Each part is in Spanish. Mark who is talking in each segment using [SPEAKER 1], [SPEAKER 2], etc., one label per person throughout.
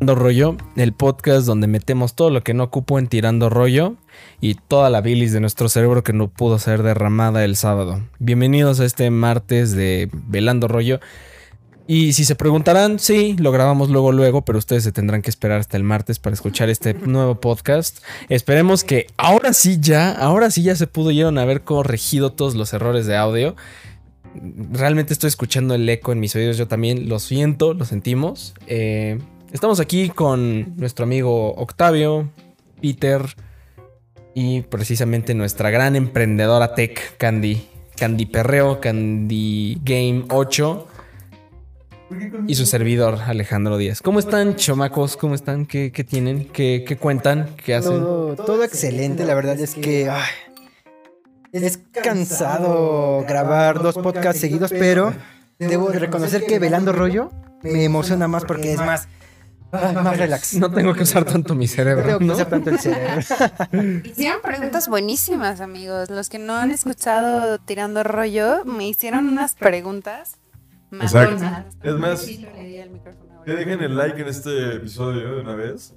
[SPEAKER 1] Tirando Rollo, el podcast donde metemos todo lo que no ocupo en Tirando Rollo y toda la bilis de nuestro cerebro que no pudo ser derramada el sábado. Bienvenidos a este martes de Velando Rollo. Y si se preguntarán, sí, lo grabamos luego, luego, pero ustedes se tendrán que esperar hasta el martes para escuchar este nuevo podcast. Esperemos que ahora sí ya, ahora sí ya se pudieron haber corregido todos los errores de audio. Realmente estoy escuchando el eco en mis oídos, yo también lo siento, lo sentimos. Eh, estamos aquí con nuestro amigo Octavio, Peter y precisamente nuestra gran emprendedora tech, Candy. Candy Perreo, Candy Game 8 y su servidor Alejandro Díaz. ¿Cómo están, chomacos? ¿Cómo están? ¿Qué, qué tienen? ¿Qué, ¿Qué, cuentan? ¿Qué hacen?
[SPEAKER 2] Todo, todo, excelente, la verdad es que ay, es cansado grabar dos podcasts seguidos, pero debo reconocer que Velando Rollo me emociona más porque es más... Ay, más relax.
[SPEAKER 1] No tengo que usar tanto mi cerebro.
[SPEAKER 2] No tengo que
[SPEAKER 1] ¿no?
[SPEAKER 2] usar tanto el cerebro.
[SPEAKER 3] Hicieron preguntas buenísimas, amigos. Los que no han escuchado Tirando Rollo, me hicieron unas preguntas
[SPEAKER 4] Madonna. Exacto. Es más, que dejen el like en este episodio de una vez.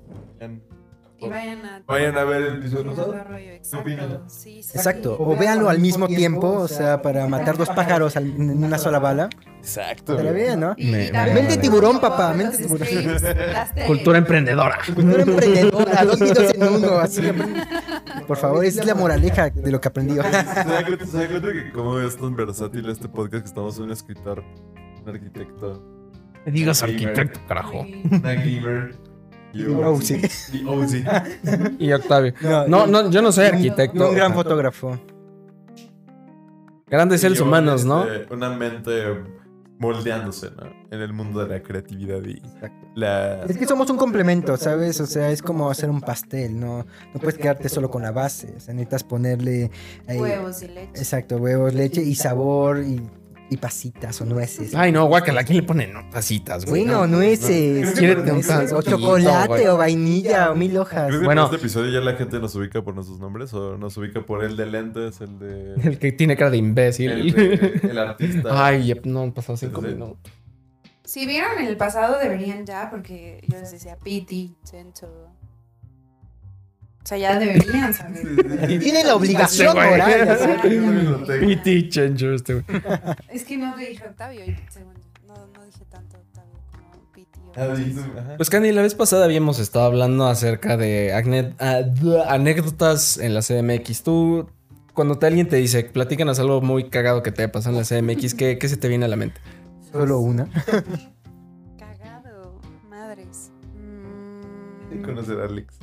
[SPEAKER 3] Y vayan a,
[SPEAKER 4] vayan a ver el episodio pasado.
[SPEAKER 3] Exacto. Sí, sí.
[SPEAKER 2] exacto. O véanlo al mismo tiempo, o sea, para matar dos pájaros al- en una sola bala.
[SPEAKER 4] Exacto.
[SPEAKER 2] Estaría bien, ¿no?
[SPEAKER 3] Y- y
[SPEAKER 1] Me-
[SPEAKER 3] también
[SPEAKER 2] Mente
[SPEAKER 1] me-
[SPEAKER 2] tiburón, papá.
[SPEAKER 3] los
[SPEAKER 2] Mente tiburón.
[SPEAKER 3] scripts, las de-
[SPEAKER 1] Cultura emprendedora.
[SPEAKER 2] Cultura emprendedora, dos videos en uno, así que aprendí. Por favor, esa es la moraleja de lo que aprendí.
[SPEAKER 4] ¿Se dan cuenta, se dan cuenta que cómo es tan versátil este podcast que estamos un escritor, un arquitecto,
[SPEAKER 1] Digas
[SPEAKER 4] arquitecto,
[SPEAKER 1] carajo.
[SPEAKER 4] una gamer y un
[SPEAKER 2] Oh, sí.
[SPEAKER 4] Y oh, sí.
[SPEAKER 1] Y Octavio.
[SPEAKER 2] No,
[SPEAKER 1] No, no, yo no soy
[SPEAKER 2] Un-
[SPEAKER 1] arquitecto.
[SPEAKER 2] un gran fotógrafo.
[SPEAKER 1] Grandes seres
[SPEAKER 4] Y un,
[SPEAKER 1] humanos, ¿no?
[SPEAKER 4] este, Una mente moldeándose, ¿no? En el mundo de la creatividad y
[SPEAKER 2] Exacto.
[SPEAKER 4] la...
[SPEAKER 2] Es que somos un complemento, ¿sabes? O sea, es como hacer un pastel, ¿no? No puedes quedarte solo con la base. O sea, necesitas ponerle. ahí-
[SPEAKER 3] Huevos y leche.
[SPEAKER 2] Exacto, huevos, leche y sabor y, y pasitas o nueces.
[SPEAKER 1] Ay, no, guácala. ¿Quién le pone no, pasitas, güey?
[SPEAKER 2] Bueno, nueces.
[SPEAKER 1] Quiere
[SPEAKER 2] nueces,
[SPEAKER 1] un
[SPEAKER 2] o
[SPEAKER 1] poquito, güey.
[SPEAKER 2] chocolate, o vainilla, o mil hojas.
[SPEAKER 4] ¿Crees que
[SPEAKER 1] Bueno.
[SPEAKER 4] en este episodio ya la gente nos ubica por nuestros nombres o nos ubica por el de lentes, el de...
[SPEAKER 1] El que tiene cara de
[SPEAKER 4] el,
[SPEAKER 1] imbécil.
[SPEAKER 4] de- el artista.
[SPEAKER 1] Ay, ya- no, han pasado cinco
[SPEAKER 4] Sí.
[SPEAKER 1] minutos.
[SPEAKER 3] Si vieron el pasado, deberían ya, porque yo les decía Piti, Chencho. O sea, ya deberían saber.
[SPEAKER 2] Tiene
[SPEAKER 1] Ah,
[SPEAKER 2] la
[SPEAKER 1] Sí,
[SPEAKER 2] obligación
[SPEAKER 1] güey.
[SPEAKER 2] moral de
[SPEAKER 4] Sí,
[SPEAKER 2] hacer-
[SPEAKER 4] sí, lo tengo.
[SPEAKER 1] Pity Changer, este güey.
[SPEAKER 3] Es que no le dije Octavio, y según yo, no, no dije tanto Octavio como Piti. o-
[SPEAKER 4] Ah, sí, sí, ajá.
[SPEAKER 1] Pues Candy, la vez pasada habíamos estado hablando acerca de acne- ah, d- anécdotas en la CDMX. Tú, cuando te- alguien te dice, platícanos algo muy cagado que te haya pasado en la CDMX, ¿qué, qué se te viene a la mente?
[SPEAKER 2] Solo una.
[SPEAKER 3] Cagado, madres. Mm.
[SPEAKER 4] Sí, Pues, Conocer a Alex.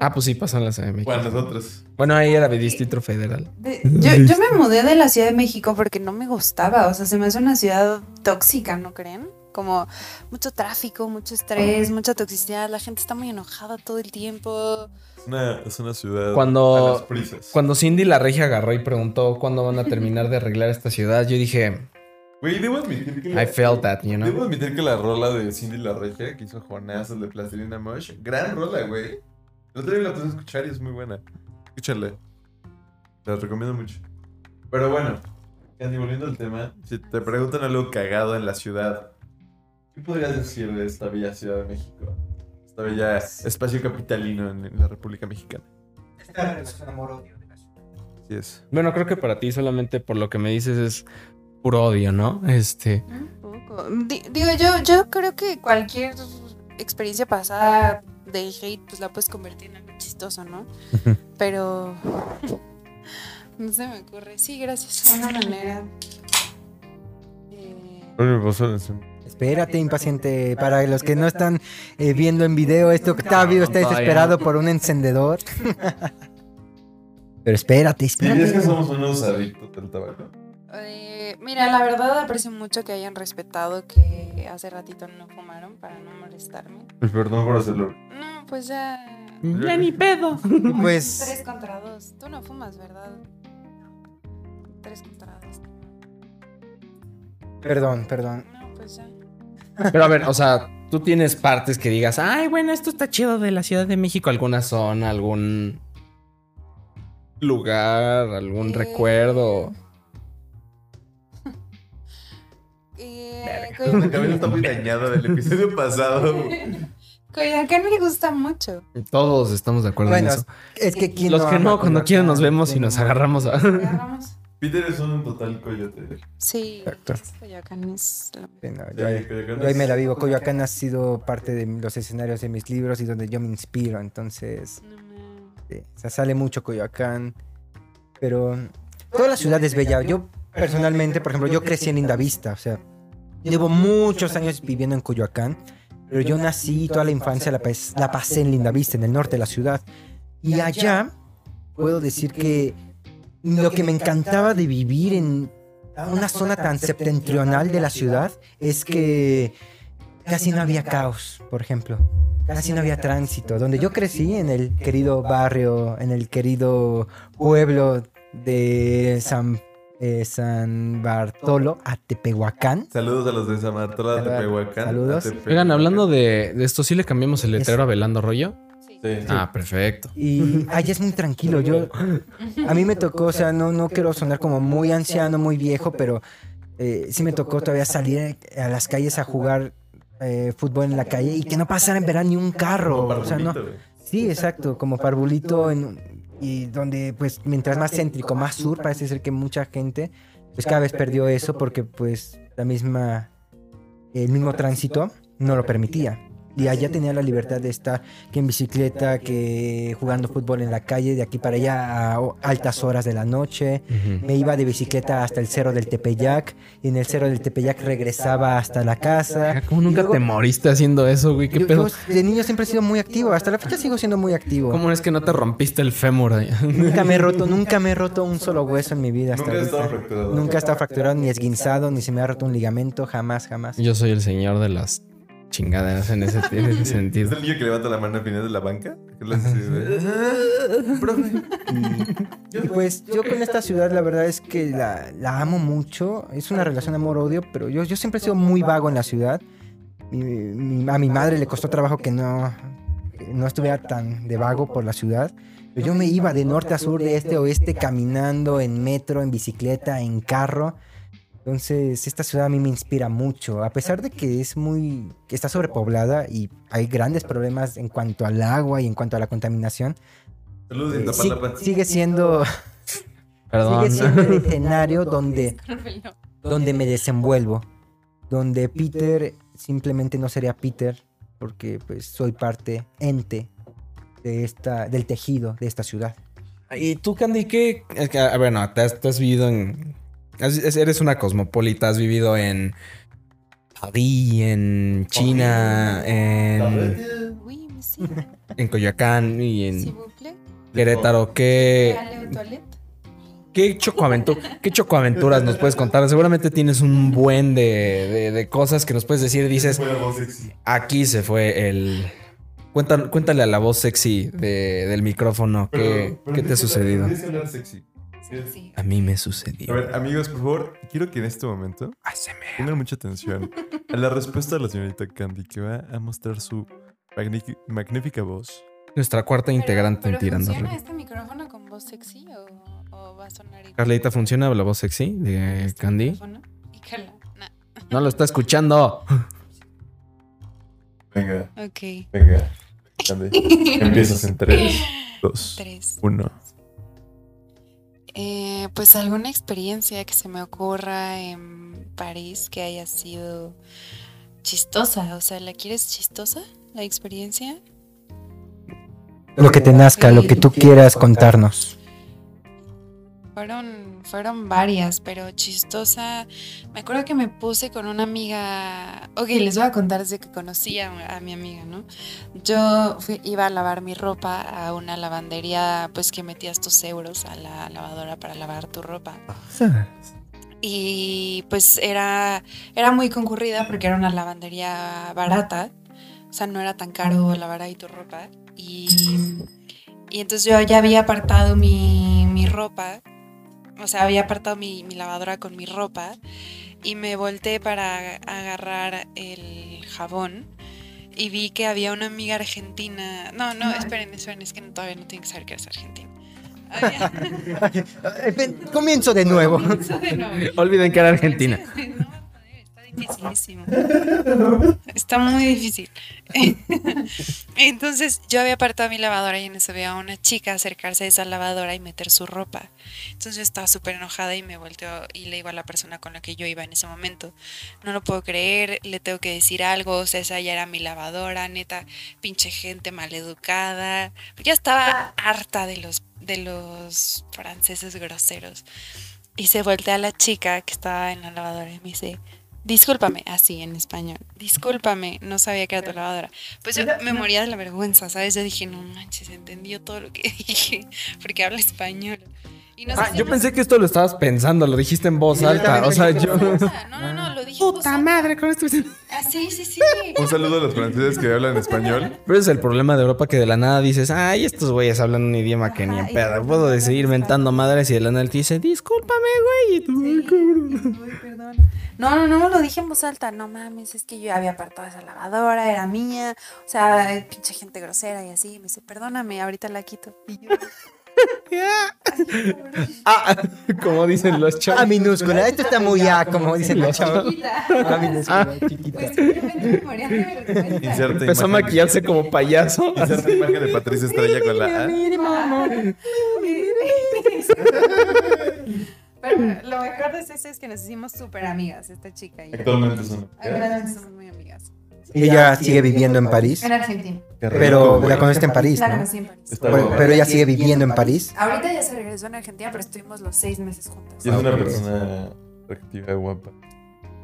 [SPEAKER 1] Ah, pues sí, pasó en la CDMX.
[SPEAKER 4] bueno, nosotros.
[SPEAKER 1] Bueno, ahí era de Distrito Federal.
[SPEAKER 3] De- yo, yo me mudé de la Ciudad de México porque no me gustaba, o sea, se me hace una ciudad tóxica, ¿no creen? Como mucho tráfico, mucho estrés, mucha toxicidad, la gente está muy enojada todo el tiempo.
[SPEAKER 4] Es una, es una ciudad
[SPEAKER 1] Cuando-
[SPEAKER 4] a las prisas.
[SPEAKER 1] Cuando Cindy la regia agarró y preguntó cuándo van a terminar de arreglar esta ciudad, yo dije,
[SPEAKER 4] Güey, debo admitir que...
[SPEAKER 1] I felt that, you know.
[SPEAKER 4] Debo admitir que la rola de Cindy La Regia que hizo Jonás, el de Plastilina Mosh, gran rola, güey. El otro día la puse a escuchar y es muy buena. Escúchale. La recomiendo mucho. Pero bueno, Candy, volviendo al tema, si te preguntan algo cagado en la ciudad, ¿qué podrías decir de esta bella Ciudad de México? Esta bella espacio capitalino en, en la República Mexicana. Así es.
[SPEAKER 1] Bueno, creo que para ti solamente por lo que me dices es puro odio, ¿no? Este,
[SPEAKER 3] Un poco. Di- Digo, yo, yo creo que cualquier experiencia pasada de hate, pues la puedes convertir en algo chistoso, ¿no? Pero no se me ocurre. Sí, gracias. De alguna manera. Eh,
[SPEAKER 4] Bueno, me pasó en
[SPEAKER 2] Espérate, impaciente. Para los que no están eh, viendo en video, este Octavio está desesperado por un encendedor. Pero espérate,
[SPEAKER 4] ¿Dirías que
[SPEAKER 2] espérate.
[SPEAKER 4] somos unos adictos del tabaco?
[SPEAKER 3] Eh, mira, la verdad aprecio mucho que hayan respetado que hace ratito no fumaron para no molestarme.
[SPEAKER 4] Pues perdón por hacerlo.
[SPEAKER 3] No, pues ya.
[SPEAKER 1] ya ni pedo.
[SPEAKER 2] Pues-
[SPEAKER 3] Tres contra dos. Tú no fumas, ¿verdad? Tres contra dos.
[SPEAKER 2] Perdón, perdón.
[SPEAKER 3] No, pues ya.
[SPEAKER 1] Pero a ver, o sea, tú tienes partes que digas, ay, bueno, esto está chido de la Ciudad de México, alguna zona, algún lugar, algún
[SPEAKER 3] Eh,
[SPEAKER 1] recuerdo.
[SPEAKER 3] Eh,
[SPEAKER 5] La cabeza está muy
[SPEAKER 3] Coyoacán
[SPEAKER 5] dañada del episodio pasado.
[SPEAKER 3] Coyoacán me gusta mucho.
[SPEAKER 1] Todos estamos de acuerdo
[SPEAKER 2] Bueno,
[SPEAKER 1] en eso.
[SPEAKER 2] es que ¿quién
[SPEAKER 1] Los que
[SPEAKER 2] ama
[SPEAKER 1] no, cuando
[SPEAKER 2] Coyoacán?
[SPEAKER 1] quieran nos vemos y
[SPEAKER 2] ¿Quién
[SPEAKER 1] nos
[SPEAKER 2] ama?
[SPEAKER 1] agarramos a...
[SPEAKER 3] Agarramos.
[SPEAKER 5] Peter es un total coyote.
[SPEAKER 3] Sí,
[SPEAKER 2] Exacto.
[SPEAKER 3] Coyoacán es lo
[SPEAKER 2] Sí, no,
[SPEAKER 5] Sí,
[SPEAKER 2] yo ahí-
[SPEAKER 5] Coyoacán
[SPEAKER 2] yo ahí me
[SPEAKER 5] es-
[SPEAKER 2] la vivo. Coyoacán ha sido parte de los escenarios de mis libros y donde yo me inspiro. Entonces,
[SPEAKER 3] No mames.
[SPEAKER 2] sí, este, o sea, sale mucho Coyoacán. Pero toda la ciudad es bella. Yo personalmente, por ejemplo, yo crecí en Lindavista. O sea, llevo muchos años viviendo en Coyoacán. Pero yo nací y toda la infancia la, pas- la pasé en Lindavista, en el norte de la ciudad. Y allá puedo decir que lo que me encantaba de vivir en una zona tan septentrional de la ciudad es que casi no había caos, por ejemplo. Casi no había tránsito. Donde yo crecí, en el querido barrio, en el querido pueblo de San, eh, San Bartolo, Atepehuacán.
[SPEAKER 5] Saludos a los de Samartra, de Tepehuacán.
[SPEAKER 2] Saludos.
[SPEAKER 1] Oigan, hablando de, de esto, ¿sí le cambiamos el letrero a Velando Rollo?
[SPEAKER 3] Sí.
[SPEAKER 5] Sí.
[SPEAKER 1] Ah, perfecto.
[SPEAKER 2] Y allá es muy tranquilo. Yo, a mí me tocó, o sea, no, no quiero sonar como muy anciano, muy viejo, pero eh, sí me tocó todavía salir eh, a las calles a jugar eh, fútbol en la calle y que no pasara en verano ni un carro. O sea, no. Sí, exacto, como parvulito en un- y donde pues mientras más céntrico, más sur, parece ser que mucha gente pues cada vez perdió eso porque pues la misma el mismo tránsito no lo permitía. Y allá tenía la libertad de estar que en bicicleta, que jugando fútbol en la calle de aquí para allá a o- altas horas de la noche.
[SPEAKER 1] Ujú.
[SPEAKER 2] Me iba de bicicleta hasta el cerro del Tepeyac y en el cerro del Tepeyac regresaba hasta la casa.
[SPEAKER 1] Ajá, ¿Cómo nunca
[SPEAKER 2] Y luego-
[SPEAKER 1] te moriste haciendo eso, güey? ¿Qué
[SPEAKER 2] Yo-
[SPEAKER 1] pedo?
[SPEAKER 2] yo de niño siempre he sido muy activo, hasta la fecha sigo siendo muy activo.
[SPEAKER 1] ¿Cómo es que no te rompiste el fémur? ahí?
[SPEAKER 2] Nunca me he roto, nunca me he roto un solo hueso en mi vida hasta
[SPEAKER 5] Nunca he estado
[SPEAKER 2] ahorita.
[SPEAKER 5] fracturado.
[SPEAKER 2] Nunca he estado fracturado, ni esguinzado, ni se me ha roto un ligamento, jamás, jamás.
[SPEAKER 1] Yo soy el señor de las chingaderas en ese, en ese
[SPEAKER 5] ¿Es
[SPEAKER 1] sentido.
[SPEAKER 5] el niño que levanta la mano al final de la banca? Que le hace así de-
[SPEAKER 2] Y pues yo con esta ciudad la verdad es que la, la amo mucho, es una relación amor-odio, pero yo, yo siempre he sido muy vago en la ciudad. Mi- mi- a mi madre le costó trabajo que no, que no estuviera tan de vago por la ciudad. Pero yo me iba de norte a sur, de este a oeste, caminando en metro, en bicicleta, en carro. Entonces, esta ciudad a mí me inspira mucho, a pesar de que es muy, que está sobrepoblada y hay grandes problemas en cuanto al agua y en cuanto a la contaminación.
[SPEAKER 5] Saludos,
[SPEAKER 2] eh, sí-
[SPEAKER 5] Iztapalapa.
[SPEAKER 2] sigue siendo,
[SPEAKER 1] Perdón.
[SPEAKER 2] sigue siendo el escenario donde,
[SPEAKER 3] Discúlpenlo.
[SPEAKER 2] donde me desenvuelvo, donde Peter simplemente no sería Peter, porque pues soy parte, ente de esta, del tejido de esta ciudad.
[SPEAKER 1] ¿Y tú, Candy, qué? es que, ah, bueno, te has, te has vivido en... has- es- eres una cosmopolita, has vivido en... París, en China, en,
[SPEAKER 3] Oui, mais si.
[SPEAKER 1] en Coyoacán y
[SPEAKER 3] S'il
[SPEAKER 1] en
[SPEAKER 3] vous plaît.
[SPEAKER 1] Querétaro. ¿Qué,
[SPEAKER 3] Allez aux toilettes.
[SPEAKER 1] ¿Qué, chocoaventu- qué chocoaventuras nos puedes contar? Seguramente tienes un buen de, de- de cosas que nos puedes decir. Dices,
[SPEAKER 5] Fue la voz sexy.
[SPEAKER 1] aquí se fue el... Cuéntan- cuéntale a la voz sexy de- del micrófono
[SPEAKER 5] Pero-
[SPEAKER 1] qué,
[SPEAKER 5] pero
[SPEAKER 1] qué
[SPEAKER 5] tienes
[SPEAKER 1] te ha
[SPEAKER 5] que
[SPEAKER 1] sucedido.
[SPEAKER 5] hablar- Tienes que hablar sexy.
[SPEAKER 3] C'est c'est-
[SPEAKER 1] A mí me
[SPEAKER 5] A
[SPEAKER 1] sucedió. Ah,
[SPEAKER 5] ver, amigos, por favor, quiero que en este momento
[SPEAKER 1] ASMR.
[SPEAKER 5] pongan mucha atención a la respuesta de la señorita Candy, que va a mostrar su magnifi- magnífica voz.
[SPEAKER 1] Nuestra cuarta
[SPEAKER 3] Pero-
[SPEAKER 1] integrante
[SPEAKER 3] pero
[SPEAKER 1] en Tirando
[SPEAKER 3] ¿Funciona
[SPEAKER 1] Rollo.
[SPEAKER 3] este micrófono con voz sexy o, o va a sonar igual?
[SPEAKER 1] Carlita, ¿funciona la voz sexy de
[SPEAKER 3] Este
[SPEAKER 1] Candy?
[SPEAKER 3] micrófono. Y Carla. Nah.
[SPEAKER 1] No lo está escuchando.
[SPEAKER 5] Venga,
[SPEAKER 3] Ok.
[SPEAKER 5] venga. Candy. Empiezas en 3, 2,
[SPEAKER 3] Tres.
[SPEAKER 5] 1.
[SPEAKER 3] Eh, pues alguna experiencia que se me ocurra en París que haya sido chistosa. O sea, ¿la quieres chistosa? ¿La experiencia?
[SPEAKER 2] Lo que te nazca, lo que tú quieras contarnos.
[SPEAKER 3] Fueron, fueron varias, pero chistosa. Me acuerdo que me puse con una amiga. Ok, les voy a contar desde que conocí a, a mi amiga, ¿no? Yo fui- iba a lavar mi ropa a una lavandería, pues que metías tus euros a la lavadora para lavar tu ropa. Y pues era, era muy concurrida porque era una lavandería barata. O sea, no era tan caro lavar ahí tu ropa. Y, y entonces yo ya había apartado mi, mi ropa. O sea, había apartado mi, mi lavadora con mi ropa. Y me volteé para agarrar el jabón. Y vi que había una amiga argentina. No, no, esperen, esperen, es que no- todavía no tienen que saber que eres argentina. Había-
[SPEAKER 2] Comienzo de nuevo.
[SPEAKER 3] Eso de nuevo.
[SPEAKER 1] Olviden que era argentina.
[SPEAKER 3] No, joder, está bien dificilísimo. Está muy difícil. Entonces yo había apartado mi lavadora y en eso veo a una chica acercarse a esa lavadora y meter su ropa. Entonces yo estaba súper enojada y me volteo y le digo a la persona con la que yo iba en ese momento, no lo puedo creer, le tengo que decir algo, o sea, esa ya era mi lavadora, neta, pinche gente maleducada. Ya estaba harta de los, de los franceses groseros. Y se voltea a la chica que estaba en la lavadora y me dice, discúlpame, así en español, discúlpame, no sabía que era tu lavadora. Pues yo me moría de la vergüenza, ¿sabes? Yo dije, no manches, entendió todo lo que dije, porque habla español. Y no sé
[SPEAKER 1] Ah,
[SPEAKER 3] si
[SPEAKER 1] yo
[SPEAKER 3] no-
[SPEAKER 1] pensé que esto lo estabas pensando, lo dijiste en voz
[SPEAKER 2] Sí, yo
[SPEAKER 1] alta.
[SPEAKER 2] también
[SPEAKER 1] O sea,
[SPEAKER 2] pensé
[SPEAKER 1] yo.
[SPEAKER 2] que
[SPEAKER 3] O sea, No, no, no, lo dije. Puta
[SPEAKER 1] madre, con esto.
[SPEAKER 3] Ah, sí, sí, sí.
[SPEAKER 5] Un saludo a los franceses que hablan español.
[SPEAKER 1] Pero es el problema de Europa que de la nada dices, ay, estos güeyes hablan un idioma que ni en pedo. Puedo de seguir mentando madres y de la nada te dice, discúlpame, güey. Y tú, "Ay, cabrón".
[SPEAKER 3] No, no, no, lo dije en voz alta. No mames, es que yo había apartado esa lavadora, era mía. O sea, eh, pinche gente grosera y así. Me dice, perdóname, ahorita la quito. Y yo,
[SPEAKER 1] Ah, como dicen los chavos.
[SPEAKER 2] A minúscula, esto está muy A, como dicen los chavos.
[SPEAKER 3] quita.
[SPEAKER 2] A minúscula, chiquita.
[SPEAKER 3] Pues simplemente me moría de vergüenza.
[SPEAKER 5] Inserta
[SPEAKER 1] Empezó a
[SPEAKER 5] imagen-
[SPEAKER 1] maquillarse como payaso.
[SPEAKER 5] Inserta imagen de Patricia Estrella con la A.
[SPEAKER 3] Pero lo mejor de eso es que nos hicimos súper amigas, esta chica. Y yo.
[SPEAKER 5] Actualmente son.
[SPEAKER 3] Actualmente somos muy amigas.
[SPEAKER 2] Ella sigue viviendo en París,
[SPEAKER 3] En Argentina.
[SPEAKER 5] Qué rico,
[SPEAKER 2] pero
[SPEAKER 5] güey.
[SPEAKER 2] la conociste en París,
[SPEAKER 3] La
[SPEAKER 2] ¿no?
[SPEAKER 3] conocí en París.
[SPEAKER 5] Está
[SPEAKER 2] Pero,
[SPEAKER 5] guapa.
[SPEAKER 2] pero ella sigue viviendo en París.
[SPEAKER 3] Ahorita ya se regresó en Argentina, pero estuvimos los seis meses juntas.
[SPEAKER 5] Y es una persona atractiva, guapa.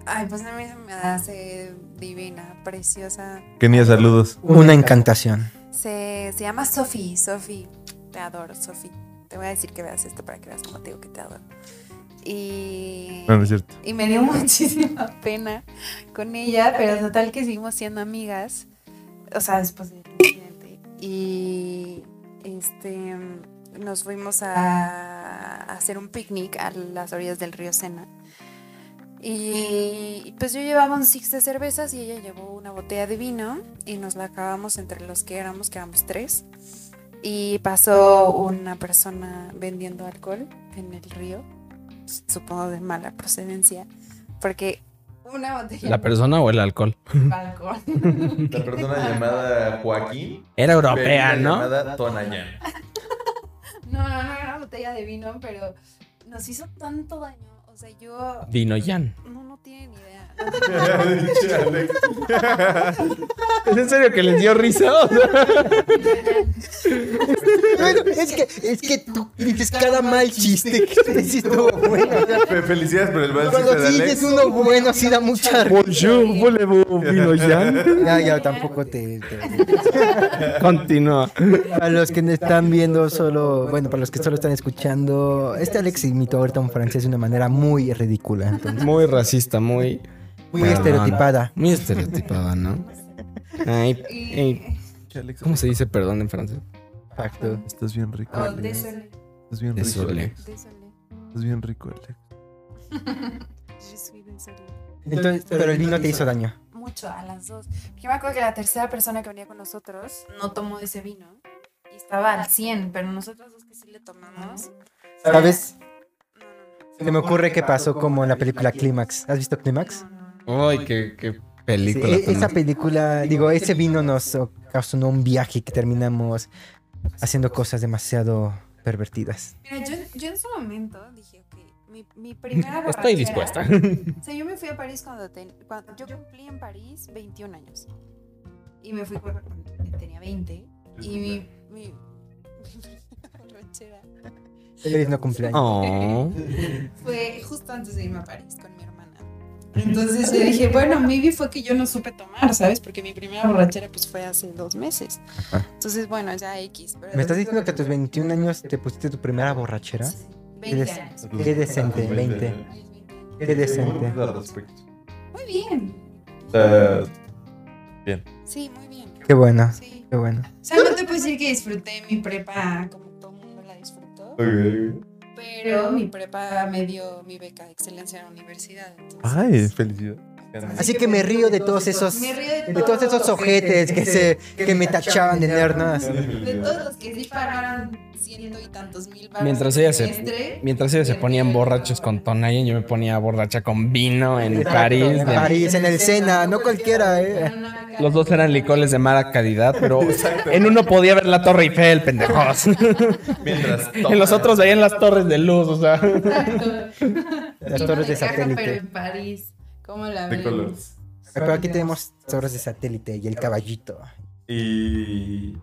[SPEAKER 3] Ay, pues a mí se me hace divina, preciosa.
[SPEAKER 5] Kenia, saludos.
[SPEAKER 2] Una encantación.
[SPEAKER 3] Se, se llama Sofi, Sofi. Te adoro, Sofi. Te voy a decir que veas esto para que veas como te digo que te adoro. Y...
[SPEAKER 5] No, no es cierto.
[SPEAKER 3] Y me dio muchísima pena con ella, pero total que seguimos siendo amigas. O sea, después del incidente. Y este nos fuimos a hacer un picnic a las orillas del río Sena. Y pues yo llevaba un six de cervezas y ella llevó una botella de vino y nos la acabamos entre los que éramos, que éramos tres. Y pasó una persona vendiendo alcohol en el río, supongo de mala procedencia, porque una botella
[SPEAKER 1] ¿La persona o el alcohol?
[SPEAKER 3] de alcohol.
[SPEAKER 5] La persona llamada Joaquín.
[SPEAKER 1] Era europea,
[SPEAKER 5] bebida
[SPEAKER 1] ¿no?
[SPEAKER 5] Llamada Tonayán.
[SPEAKER 3] No, no, no era botella de vino, pero nos hizo tanto daño. O sea, yo
[SPEAKER 1] Dino Jan.
[SPEAKER 3] no, no tiene ni idea.
[SPEAKER 5] Chale.
[SPEAKER 1] ¿Es en serio que les dio risa? O sea,
[SPEAKER 2] Bueno, es que, es que tú dices cada mal chiste que tú dices estuvo bueno. o sea,
[SPEAKER 5] Fe- Felicidades por el mal chiste
[SPEAKER 2] Cuando
[SPEAKER 5] de
[SPEAKER 2] dices
[SPEAKER 5] Alex.
[SPEAKER 2] uno bueno, sí da mucha risa.
[SPEAKER 1] Bonjour, voulez-vous, Dino Jan.
[SPEAKER 2] Ya, ya, tampoco te, te-
[SPEAKER 1] Continúa.
[SPEAKER 2] Para los que no están viendo solo, bueno, para los que solo están escuchando, este Alex imitó ahorita a un francés de una manera muy ridícula, entonces,
[SPEAKER 1] Muy racista, muy.
[SPEAKER 2] muy
[SPEAKER 1] Bueno,
[SPEAKER 2] estereotipada.
[SPEAKER 1] Muy estereotipada, ¿no? Ay, ay,
[SPEAKER 5] Alex,
[SPEAKER 1] ¿Cómo se dice perdón en francés?
[SPEAKER 2] Facto.
[SPEAKER 5] Estás bien rico,
[SPEAKER 3] Oh,
[SPEAKER 5] Alex.
[SPEAKER 3] désolé,
[SPEAKER 5] Estás bien rico,
[SPEAKER 1] Désolé.
[SPEAKER 5] Alex.
[SPEAKER 3] désolé.
[SPEAKER 5] Estás bien rico, Alex.
[SPEAKER 3] Je suis désolé.
[SPEAKER 2] Entonces, pero el vino te hizo daño.
[SPEAKER 3] Mucho a las dos. Yo me acuerdo que la tercera persona que venía con nosotros no tomó ese vino y estaba al 100, pero nosotros dos que sí le tomamos.
[SPEAKER 2] ¿Sabes?
[SPEAKER 3] No, no,
[SPEAKER 2] Se me ocurre que pasó como en la película Clímax. ¿Has visto Clímax?
[SPEAKER 3] no, no, no.
[SPEAKER 1] Ay, qué, qué
[SPEAKER 2] Sí,
[SPEAKER 1] película.
[SPEAKER 2] e-
[SPEAKER 1] tan-
[SPEAKER 2] esa película, digo, ese vino nos ocasionó un viaje que terminamos haciendo cosas demasiado pervertidas.
[SPEAKER 3] Mira, yo, yo en su momento dije, ok, mi, mi primera
[SPEAKER 1] Estoy
[SPEAKER 3] borrachera-
[SPEAKER 1] dispuesta.
[SPEAKER 3] O sea, yo me fui a París cuando, ten- cuando yo cumplí en París 21 años. Y me fui por- tenía 20. Y mi, mi, mi primera borrachera
[SPEAKER 2] Feliz no cumpleaños.
[SPEAKER 1] Oh.
[SPEAKER 3] fue justo antes de irme a París con mi hermana. Entonces yo dije, bueno, maybe fue que yo no supe tomar, ¿sabes? Porque mi primera borrachera pues fue hace dos meses. Entonces, bueno, ya X. pero-
[SPEAKER 2] ¿Me estás diciendo que a tus 21 años te pusiste tu primera borrachera?
[SPEAKER 3] Sí, 20
[SPEAKER 2] Eres-
[SPEAKER 3] años.
[SPEAKER 2] Qué decente, 20.
[SPEAKER 3] Ay, 20 años.
[SPEAKER 2] Qué decente.
[SPEAKER 5] Al respecto.
[SPEAKER 3] Muy bien.
[SPEAKER 5] Eh,
[SPEAKER 3] Sí, muy bien.
[SPEAKER 2] Qué bueno,
[SPEAKER 3] Sí.
[SPEAKER 2] qué bueno.
[SPEAKER 3] O sea, no te puedo decir que disfruté mi prepa como todo el mundo la disfrutó,
[SPEAKER 5] ok.
[SPEAKER 3] pero mi prepa me dio mi beca de excelencia en la universidad. entonces-
[SPEAKER 5] Ay, felicidad.
[SPEAKER 2] Así que me río de todos esos,
[SPEAKER 3] Me río de,
[SPEAKER 2] de todos esos ojetes que se, que me tachaban de nerd, ¿no? Así.
[SPEAKER 3] De todos los que sí pagaron ciento y tantos mil baros
[SPEAKER 1] Mientras
[SPEAKER 3] el
[SPEAKER 1] ella se-
[SPEAKER 3] semestre.
[SPEAKER 1] Mientras ellos se ponían borrachos con Tonayan, yo me ponía borracha con vino en
[SPEAKER 2] Exacto,
[SPEAKER 1] París.
[SPEAKER 2] En
[SPEAKER 1] de-
[SPEAKER 2] París, en el Sena, no cualquiera, ¿eh?
[SPEAKER 3] Pero no acá.
[SPEAKER 1] Los dos eran licores de mala calidad, pero en uno podía ver la Torre Eiffel, pendejos.
[SPEAKER 4] Mientras
[SPEAKER 1] en los otros veían las torres de luz, o sea.
[SPEAKER 3] Exacto.
[SPEAKER 2] Las
[SPEAKER 3] Vino
[SPEAKER 2] torres de
[SPEAKER 3] caja, Pero
[SPEAKER 2] satélite.
[SPEAKER 3] en París. ¿Cómo la
[SPEAKER 4] De
[SPEAKER 3] ven?
[SPEAKER 4] colores.
[SPEAKER 2] Pero aquí tenemos torres de satélite y el caballito.
[SPEAKER 4] Y.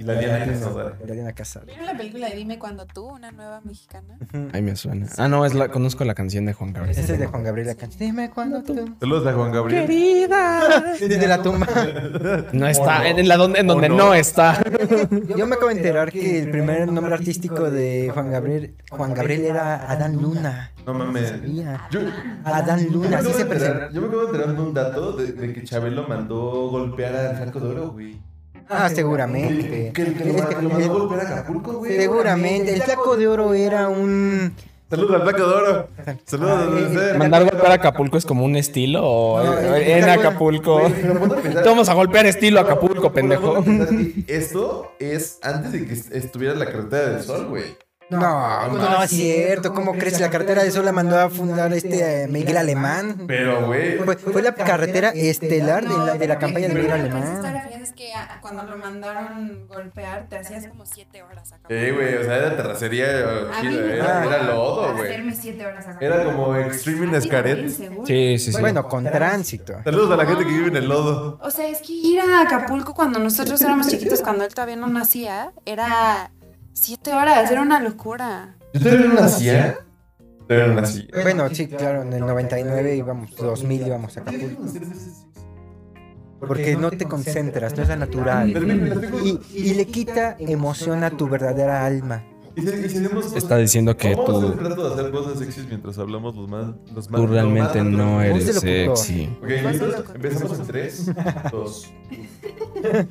[SPEAKER 4] Y la Diana Casada.
[SPEAKER 2] La Diana Casada.
[SPEAKER 3] ¿Vieron la película de Dime cuando tú, una nueva mexicana?
[SPEAKER 2] Ujú.
[SPEAKER 1] Ahí me suena. Ah, no, es la, conozco la canción de Juan Gabriel.
[SPEAKER 2] Ese es de Juan Gabriel la canción. Dime cuándo tú.
[SPEAKER 4] Saludos a Juan Gabriel.
[SPEAKER 1] Querida.
[SPEAKER 2] Desde la tumba.
[SPEAKER 1] No está,
[SPEAKER 4] Mono.
[SPEAKER 1] en, la donde, en
[SPEAKER 4] Mono.
[SPEAKER 1] donde no está.
[SPEAKER 2] Yo me acabo de enterar que el primer nombre artístico de Juan Gabriel, Juan Gabriel era Adán Luna.
[SPEAKER 4] No mames.
[SPEAKER 2] Sabía.
[SPEAKER 4] Yo,
[SPEAKER 2] Adán
[SPEAKER 4] yo me
[SPEAKER 2] Luna, así
[SPEAKER 4] acabo de
[SPEAKER 2] se
[SPEAKER 4] enterar-
[SPEAKER 2] presentó.
[SPEAKER 4] yo me acabo de enterar de un dato de, de que Chabelo mandó golpear al Flaco de Oro, güey.
[SPEAKER 2] Ah,
[SPEAKER 4] Que,
[SPEAKER 2] seguramente.
[SPEAKER 4] que- que
[SPEAKER 2] Es
[SPEAKER 4] lo,
[SPEAKER 2] que-
[SPEAKER 4] mandó- lo mandó golpear a Acapulco, güey.
[SPEAKER 2] Seguramente. El Flaco de Oro era un.
[SPEAKER 4] Saludos al Flaco de Oro. Saludos a ustedes.
[SPEAKER 1] ¿Mandar golpear a Acapulco es como un estilo o
[SPEAKER 2] No,
[SPEAKER 1] eh, en
[SPEAKER 2] está bueno.
[SPEAKER 1] Acapulco?
[SPEAKER 4] Güey, pero ponte a pensar-
[SPEAKER 1] Vamos a golpear estilo Acapulco,
[SPEAKER 4] Pero ponte a
[SPEAKER 1] pendejo.
[SPEAKER 4] pensar que Esto es antes de que est- estuviera la carretera del sol, güey.
[SPEAKER 2] No, no es cierto. ¿Cómo crees? La carretera de Sol la mandó a fundar este eh, Miguel Alemán.
[SPEAKER 4] Pero, güey.
[SPEAKER 2] Fue, fue la carretera estelar de la, de la
[SPEAKER 3] No,
[SPEAKER 2] campaña de
[SPEAKER 3] yo
[SPEAKER 2] Miguel
[SPEAKER 3] creo que lo que se está
[SPEAKER 2] Alemán.
[SPEAKER 3] refiriendo es que a- cuando lo mandaron golpear, te hacías como siete horas acá.
[SPEAKER 4] Eh, güey, o sea, era terracería.
[SPEAKER 3] A mí
[SPEAKER 4] chida,
[SPEAKER 3] me
[SPEAKER 4] Era,
[SPEAKER 3] tocó
[SPEAKER 4] era lodo, güey.
[SPEAKER 3] Hacerme siete horas acá.
[SPEAKER 4] Era como Extreme in Escaret.
[SPEAKER 1] Sí, sí, sí.
[SPEAKER 2] Bueno, con tránsito.
[SPEAKER 4] Saludos a la gente que vive en el lodo.
[SPEAKER 3] O sea, es que ir a Acapulco cuando nosotros éramos chiquitos, cuando él todavía no nacía, era siete horas, era una locura.
[SPEAKER 4] Yo todavía no nacía. Todavía no nacía.
[SPEAKER 2] Bueno, sí, claro, en el 99 íbamos, 2000 íbamos a Acapulco. Porque no te concentras, no es la natural. Y, y le quita emoción a tu verdadera alma.
[SPEAKER 4] Y si- y si hacemos-
[SPEAKER 1] Está diciendo que
[SPEAKER 4] Vamos a hacer
[SPEAKER 1] tú,
[SPEAKER 4] el trato de hacer voces sexys mientras hablamos los más. Los más
[SPEAKER 1] tú realmente
[SPEAKER 4] los más-
[SPEAKER 1] no
[SPEAKER 2] Voz
[SPEAKER 1] eres
[SPEAKER 2] de locutor.
[SPEAKER 1] sexy.
[SPEAKER 4] Ok, entonces empezamos en 3, 2,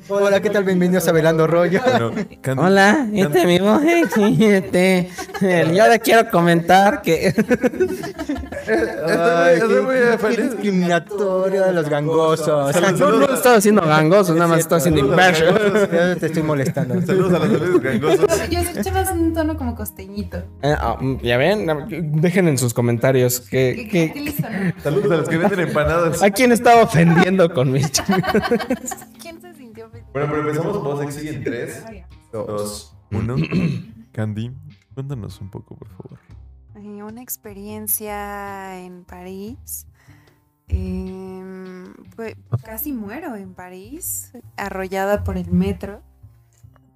[SPEAKER 2] Hola, ¿qué tal? Bienvenidos a Velando Rollo.
[SPEAKER 4] Bueno, can-
[SPEAKER 1] Hola, este es mi voz este, el- Yo le quiero comentar que
[SPEAKER 2] Ay,
[SPEAKER 4] Este güey- este güey
[SPEAKER 2] qué, qué
[SPEAKER 4] feliz.
[SPEAKER 2] discriminatorio de los gangosos.
[SPEAKER 1] no, no estaba haciendo gangosos, nada más estaba haciendo inversion.
[SPEAKER 2] Yo te estoy molestando.
[SPEAKER 4] Saludos a los bebés gangosos.
[SPEAKER 3] Yo escuchaba un tono como costeñito.
[SPEAKER 1] Eh, ah, mm, ya ven, dejen en sus comentarios
[SPEAKER 3] ¿Qué,
[SPEAKER 1] que,
[SPEAKER 3] qué,
[SPEAKER 1] que-
[SPEAKER 3] les sonó?
[SPEAKER 4] Saludos a los que venden empanadas.
[SPEAKER 1] a quién estaba ofendiendo con mis chingados.
[SPEAKER 3] ¿Quién se sintió feliz?
[SPEAKER 4] Bueno, pero empezamos voz sexy en 3, 2, 1. Candy, cuéntanos un poco, por favor.
[SPEAKER 3] Eh, Una experiencia en París. Em, pues casi muero en París, arrollada por el metro.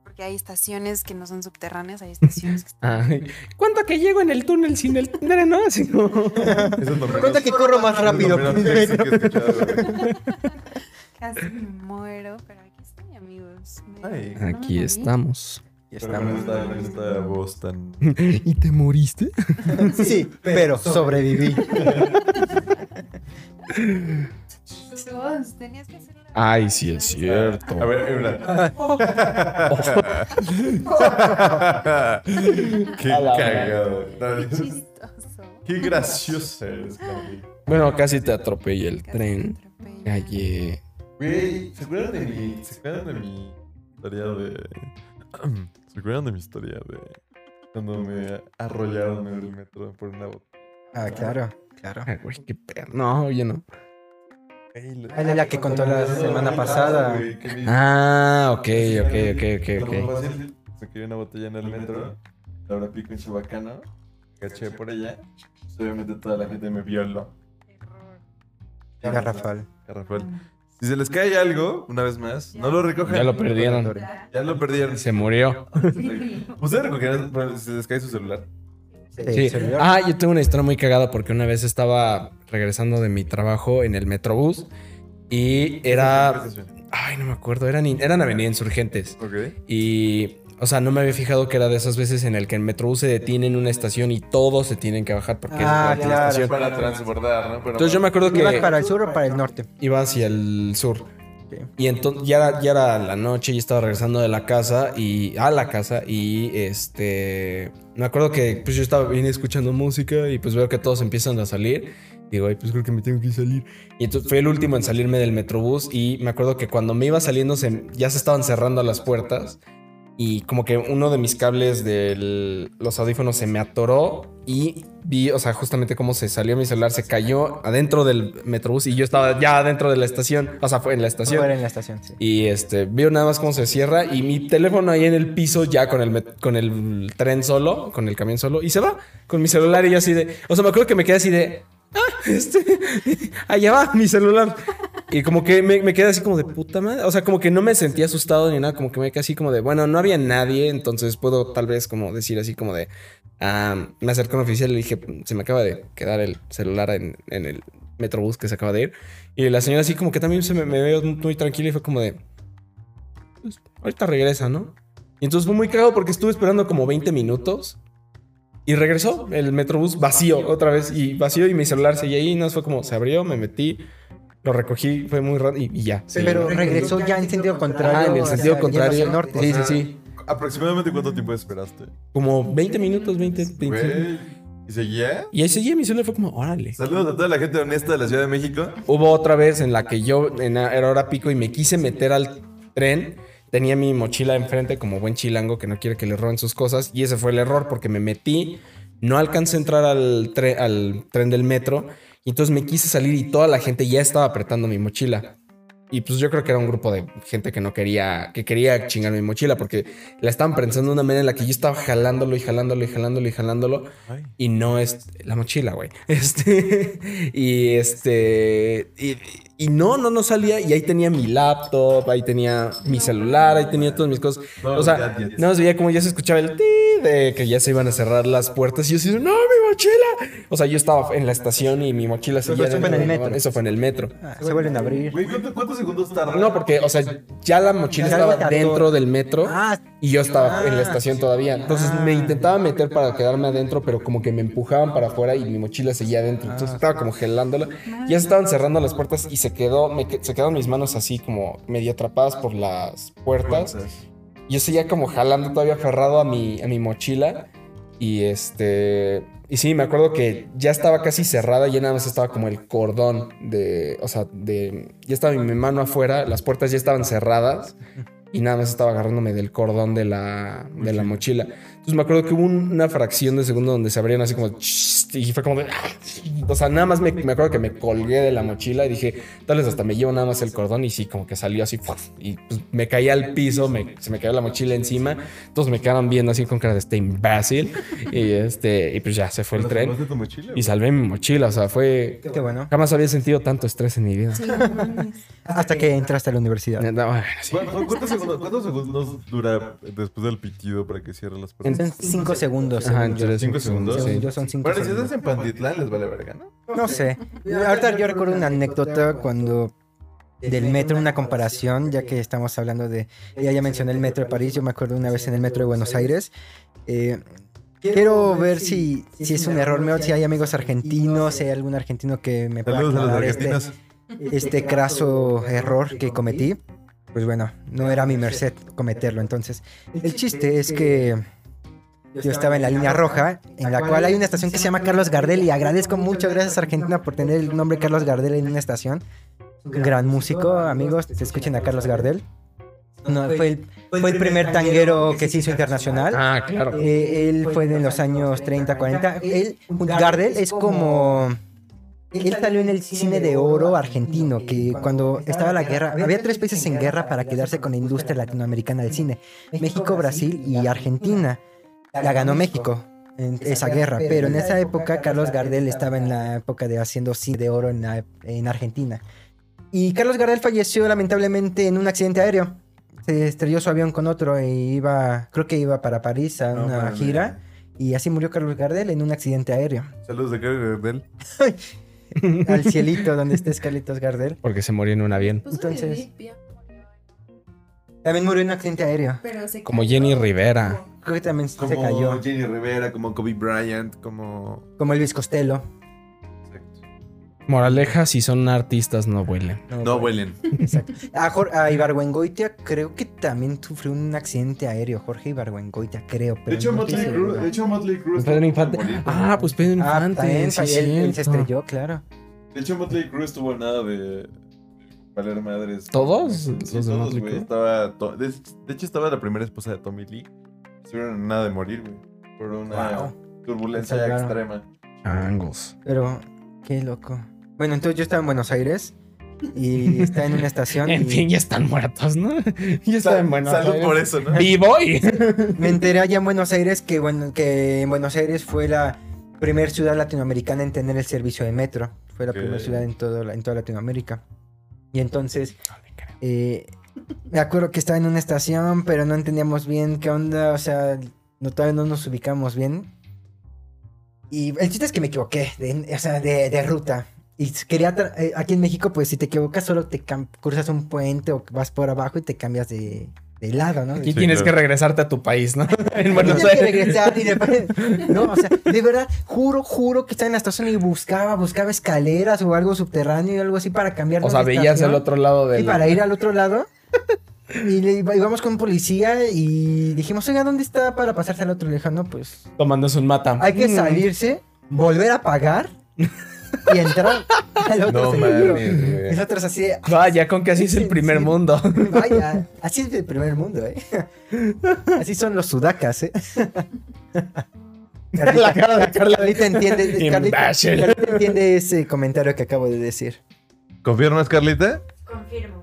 [SPEAKER 3] Porque hay estaciones que no son subterráneas, hay estaciones que
[SPEAKER 1] Ay, ¿Cuánto que llego en el túnel sin el tren, no? Así como-
[SPEAKER 4] Eso es lo menos-
[SPEAKER 2] Cuenta que corro más rápido.
[SPEAKER 4] eso es lo menos sexy que he escuchado, güey.
[SPEAKER 3] casi me muero. Pero aquí estoy, amigos. Me-
[SPEAKER 4] Ay.
[SPEAKER 3] no me
[SPEAKER 1] Aquí
[SPEAKER 3] morí.
[SPEAKER 1] estamos.
[SPEAKER 4] Pero con esta, con esta voz tan.
[SPEAKER 1] ¿Y te moriste?
[SPEAKER 2] Sí, pero sobreviví.
[SPEAKER 3] Tu voz, tenías que hacer una-
[SPEAKER 1] Ay, sí es cierto.
[SPEAKER 4] A ver, Eula. Qué
[SPEAKER 1] A la
[SPEAKER 4] cagado.
[SPEAKER 3] Qué chistoso.
[SPEAKER 4] Qué gracioso eres, Candy.
[SPEAKER 1] Bueno, casi te atropella el
[SPEAKER 3] Casi
[SPEAKER 1] tren.
[SPEAKER 3] me atropella.
[SPEAKER 1] Calle.
[SPEAKER 4] Güey, ¿se acuerdan de mi. ¿Se acuerdan de mi historia de. ¿Se acuerdan de mi historia de. Cuando me arrollaron en el metro por una botella?
[SPEAKER 2] Ah, claro, claro.
[SPEAKER 1] Ah, güey, qué pedo. No, yo no.
[SPEAKER 2] Ah, la que contó la semana pasada.
[SPEAKER 4] Güey, que me-
[SPEAKER 1] Ah, ok, ok, ok, ok,
[SPEAKER 4] Lo
[SPEAKER 1] ok.
[SPEAKER 4] más fácil, Se cayó una botella en el metro, la rompí con chabacano, caché por ella. pues, Obviamente toda la gente me violó.
[SPEAKER 3] Error.
[SPEAKER 2] Garrafal.
[SPEAKER 4] Garrafal. Si se les cae algo, una vez más, no lo recojan.
[SPEAKER 1] Ya lo perdieron.
[SPEAKER 3] Ya.
[SPEAKER 4] Ya lo perdieron.
[SPEAKER 1] Se murió.
[SPEAKER 5] Pues
[SPEAKER 4] Ustedes recogerán bueno, si se les cae su celular.
[SPEAKER 1] Sí.
[SPEAKER 2] Sí.
[SPEAKER 1] Ah, yo tengo una historia muy cagada porque una vez estaba regresando de mi trabajo en el Metrobús y era... Ay, no me acuerdo, eran, in- eran Avenida Insurgentes.
[SPEAKER 4] Ok.
[SPEAKER 1] Y, o sea, no me había fijado que era de esas veces en el que el Metrobús se detiene en una estación y todos se tienen que bajar porque
[SPEAKER 2] Ah,
[SPEAKER 1] es la
[SPEAKER 2] claro.
[SPEAKER 1] estación.
[SPEAKER 4] Para transbordar, ¿no? Pero
[SPEAKER 1] Entonces yo me acuerdo
[SPEAKER 2] ¿Ibas
[SPEAKER 1] que
[SPEAKER 2] para el sur o para el norte?
[SPEAKER 1] iba hacia el sur.
[SPEAKER 2] Ok.
[SPEAKER 1] Y entonces ya era, ya era la noche y estaba regresando de la casa y a la casa y este me acuerdo que pues yo estaba bien escuchando música y pues veo que todos empiezan a salir Digo, ay, pues creo que me tengo que salir. Y entonces fui el último en salirme del metrobús y me acuerdo que cuando me iba saliendo se- ya se estaban cerrando las puertas y como que uno de mis cables de los audífonos se me atoró y vi, o sea, justamente cómo se salió mi celular, se cayó adentro del metrobús y yo estaba ya adentro de la estación, o sea, fue en la estación.
[SPEAKER 2] Fuera en la estación, sí.
[SPEAKER 1] Y este, veo nada más cómo se cierra y mi teléfono ahí en el piso ya con el, met- con el tren solo, con el camión solo, y se va con mi celular y yo así de... O sea, me acuerdo que me quedé así de... "Ah, este, allá va mi celular. Y como que me, me quedé así como de puta madre. O sea, como que no me sentí asustado ni nada, como que me quedé así como de, bueno, no había nadie, entonces puedo tal vez como decir así como de... ah, me acerqué a un oficial y le dije, se me acaba de quedar el celular en, en el metrobús que se acaba de ir. Y la señora así como que también se me, me veo muy tranquila y fue como de... "Pues, ahorita regresa, ¿no? Y entonces fue muy cagado porque estuve esperando como 20 minutos. Y regresó el metrobús vacío otra vez. Y vacío y mi celular seguía ahí. Y nos fue como, se abrió, me metí, lo recogí, fue muy raro y, y ya. sí.
[SPEAKER 2] Pero regresó ya en sentido contrario.
[SPEAKER 1] Ah, en el
[SPEAKER 2] o sea,
[SPEAKER 1] sentido
[SPEAKER 2] yendo hacia
[SPEAKER 1] contrario.
[SPEAKER 2] el norte.
[SPEAKER 1] Sí,
[SPEAKER 5] O sea,
[SPEAKER 1] sí, sí.
[SPEAKER 5] ¿Aproximadamente cuánto tiempo esperaste?
[SPEAKER 1] Como 20 minutos, 20, 20.
[SPEAKER 5] Güey. ¿Y seguía?
[SPEAKER 1] Y ahí seguía mi celular fue como, órale.
[SPEAKER 5] Saludos a toda la gente honesta de la Ciudad de México.
[SPEAKER 1] Hubo otra vez en la que yo en, era hora pico y me quise meter al tren. Tenía mi mochila enfrente como buen chilango que no quiere que le roben sus cosas. Y ese fue el error porque me metí, no alcancé a entrar al, tre- al tren del metro. Y entonces me quise salir y toda la gente ya estaba apretando mi mochila. Y pues yo creo que era un grupo de gente que no quería, que quería chingar mi mochila porque la estaban pensando de una manera en la que yo estaba jalándolo y jalándolo y jalándolo y jalándolo
[SPEAKER 5] Ay.
[SPEAKER 1] y no es la mochila, güey. Este, y este, y, y no, no, no salía. Y ahí tenía mi laptop, ahí tenía mi celular, ahí tenía todas mis cosas.
[SPEAKER 5] No,
[SPEAKER 1] o sea,
[SPEAKER 5] ya, ya.
[SPEAKER 1] no veía como ya se escuchaba el ti de que ya se iban a cerrar las puertas. Y yo así, de, no, mi mochila. O sea, yo estaba en la estación y mi mochila seguía.
[SPEAKER 2] eso fue en el metro.
[SPEAKER 1] Eso fue en el metro.
[SPEAKER 2] Ah, se vuelven a abrir.
[SPEAKER 5] Güey, ¿cuánto- ¿cuántos segundos tarda?
[SPEAKER 1] No, porque, o sea, ya la mochila
[SPEAKER 2] Ya
[SPEAKER 1] estaba
[SPEAKER 2] la cató.
[SPEAKER 1] dentro del metro.
[SPEAKER 2] Ah,
[SPEAKER 1] Y yo estaba en la
[SPEAKER 2] Ah,
[SPEAKER 1] estación todavía. Entonces
[SPEAKER 2] Ah.
[SPEAKER 1] me intentaba meter para quedarme adentro, pero como que me empujaban para afuera y mi mochila seguía adentro.
[SPEAKER 2] Ah.
[SPEAKER 1] Entonces estaba como gelándola. Ya se estaban cerrando las puertas y se quedó, me que- se quedaron mis manos así como medio atrapadas por las puertas. Yo seguía como jalando todavía aferrado a mi, a mi mochila. Y este. Y sí, me acuerdo que ya estaba casi cerrada, ya nada más estaba como el cordón de. O sea, de. Ya estaba mi mano afuera, las puertas ya estaban cerradas. Y nada más estaba agarrándome del cordón de la, de la mochila. Entonces me acuerdo que hubo un- una fracción de segundo donde se abrían así como. chist, Y fue como de. O sea, nada más me, me acuerdo que me colgué de la mochila y dije, tal vez hasta me llevo nada más el cordón. Y sí, como que salió así. ¡fuf! Y pues, me caí al piso, me- se me cayó la mochila encima. Entonces me quedaron viendo así con cara de este imbécil. Y este, y pues ya se fue el tren.
[SPEAKER 5] ¿Salvaste tu mochila,
[SPEAKER 1] Y
[SPEAKER 5] güey?
[SPEAKER 1] salvé mi mochila. O sea, fue.
[SPEAKER 2] Qué bueno.
[SPEAKER 1] Jamás había sentido tanto estrés en mi vida.
[SPEAKER 3] Sí, no mames.
[SPEAKER 2] Hasta que entraste a la universidad.
[SPEAKER 1] No, bueno, sí.
[SPEAKER 5] ¿Cu- cu- ¿Cuántos segundos, cuántos segundos dura después del pitido para que cierren las puertas?
[SPEAKER 1] En-
[SPEAKER 2] Son cinco segundos.
[SPEAKER 1] Ajá,
[SPEAKER 2] según yo.
[SPEAKER 1] entre
[SPEAKER 5] ¿Cinco segundos?
[SPEAKER 1] sí.
[SPEAKER 2] Según yo son cinco
[SPEAKER 5] Bueno, si
[SPEAKER 2] segundos.
[SPEAKER 5] estás en Pantitlán, les vale verga, ¿no?
[SPEAKER 2] No sé. Ahorita yo recuerdo una anécdota cuando del metro, una comparación, ya que estamos hablando de. Ya, ya mencioné el metro de París, yo me acuerdo una vez en el metro de Buenos Aires. eh, quiero ver si, si es un error mío, si hay amigos argentinos, eh. si hay algún argentino que me pueda
[SPEAKER 5] Saludos a los
[SPEAKER 2] aclarar este-
[SPEAKER 5] argentinos.
[SPEAKER 2] este craso error que cometí, pues bueno, no era a mi merced cometerlo. Entonces, el chiste es que yo estaba en la línea roja, en la cual hay una estación que se llama Carlos Gardel y agradezco mucho, gracias Argentina por tener el nombre Carlos Gardel en una estación. Un gran músico, Pues, amigos, se escuchen a Carlos Gardel. No, fue, el, fue el primer tanguero que se hizo internacional.
[SPEAKER 1] Ah, claro.
[SPEAKER 2] Eh, él fue de los años 30, 40. Él, Gardel es como... Él salió en el cine de oro argentino, que cuando estaba la guerra, había tres países en guerra para quedarse con la industria latinoamericana del cine. México, Brasil y Argentina. La ganó México en esa guerra, pero en esa época Carlos Gardel estaba en la época de haciendo cine de oro en, la- en Argentina. Y Carlos Gardel falleció lamentablemente en un accidente aéreo. Se estrelló su avión con otro e iba, creo que iba para París a
[SPEAKER 5] No,
[SPEAKER 2] una
[SPEAKER 5] mames.
[SPEAKER 2] gira. Y así murió Carlos Gardel en un accidente aéreo.
[SPEAKER 5] Saludos de Gary Gardel.
[SPEAKER 2] Al cielito donde estés Carlitos Gardel.
[SPEAKER 1] Porque se murió en un avión.
[SPEAKER 3] Pues,
[SPEAKER 2] Entonces-
[SPEAKER 3] Olivia murió,
[SPEAKER 2] También murió en un accidente aéreo.
[SPEAKER 3] pero se
[SPEAKER 1] Como
[SPEAKER 3] cayó.
[SPEAKER 1] Jenny Rivera.
[SPEAKER 2] Creo que también
[SPEAKER 5] Como
[SPEAKER 2] se cayó.
[SPEAKER 5] Jenny Rivera, como Kobe Bryant, como...
[SPEAKER 2] Como Elvis Costello.
[SPEAKER 5] Exacto.
[SPEAKER 1] Moraleja, si son artistas, no vuelen.
[SPEAKER 5] No huelen.
[SPEAKER 2] Exacto. A, Jor- a Ibargüengoitia creo que también sufrió un accidente aéreo. Jorge Ibargüengoitia, creo. Pero
[SPEAKER 5] De hecho,
[SPEAKER 2] no estoy
[SPEAKER 5] Motley
[SPEAKER 2] seguro.
[SPEAKER 5] Crue... De hecho, Motley Crue...
[SPEAKER 1] Pedro Infante. Ah, pues Pedro
[SPEAKER 2] Ah,
[SPEAKER 1] Infante.
[SPEAKER 2] también
[SPEAKER 1] sí,
[SPEAKER 2] él, él se
[SPEAKER 1] cierto.
[SPEAKER 2] estrelló, claro.
[SPEAKER 4] De hecho, Motley Crue estuvo a nada de valer madres.
[SPEAKER 1] ¿Todos?
[SPEAKER 4] Sí,
[SPEAKER 1] ¿Los de
[SPEAKER 4] todos,
[SPEAKER 1] Motley
[SPEAKER 4] güey.
[SPEAKER 1] Crue?
[SPEAKER 4] Estaba to- de, de hecho, estaba la primera esposa de Tommy Lee. Estuvieron a nada de morir, güey. Por una turbulencia
[SPEAKER 2] Se salvaron.
[SPEAKER 4] extrema.
[SPEAKER 1] Changos.
[SPEAKER 2] Pero, qué loco. Bueno, entonces yo estaba en Buenos Aires y estaba en una estación.
[SPEAKER 1] En
[SPEAKER 2] y
[SPEAKER 1] fin, ya están muertos, ¿no? Ya
[SPEAKER 4] Sa-
[SPEAKER 1] están buenos.
[SPEAKER 4] salud por eso, ¿no?
[SPEAKER 1] Vivo y...
[SPEAKER 2] Me enteré allá en Buenos Aires que, bueno, que en Buenos Aires fue la primera ciudad latinoamericana en tener el servicio de metro. Fue la
[SPEAKER 4] Ok.
[SPEAKER 2] primera ciudad en, todo, la- en toda Latinoamérica. Y entonces, eh, me acuerdo que estaba en una estación, pero no entendíamos bien qué onda, o sea, no, todavía no nos ubicamos bien. Y el chiste es que me equivoqué, de, o sea, de, de ruta. Y quería, tra- eh, aquí en México, pues si te equivocas, solo te cam- cruzas un puente o vas por abajo y te cambias de, de lado, ¿no?
[SPEAKER 1] Aquí
[SPEAKER 4] Sí,
[SPEAKER 1] tienes
[SPEAKER 4] claro.
[SPEAKER 1] que regresarte a tu país, ¿no? En Buenos
[SPEAKER 2] Tenía que
[SPEAKER 1] Aires.
[SPEAKER 2] regresar y de- No, o sea, de verdad, juro, juro que estaba en la estación y buscaba, buscaba escaleras o algo subterráneo y algo así para cambiar.
[SPEAKER 1] O sea, veías el otro lado
[SPEAKER 2] Y
[SPEAKER 1] del...
[SPEAKER 2] para ir al otro lado. Y le iba- íbamos con un policía y dijimos, oiga, ¿dónde está para pasarse al otro? Le dijo, no, pues
[SPEAKER 1] Tomándose un mata.
[SPEAKER 2] hay que salirse, volver a pagar y entrar al otro
[SPEAKER 4] No
[SPEAKER 2] seguro.
[SPEAKER 4] mames, güey.
[SPEAKER 2] Nosotros así,
[SPEAKER 1] Vaya, con que así es el primer
[SPEAKER 2] Sí.
[SPEAKER 1] mundo.
[SPEAKER 2] vaya, así es el primer mundo, ¿eh? Así son los sudacas, ¿eh?
[SPEAKER 1] La cara de Carla.
[SPEAKER 2] Carlita entiende, Carlita,
[SPEAKER 1] Imbécil.
[SPEAKER 2] Carlita entiende ese comentario que acabo de decir.
[SPEAKER 4] ¿Confirmas, Carlita?
[SPEAKER 3] Confirmo.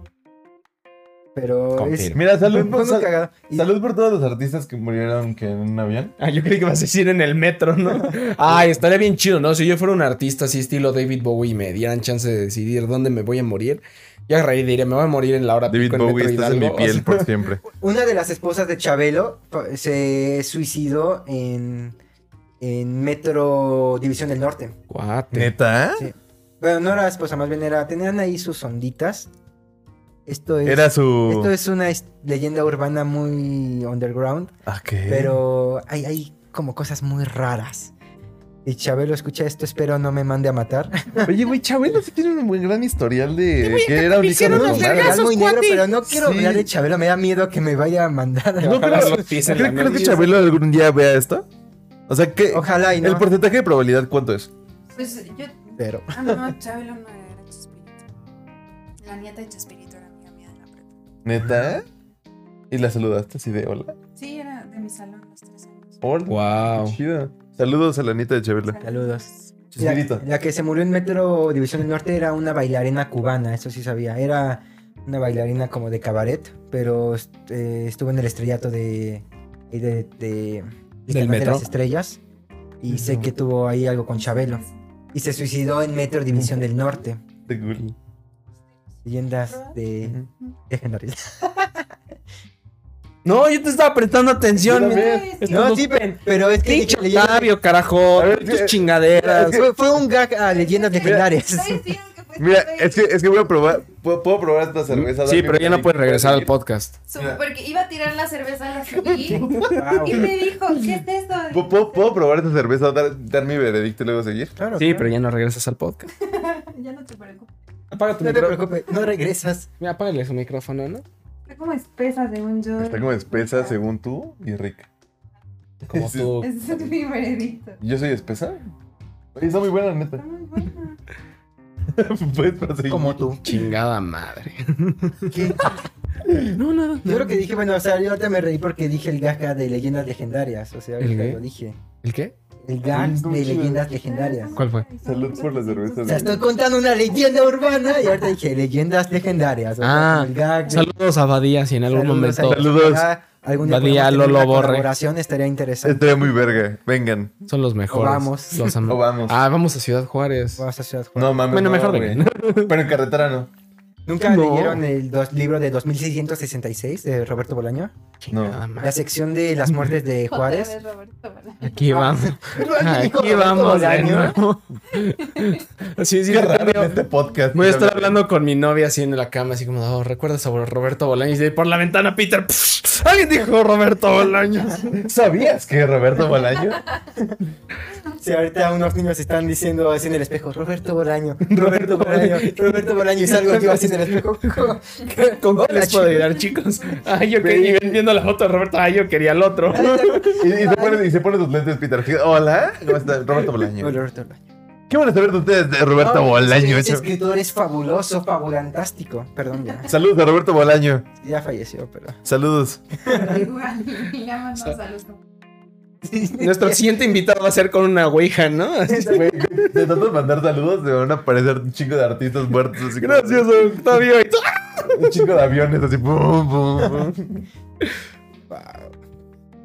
[SPEAKER 2] Pero es
[SPEAKER 1] Confirmo.
[SPEAKER 4] Mira,
[SPEAKER 2] fue-
[SPEAKER 4] salud
[SPEAKER 2] fue
[SPEAKER 4] por,
[SPEAKER 2] muy
[SPEAKER 4] sal-
[SPEAKER 2] cagado. Y-
[SPEAKER 4] salud por todos los artistas que murieron que en un avión.
[SPEAKER 1] Ah, yo creí que vas a decir en el metro, ¿no? Ay, estaría bien chido, ¿no? Si yo fuera un artista así estilo David Bowie y me dieran chance de decidir dónde me voy a morir, yo agarraría y diría, me voy a morir en la hora
[SPEAKER 4] David
[SPEAKER 1] pico en
[SPEAKER 4] Bowie,
[SPEAKER 1] Metro
[SPEAKER 4] estás en mi
[SPEAKER 1] Hidalgo.
[SPEAKER 4] piel por siempre.
[SPEAKER 2] Una de las esposas de Chabelo pa- se suicidó en, en Metro División del Norte.
[SPEAKER 1] Cuate.
[SPEAKER 4] ¿Neta?
[SPEAKER 2] Sí. Bueno, no era esposa, más bien era, tenían ahí sus onditas. Esto es,
[SPEAKER 4] Era su...
[SPEAKER 2] esto es una es- leyenda urbana muy underground.
[SPEAKER 4] Ah, ¿qué?
[SPEAKER 2] Pero hay, hay como cosas muy raras. Y Chabelo escucha esto, espero no me mande a matar.
[SPEAKER 4] Oye, güey, Chabelo sí tiene un buen gran historial de que era un
[SPEAKER 2] No,
[SPEAKER 4] ícono
[SPEAKER 2] no,
[SPEAKER 4] con
[SPEAKER 2] es
[SPEAKER 4] madre.
[SPEAKER 2] muy negro, pero no quiero
[SPEAKER 4] Sí.
[SPEAKER 2] hablar de Chabelo, me da miedo que me vaya a mandar a...
[SPEAKER 1] No,
[SPEAKER 4] creo- ¿Creen, creen que Chabelo algún día vea esto? O sea, que
[SPEAKER 2] Ojalá y no.
[SPEAKER 4] el porcentaje de probabilidad cuánto es?
[SPEAKER 3] Pues yo.
[SPEAKER 2] Pero...
[SPEAKER 3] Ah, no, Chabelo no era Chespirito. La nieta de Chespirito era amiga mía de la prepa.
[SPEAKER 4] ¿Neta? Y la saludaste así de hola.
[SPEAKER 3] Sí, era de mi salón los tres años.
[SPEAKER 4] Hola.
[SPEAKER 1] Wow.
[SPEAKER 4] Qué chido. Saludos a la neta de Chabelo.
[SPEAKER 2] Saludos. La,
[SPEAKER 4] Chespirito.
[SPEAKER 2] la que se murió en Metro División del Norte era una bailarina cubana, eso sí sabía. Era una bailarina como de cabaret, pero est- eh, estuvo en el estrellato de, de, de, de-
[SPEAKER 1] Del
[SPEAKER 2] de Canal de
[SPEAKER 1] Metro.
[SPEAKER 2] las Estrellas. Y sé
[SPEAKER 4] Ujú.
[SPEAKER 2] que tuvo ahí algo con Chabelo. Y se suicidó en Metro División del Norte.
[SPEAKER 4] De cool.
[SPEAKER 2] Leyendas de... Dejen de reír.
[SPEAKER 1] No, yo te estaba prestando atención.
[SPEAKER 4] Yo también.
[SPEAKER 1] mira.
[SPEAKER 2] No, sí, pero, pero es que
[SPEAKER 1] Pinche
[SPEAKER 2] dije leyendas-
[SPEAKER 1] Octavio, carajo.
[SPEAKER 4] A ver,
[SPEAKER 1] Tus
[SPEAKER 4] eh,
[SPEAKER 1] chingaderas.
[SPEAKER 2] fue, fue un gag a leyendas legendarias.
[SPEAKER 4] Mira, es
[SPEAKER 3] este
[SPEAKER 4] que, es que voy a probar. ¿Puedo, puedo probar esta cerveza?
[SPEAKER 1] Sí,
[SPEAKER 4] Dame
[SPEAKER 1] pero ya
[SPEAKER 4] una
[SPEAKER 1] no puedes
[SPEAKER 4] licuadora.
[SPEAKER 1] regresar al podcast.
[SPEAKER 4] Mira.
[SPEAKER 3] Porque iba a tirar la cerveza a la subí
[SPEAKER 2] Wow.
[SPEAKER 3] y me dijo, ¿qué es esto?
[SPEAKER 4] ¿Puedo, puedo- puedo probar esta cerveza, dar, dar mi veredicto y luego seguir?
[SPEAKER 2] Claro,
[SPEAKER 1] Sí,
[SPEAKER 2] claro.
[SPEAKER 1] pero ya no regresas al podcast.
[SPEAKER 3] Ya no te preocupes.
[SPEAKER 1] Apaga tu
[SPEAKER 2] No te
[SPEAKER 1] micrófono.
[SPEAKER 2] preocupes, no regresas.
[SPEAKER 1] Mira, apágale su micrófono, ¿no?
[SPEAKER 3] Está como espesa, según yo.
[SPEAKER 4] Está como espesa, según tú, y rica.
[SPEAKER 1] Como
[SPEAKER 4] Sí.
[SPEAKER 1] tú.
[SPEAKER 3] Ese es mi veredicto.
[SPEAKER 4] ¿Yo soy espesa? Oye, está muy buena,
[SPEAKER 3] Está
[SPEAKER 4] neta.
[SPEAKER 3] muy buena.
[SPEAKER 4] Puedes proseguir.
[SPEAKER 2] Como tú.
[SPEAKER 1] Chingada madre.
[SPEAKER 2] No, no, Yo creo que dije, bueno, o sea, yo ahorita me reí porque dije el gag de leyendas legendarias. O sea, ahorita
[SPEAKER 1] ¿El qué?
[SPEAKER 2] lo dije.
[SPEAKER 1] ¿El qué?
[SPEAKER 2] El gag
[SPEAKER 4] Mm,
[SPEAKER 2] de
[SPEAKER 4] chido.
[SPEAKER 2] leyendas legendarias.
[SPEAKER 1] ¿Cuál fue?
[SPEAKER 4] Salud por la cerveza.
[SPEAKER 2] O sea, estoy contando una leyenda urbana y ahorita dije leyendas legendarias. O sea,
[SPEAKER 1] Ah,
[SPEAKER 2] el gag de-
[SPEAKER 1] Saludos a Badía si en algún
[SPEAKER 2] Saludos a-
[SPEAKER 1] momento.
[SPEAKER 4] Saludos.
[SPEAKER 2] ojalá Algún día
[SPEAKER 1] Badía,
[SPEAKER 2] podamos tener
[SPEAKER 1] Lolo
[SPEAKER 2] una
[SPEAKER 1] Borre.
[SPEAKER 2] colaboración estaría interesante.
[SPEAKER 4] Estaría muy verga. Vengan.
[SPEAKER 1] Son los mejores.
[SPEAKER 2] vamos.
[SPEAKER 1] Los amamos.
[SPEAKER 4] O vamos.
[SPEAKER 1] Ah, vamos a Ciudad Juárez.
[SPEAKER 2] Vamos a Ciudad Juárez.
[SPEAKER 4] No mames.
[SPEAKER 1] Bueno,
[SPEAKER 4] no,
[SPEAKER 1] mejor
[SPEAKER 4] güey.
[SPEAKER 1] vengan.
[SPEAKER 4] Pero en carretera no.
[SPEAKER 2] ¿Nunca
[SPEAKER 1] No.
[SPEAKER 2] leyeron el dos- libro de 2666 de Roberto Bolaño?
[SPEAKER 1] Chingada
[SPEAKER 2] La
[SPEAKER 1] madre.
[SPEAKER 2] sección de las muertes de Juárez.
[SPEAKER 3] Otra vez, Roberto, ¿verdad?
[SPEAKER 1] Aquí vamos.
[SPEAKER 2] dijo
[SPEAKER 1] Aquí
[SPEAKER 2] Roberto
[SPEAKER 1] vamos de
[SPEAKER 2] Bolaño.
[SPEAKER 1] nuevo. Así sí,
[SPEAKER 4] Qué
[SPEAKER 1] yo
[SPEAKER 4] raro en
[SPEAKER 1] también-
[SPEAKER 4] este podcast.
[SPEAKER 1] Voy a estar hablando con mi novia así en la cama, así como, oh, ¿recuerdas a Roberto Bolaños? Y de ahí por la ventana, Peter. pss, Alguien dijo Roberto Bolaños.
[SPEAKER 4] ¿Sabías que Roberto Bolaño?
[SPEAKER 2] Si ahorita unos niños están diciendo así en el espejo, Roberto Bolaño, Roberto Bolaño, Roberto Bolaño, y salgo yo así en el espejo.
[SPEAKER 1] ¿Con qué
[SPEAKER 2] Hola,
[SPEAKER 1] les puedo ayudar, chicos? Ay, yo quería, y viendo la foto de Roberto, ay, yo quería el otro.
[SPEAKER 4] Y, y se pone, y se pone tus lentes, Peter. Hola. ¿Cómo estás? Roberto Bolaño.
[SPEAKER 2] Hola, Roberto Bolaño.
[SPEAKER 4] Qué bueno saber de ustedes, de Roberto
[SPEAKER 2] No,
[SPEAKER 4] Bolaño.
[SPEAKER 2] Este escritor es fabuloso, fabulantástico. Perdón, ya,
[SPEAKER 4] Saludos de Roberto Bolaño.
[SPEAKER 2] ya falleció, pero.
[SPEAKER 4] Saludos.
[SPEAKER 3] Igual, y ya mandó saludos.
[SPEAKER 1] Nuestro siguiente invitado va a ser con una ouija, ¿no?
[SPEAKER 4] Güey, De tanto mandar saludos, te van a aparecer un chingo de artistas muertos. Así, como-
[SPEAKER 1] Octavio.
[SPEAKER 4] Un chingo de aviones, así. Pum, pum, pum.
[SPEAKER 2] Wow.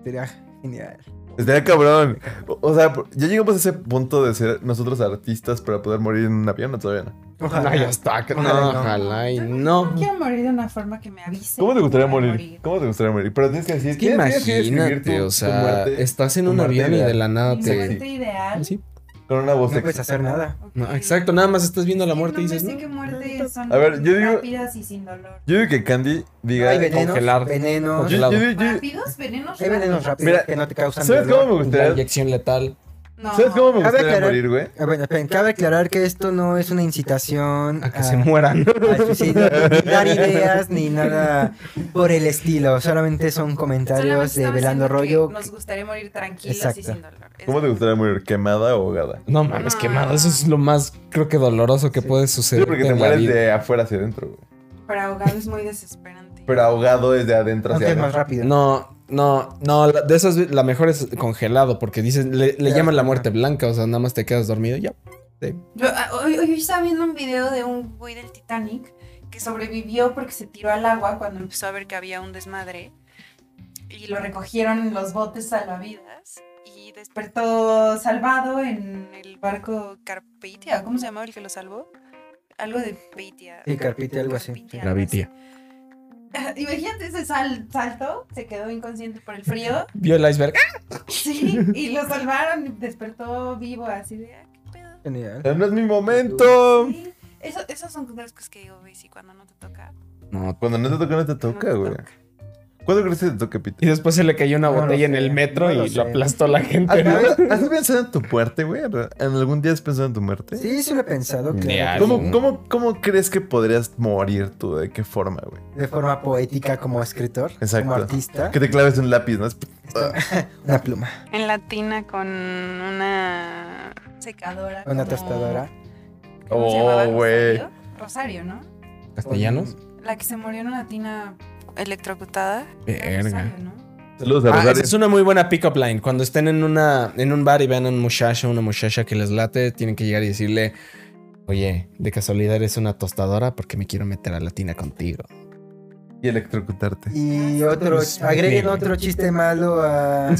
[SPEAKER 2] Sería genial.
[SPEAKER 4] Estaría cabrón. O- O sea, ya llegamos a ese punto de ser nosotros artistas para poder morir en un avión o todavía no.
[SPEAKER 1] No, ya está. que No,
[SPEAKER 2] Ojalá y no.
[SPEAKER 1] ojalá y
[SPEAKER 3] No
[SPEAKER 1] no.
[SPEAKER 3] quiero morir de una forma que me avise.
[SPEAKER 4] ¿Cómo te gustaría
[SPEAKER 3] que voy a
[SPEAKER 4] morir? ¿Cómo te gustaría morir? Pero tienes que decir.
[SPEAKER 1] Es que
[SPEAKER 4] tienes- tienes describir
[SPEAKER 1] imagínate,
[SPEAKER 4] tu-
[SPEAKER 1] o
[SPEAKER 4] tu
[SPEAKER 1] sea,
[SPEAKER 4] muerte
[SPEAKER 1] estás en
[SPEAKER 4] tu
[SPEAKER 1] un
[SPEAKER 4] muerte
[SPEAKER 1] avión y
[SPEAKER 4] ideal.
[SPEAKER 1] de la nada
[SPEAKER 3] Mi
[SPEAKER 1] te.
[SPEAKER 3] muerte ideal.
[SPEAKER 1] Ah, Sí.
[SPEAKER 4] Con una voz
[SPEAKER 2] No puedes
[SPEAKER 4] sexy.
[SPEAKER 2] hacer nada.
[SPEAKER 3] Ok.
[SPEAKER 1] No, exacto, nada más estás viendo la
[SPEAKER 3] Es que
[SPEAKER 1] muerte
[SPEAKER 3] no
[SPEAKER 1] y
[SPEAKER 3] me
[SPEAKER 1] dices,
[SPEAKER 3] sé
[SPEAKER 1] no.
[SPEAKER 3] qué muerte son
[SPEAKER 4] A ver, yo digo-
[SPEAKER 3] rápidas y sin dolor.
[SPEAKER 4] Yo digo que Candy diga.
[SPEAKER 2] Hay venenos.
[SPEAKER 1] congelar.
[SPEAKER 2] Venenos.
[SPEAKER 4] Yo- yo- yo- yo-
[SPEAKER 3] ¿Rápidos? ¿Venenos?
[SPEAKER 2] Hay venenos rápidos
[SPEAKER 4] Mira,
[SPEAKER 2] que no te causan.
[SPEAKER 4] ¿Sabes
[SPEAKER 2] dolor.
[SPEAKER 4] cómo me
[SPEAKER 1] La
[SPEAKER 4] gustaría?
[SPEAKER 1] inyección letal.
[SPEAKER 3] No.
[SPEAKER 4] ¿Sabes cómo me
[SPEAKER 2] Cabe
[SPEAKER 4] gustaría
[SPEAKER 2] aclarar-
[SPEAKER 4] morir, güey?
[SPEAKER 2] Ah, Bueno, esperen, cabe aclarar que esto no es una incitación
[SPEAKER 1] A que se mueran.
[SPEAKER 2] al suicidio, ni dar ideas ni nada por el estilo. Solamente son
[SPEAKER 3] Solamente
[SPEAKER 2] comentarios de
[SPEAKER 3] estamos
[SPEAKER 2] Velando
[SPEAKER 3] diciendo que
[SPEAKER 2] Rollo.
[SPEAKER 3] Nos gustaría morir tranquilos
[SPEAKER 2] Exacto.
[SPEAKER 3] y sin dolor. Es-
[SPEAKER 4] ¿Cómo te gustaría morir? ¿Quemada o ahogada?
[SPEAKER 1] No mames, quemado. Eso es lo más, creo que doloroso que puede
[SPEAKER 4] Sí,
[SPEAKER 1] suceder.
[SPEAKER 4] porque te
[SPEAKER 1] en la
[SPEAKER 4] mueres
[SPEAKER 1] vida.
[SPEAKER 4] de afuera hacia adentro, güey.
[SPEAKER 3] Pero ahogado es muy desesperante.
[SPEAKER 4] Pero ahogado es de adentro hacia
[SPEAKER 2] Aunque es más
[SPEAKER 4] adentro.
[SPEAKER 2] rápido.
[SPEAKER 1] No, no, no. la- De esas, la mejor es congelado, porque dicen, le, le
[SPEAKER 2] Ya,
[SPEAKER 1] llaman la
[SPEAKER 2] ajá.
[SPEAKER 1] muerte blanca, o sea, nada más te quedas dormido y ya.
[SPEAKER 3] Yo, ah, hoy, hoy estaba viendo un video de un güey del Titanic que sobrevivió porque se tiró al agua cuando empezó a ver que había un desmadre y lo recogieron en los botes salvavidas y despertó salvado en el barco Carpeitia, ¿cómo se llamaba el que lo salvó? Algo de Peitia.
[SPEAKER 2] Sí, Carpitia, algo así, sí.
[SPEAKER 1] Gravitia.
[SPEAKER 3] Ah, Imagínate ese sal- salto, se quedó inconsciente por el frío.
[SPEAKER 1] Vio el iceberg. ¡ah!
[SPEAKER 3] Sí, y lo salvaron, y despertó vivo así de, "Ah, ¿qué pedo?
[SPEAKER 2] Genial.
[SPEAKER 4] No es mi momento.
[SPEAKER 3] Sí, eso, esas son de las cosas que digo, güey, sí, cuando no te toca. no
[SPEAKER 1] No.
[SPEAKER 4] Cuando no te toca, no te
[SPEAKER 3] te
[SPEAKER 4] toca, güey. ¿Cuándo crees que te toca,
[SPEAKER 1] Y
[SPEAKER 4] Pete?
[SPEAKER 1] después se le cayó una
[SPEAKER 2] No lo
[SPEAKER 1] botella en
[SPEAKER 2] sé,
[SPEAKER 1] el metro
[SPEAKER 2] no lo
[SPEAKER 1] y lo
[SPEAKER 2] sé.
[SPEAKER 1] aplastó la gente, ¿no?
[SPEAKER 4] ¿Has has pensado en tu muerte, güey? ¿En algún día has pensado en tu muerte?
[SPEAKER 2] Sí, sí lo he pensado, claro.
[SPEAKER 1] Genial.
[SPEAKER 4] ¿Cómo, cómo, cómo crees que podrías morir tú? ¿De qué forma, güey?
[SPEAKER 2] De forma poética como escritor,
[SPEAKER 4] Exacto.
[SPEAKER 2] como artista.
[SPEAKER 4] Que te claves un lápiz, ¿no?
[SPEAKER 2] Una pluma,
[SPEAKER 3] En la tina con una secadora.
[SPEAKER 2] una
[SPEAKER 3] como-
[SPEAKER 2] tostadora.
[SPEAKER 3] ¿cómo se
[SPEAKER 4] Oh,
[SPEAKER 3] llamaba?
[SPEAKER 4] güey.
[SPEAKER 3] Rosario? Rosario, ¿no?
[SPEAKER 1] ¿Castellanos?
[SPEAKER 3] La que se murió en una tina electrocutada. Era
[SPEAKER 1] Verga.
[SPEAKER 3] Rosario, ¿no?
[SPEAKER 4] Saludos a
[SPEAKER 1] Ah,
[SPEAKER 4] Rosario.
[SPEAKER 1] esa es una muy buena pick-up line. Cuando estén en una en un bar y vean a un muchacho, una muchacha que les late, tienen que llegar y decirle, oye, de casualidad eres una tostadora porque me quiero meter a la tina contigo.
[SPEAKER 4] Y electrocutarte.
[SPEAKER 2] Y otro,
[SPEAKER 1] Pues,
[SPEAKER 2] agreguen
[SPEAKER 1] ok.
[SPEAKER 2] otro chiste malo a... a-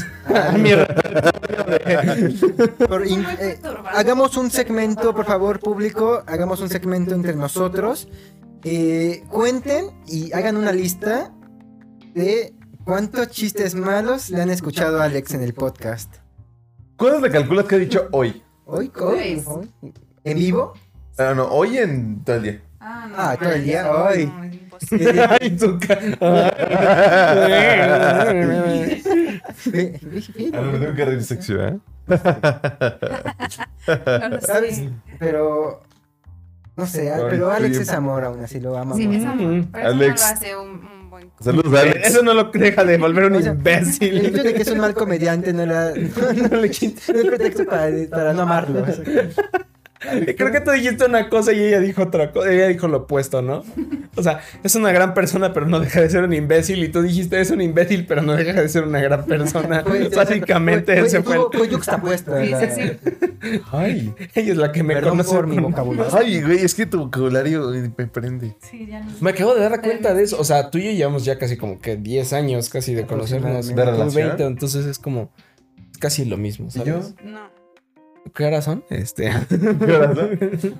[SPEAKER 2] por in-
[SPEAKER 3] Muy
[SPEAKER 2] eh,
[SPEAKER 3] perturbador.
[SPEAKER 2] hagamos un segmento, por favor, público, hagamos un segmento entre nosotros. Eh, cuenten y hagan una lista de cuántos chistes malos le han escuchado a Alex en el podcast.
[SPEAKER 4] ¿Cuándo le calculas que ha dicho hoy?
[SPEAKER 2] Hoy, hoy,
[SPEAKER 3] Pues.
[SPEAKER 2] hoy. ¿En vivo?
[SPEAKER 4] Ah, no, hoy en todo el día.
[SPEAKER 3] Ah, no,
[SPEAKER 2] Ah, todo el día,
[SPEAKER 3] no,
[SPEAKER 2] ay.
[SPEAKER 3] no, es imposible.
[SPEAKER 2] Eh,
[SPEAKER 1] Ay, tu
[SPEAKER 2] eh, eh,
[SPEAKER 4] Ah, no, me tengo que reír sexy, ¿eh?
[SPEAKER 3] No lo sé.
[SPEAKER 2] ¿Sabes? Pero... No sé, ah, pero Alex
[SPEAKER 4] Oye.
[SPEAKER 2] es amor aún así, lo amamos.
[SPEAKER 3] Sí, me es amor, pero eso no
[SPEAKER 4] Alex.
[SPEAKER 3] lo hace un, un buen
[SPEAKER 4] Saludos a Alex.
[SPEAKER 1] Eso no lo deja de volver un
[SPEAKER 2] O sea, El
[SPEAKER 1] imbécil.
[SPEAKER 2] hecho de que es un mal comediante no era. No, no le quita- no es pretexto para, para no amarlo. o sea.
[SPEAKER 1] Creo que tú dijiste una cosa y ella dijo otra cosa. Ella dijo lo opuesto, ¿no? O sea, es una gran persona, pero no deja de ser un imbécil. Y tú dijiste, es un imbécil, pero no deja de ser una gran persona.
[SPEAKER 2] Fue-
[SPEAKER 1] Básicamente,
[SPEAKER 2] fue-
[SPEAKER 1] ese fue el
[SPEAKER 2] Fue fue yuxtapuesto.
[SPEAKER 3] Sí, sí,
[SPEAKER 2] la-
[SPEAKER 3] sí.
[SPEAKER 4] Ay.
[SPEAKER 1] Ella es la que me
[SPEAKER 2] Perdón
[SPEAKER 1] conoce
[SPEAKER 2] por mi
[SPEAKER 1] con-
[SPEAKER 2] vocabulario.
[SPEAKER 4] Ay, güey, es que tu vocabulario me prende.
[SPEAKER 3] Sí, ya no sé.
[SPEAKER 1] Me acabo de dar cuenta de eso. O sea, tú y yo llevamos ya casi como que 10 años casi de conocernos.
[SPEAKER 2] Aproximadamente.
[SPEAKER 4] ¿De
[SPEAKER 1] Tú
[SPEAKER 4] relación?
[SPEAKER 1] entonces es como casi lo mismo,
[SPEAKER 4] ¿Y
[SPEAKER 1] ¿sabes?
[SPEAKER 4] yo?
[SPEAKER 3] No.
[SPEAKER 1] ¿Qué horas son? Este.
[SPEAKER 4] ¿Qué horas son?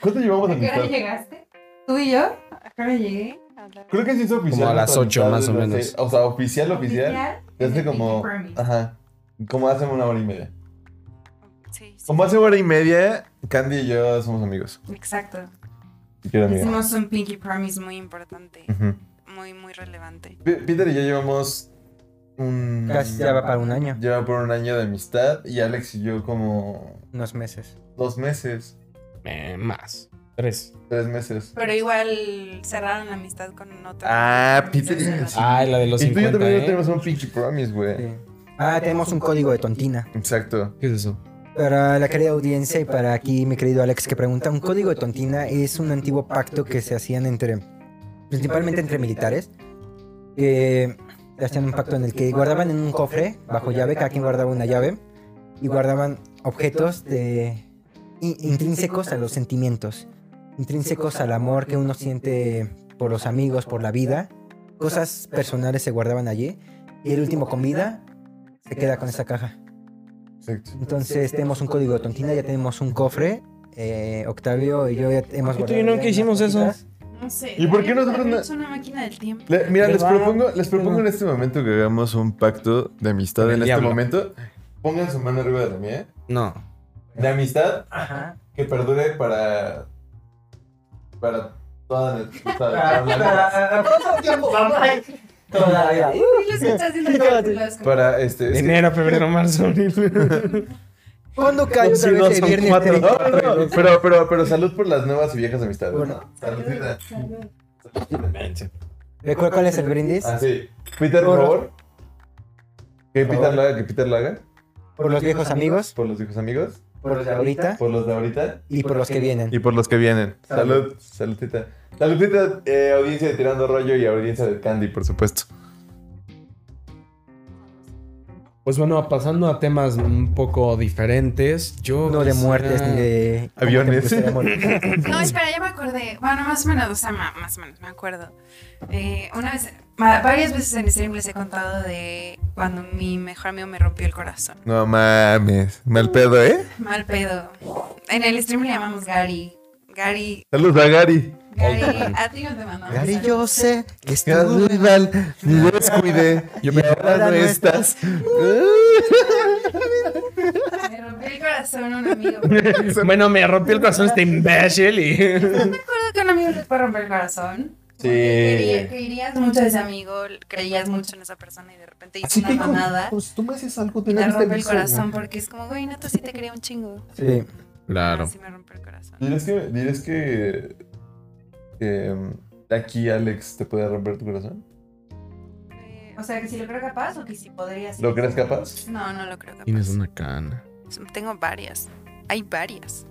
[SPEAKER 4] ¿Cuánto llevamos
[SPEAKER 3] ¿A qué hora
[SPEAKER 4] amistad?
[SPEAKER 3] llegaste? ¿Tú y yo? ¿A qué hora llegué? A la-
[SPEAKER 4] Creo que sí es oficial.
[SPEAKER 1] Como a las
[SPEAKER 4] nuestra
[SPEAKER 1] ocho,
[SPEAKER 4] amistad
[SPEAKER 1] más o
[SPEAKER 4] desde
[SPEAKER 1] menos.
[SPEAKER 4] hace- O sea, oficial, oficial.
[SPEAKER 3] Oficial,
[SPEAKER 4] Desde
[SPEAKER 3] en el
[SPEAKER 4] como. ah,
[SPEAKER 3] Pinky Promise.
[SPEAKER 4] Ajá. Como hace una hora y media.
[SPEAKER 3] Sí, sí.
[SPEAKER 4] Como hace hora y media, Candy y yo somos amigos.
[SPEAKER 3] Exacto.
[SPEAKER 4] Y quiero amiga.
[SPEAKER 3] Hicimos un Pinky Promise muy importante.
[SPEAKER 4] Ujú.
[SPEAKER 3] Muy, muy relevante.
[SPEAKER 4] Pe- Peter y yo llevamos un.
[SPEAKER 2] Casi ya va para un año,
[SPEAKER 4] Lleva por un año de amistad y Alex y yo como
[SPEAKER 2] unos meses.
[SPEAKER 4] dos meses,
[SPEAKER 1] Eh, más. Tres.
[SPEAKER 4] tres meses.
[SPEAKER 3] Pero igual cerraron la amistad con otra.
[SPEAKER 4] Ah, Peter.
[SPEAKER 3] Entonces,
[SPEAKER 1] Ah, la de los
[SPEAKER 4] Y tú y yo
[SPEAKER 1] 50.
[SPEAKER 4] también
[SPEAKER 1] ¿eh?
[SPEAKER 4] tenemos un pinche promise, güey.
[SPEAKER 2] Sí. Ah, tenemos un código de tontina.
[SPEAKER 4] Exacto.
[SPEAKER 1] ¿Qué es eso?
[SPEAKER 2] Para la querida audiencia y para aquí mi querido Alex que pregunta, un código de tontina es un antiguo pacto que se hacían entre, principalmente entre militares, que hacían un pacto en el que guardaban en un cofre bajo llave, cada quien guardaba una llave, y guardaban objetos de, in- intrínsecos a los sentimientos, intrínsecos al amor que uno siente por los amigos, por la vida, cosas personales se guardaban allí, y el último con vida se queda con esa caja.
[SPEAKER 4] Exacto.
[SPEAKER 2] Entonces tenemos un código de tontina, ya tenemos un cofre. eh, Octavio y yo ya hemos
[SPEAKER 1] ¿Y tú y
[SPEAKER 2] guardado
[SPEAKER 1] nunca
[SPEAKER 2] ya
[SPEAKER 1] hicimos
[SPEAKER 2] unas
[SPEAKER 1] eso?
[SPEAKER 2] cositas.
[SPEAKER 3] No sé.
[SPEAKER 4] ¿Y por qué
[SPEAKER 3] David
[SPEAKER 4] nosotros no-
[SPEAKER 3] Es una máquina del tiempo.
[SPEAKER 4] Le- mira,
[SPEAKER 1] Pero
[SPEAKER 4] les
[SPEAKER 1] vamos,
[SPEAKER 4] propongo, les propongo en este momento que hagamos un pacto de amistad
[SPEAKER 1] Con el
[SPEAKER 4] en este
[SPEAKER 1] diablo.
[SPEAKER 4] momento. Pongan su mano arriba de la mía.
[SPEAKER 1] No.
[SPEAKER 4] De amistad
[SPEAKER 2] Ajá.
[SPEAKER 4] que perdure para. para toda la- toda la-
[SPEAKER 2] Para-
[SPEAKER 4] toda la-
[SPEAKER 2] para- para todo el tiempo, vamos a ir toda la vida.
[SPEAKER 3] Y los que están haciendo cálculos.
[SPEAKER 4] Para este. es que-
[SPEAKER 1] Enero, febrero, marzo, abril.
[SPEAKER 2] ¿Cuándo cae
[SPEAKER 1] Dos
[SPEAKER 2] otra
[SPEAKER 1] y dos
[SPEAKER 2] vez el
[SPEAKER 1] son
[SPEAKER 2] viernes?
[SPEAKER 1] cuatro.
[SPEAKER 4] No,
[SPEAKER 2] 30?
[SPEAKER 4] no, no, Pero, pero, pero salud por las nuevas y viejas amistades.
[SPEAKER 2] Bueno.
[SPEAKER 4] ¿no? Saludita.
[SPEAKER 2] ¿Recuerda cuál es el brindis?
[SPEAKER 4] Ah, sí. Peter, por
[SPEAKER 2] Por-
[SPEAKER 4] favor. Que
[SPEAKER 2] Por
[SPEAKER 4] Peter
[SPEAKER 2] favor.
[SPEAKER 4] lo haga, que Peter lo haga.
[SPEAKER 2] Por los viejos amigos,
[SPEAKER 4] Por los viejos amigos,
[SPEAKER 2] por los de ahorita
[SPEAKER 4] por los de ahorita
[SPEAKER 2] y por los que vienen.
[SPEAKER 4] y por los que vienen.
[SPEAKER 2] Salud.
[SPEAKER 4] Salud, saludita. Saludita, eh, audiencia de Tirando Rollo y audiencia de Candy, por supuesto.
[SPEAKER 1] Pues bueno, pasando a temas un poco diferentes. Yo.
[SPEAKER 2] No de
[SPEAKER 1] quisiera-
[SPEAKER 2] muertes ni de
[SPEAKER 4] Aviones.
[SPEAKER 2] ¿Cómo te gustaría morir?
[SPEAKER 3] No, espera, ya me acordé. Bueno, más o menos, o sea, ma- más o menos, me acuerdo. Eh, una vez, ma- varias veces en stream les he contado de cuando mi mejor amigo me rompió el corazón.
[SPEAKER 4] No mames. Mal pedo, ¿eh?
[SPEAKER 3] Mal pedo. En el stream le llamamos Gary. Gary,
[SPEAKER 4] Saludos a Gary.
[SPEAKER 3] Gary, a ti no te mandamos.
[SPEAKER 2] Gary,
[SPEAKER 3] saludos.
[SPEAKER 2] yo sé que
[SPEAKER 4] Estás
[SPEAKER 2] estuvo
[SPEAKER 4] muy mal. Me descuidé. Yo me ahora no estás.
[SPEAKER 3] Me rompió el corazón un amigo.
[SPEAKER 1] Bueno, me rompió el corazón este imbécil y.
[SPEAKER 3] Me acuerdo que un amigo te puede romper el corazón.
[SPEAKER 4] Sí.
[SPEAKER 3] Quería- Querías mucho a ese amigo, creías mucho en esa persona y de repente hizo una mamada.
[SPEAKER 4] pues, tú me haces algo,
[SPEAKER 3] Te rompe el corazón porque es como, güey, neta, sí te quería un chingo.
[SPEAKER 2] Sí.
[SPEAKER 1] Claro.
[SPEAKER 3] Así me rompe el corazón.
[SPEAKER 4] Dirás que. Dirás que. que, mm, aquí Alex te puede romper tu corazón.
[SPEAKER 3] Eh, O sea, que si lo creo capaz o que si podría ser.
[SPEAKER 4] ¿Lo crees capaz?
[SPEAKER 3] No, no lo creo capaz.
[SPEAKER 1] Tienes una cana.
[SPEAKER 3] Tengo varias. Hay varias.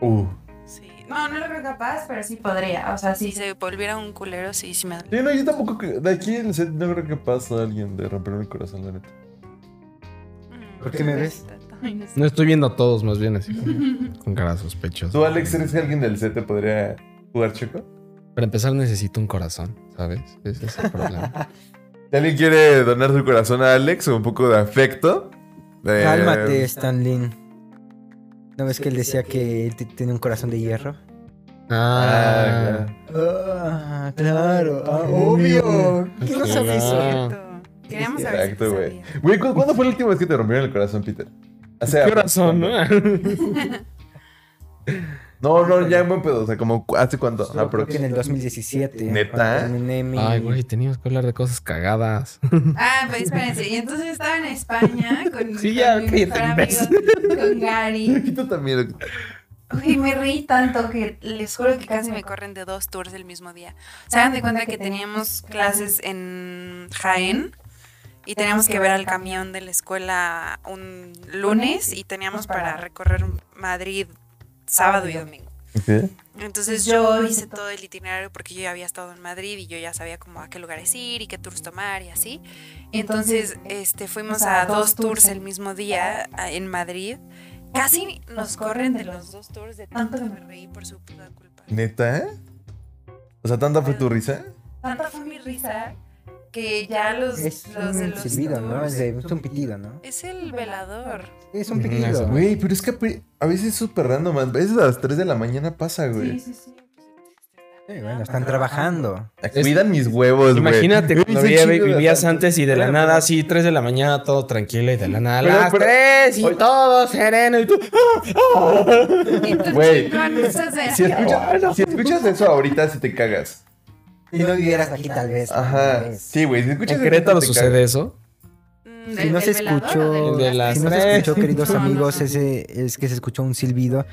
[SPEAKER 4] Uh.
[SPEAKER 3] Sí. No, no lo creo capaz, pero sí podría. O sea, si se volviera un culero, sí, sí me dolería.
[SPEAKER 4] Sí, no, yo tampoco. cre- De aquí en el set no creo que pase a alguien de romperme el corazón, la neta.
[SPEAKER 2] ¿Por qué me ves?
[SPEAKER 3] Ay, no sé.
[SPEAKER 1] No estoy viendo a todos, más bien así. Con cara sospechosa.
[SPEAKER 4] ¿Tú, Alex, crees que alguien del set te podría jugar, chico?
[SPEAKER 1] Para empezar, necesito un corazón, ¿sabes? Ese es el problema.
[SPEAKER 4] Si alguien quiere donar su corazón a Alex o un poco de afecto. eh,
[SPEAKER 2] Cálmate, Stanlin. ¿No ves que él decía que él t- tiene un corazón de hierro?
[SPEAKER 4] Ah,
[SPEAKER 1] Ah,
[SPEAKER 4] ya.
[SPEAKER 2] Ah, claro, ah, obvio. ¿Qué no sabes?
[SPEAKER 1] Ah.
[SPEAKER 3] Cierto. Queríamos saber si
[SPEAKER 4] Exacto,
[SPEAKER 3] tú
[SPEAKER 4] güey.
[SPEAKER 3] sabías.
[SPEAKER 4] Güey, ¿cu- ¿cuándo fue la última vez que te rompieron el corazón, Peter? O sea,
[SPEAKER 1] corazón, ¿no?
[SPEAKER 4] No, no, ya en buen pedo. O sea, como cu- ¿hace cuánto?
[SPEAKER 2] Yo creo que en el 2017.
[SPEAKER 4] ¿Neta?
[SPEAKER 2] cuando terminé mi-
[SPEAKER 1] Ay, güey, teníamos que hablar de cosas cagadas.
[SPEAKER 3] Ah, pues espérense. Y entonces estaba en España con,
[SPEAKER 1] Sí,
[SPEAKER 3] con
[SPEAKER 1] ya, cállate,
[SPEAKER 3] mi mejor amigo, con Gary.
[SPEAKER 4] Quito también.
[SPEAKER 3] Uy, me reí tanto que les juro que casi me corren de dos tours el mismo día. Se hagan de cuenta Ah, que teníamos clases en Jaén y teníamos que ver al camión de la escuela un lunes y teníamos para recorrer Madrid sábado y domingo. Entonces yo hice todo el itinerario porque yo ya había estado en Madrid y yo ya sabía como a qué lugares ir y qué tours tomar y así. Entonces este, fuimos a dos tours el mismo día a- en Madrid. Casi nos corren de los dos tours de tanto que me reí por su puta culpa.
[SPEAKER 2] Mm.
[SPEAKER 4] ¿Neta? O sea, ¿tanta fue tu risa?
[SPEAKER 3] Tanta fue mi risa que ya los,
[SPEAKER 2] Es
[SPEAKER 3] los de
[SPEAKER 2] un
[SPEAKER 3] los
[SPEAKER 2] silbido, ¿no?
[SPEAKER 3] tours-
[SPEAKER 2] Es, de- es un pitido, ¿no?
[SPEAKER 3] Es el velador.
[SPEAKER 2] Es un
[SPEAKER 1] Ujú,
[SPEAKER 2] pitido.
[SPEAKER 1] eso,
[SPEAKER 4] Güey, pero es que apre- a veces es súper random. A veces a las 3 de la mañana pasa, güey.
[SPEAKER 3] sí, pues, sí.
[SPEAKER 2] Sí, Eh, bueno, están trabajando.
[SPEAKER 1] Es-
[SPEAKER 4] Cuidan mis huevos, Pues, güey.
[SPEAKER 1] Imagínate
[SPEAKER 4] Güey,
[SPEAKER 1] cuando
[SPEAKER 4] ese
[SPEAKER 1] vi-
[SPEAKER 4] chingo de
[SPEAKER 1] vivías
[SPEAKER 4] rato.
[SPEAKER 1] antes y de la nada, así, 3 de la mañana, todo tranquilo y de la nada,
[SPEAKER 4] Pero-
[SPEAKER 1] las
[SPEAKER 4] pero-
[SPEAKER 1] 3 y
[SPEAKER 4] Oye.
[SPEAKER 1] todo sereno y tú.
[SPEAKER 3] Güey.
[SPEAKER 4] Güey. Si escuchas, si escuchas eso ahorita, si te cagas.
[SPEAKER 2] Si no vivieras aquí, tal vez. tal
[SPEAKER 4] Ajá.
[SPEAKER 2] vez.
[SPEAKER 4] Sí, güey, si escuchas
[SPEAKER 1] ¿En
[SPEAKER 4] eso,
[SPEAKER 1] Querétaro
[SPEAKER 4] te
[SPEAKER 1] sucede eso?
[SPEAKER 2] Si
[SPEAKER 3] mm,
[SPEAKER 2] no se escuchó,
[SPEAKER 1] o del- El de las
[SPEAKER 2] si no
[SPEAKER 1] tres.
[SPEAKER 2] se escuchó, queridos
[SPEAKER 3] No, no,
[SPEAKER 2] amigos,
[SPEAKER 3] no.
[SPEAKER 2] ese es que se escuchó un silbido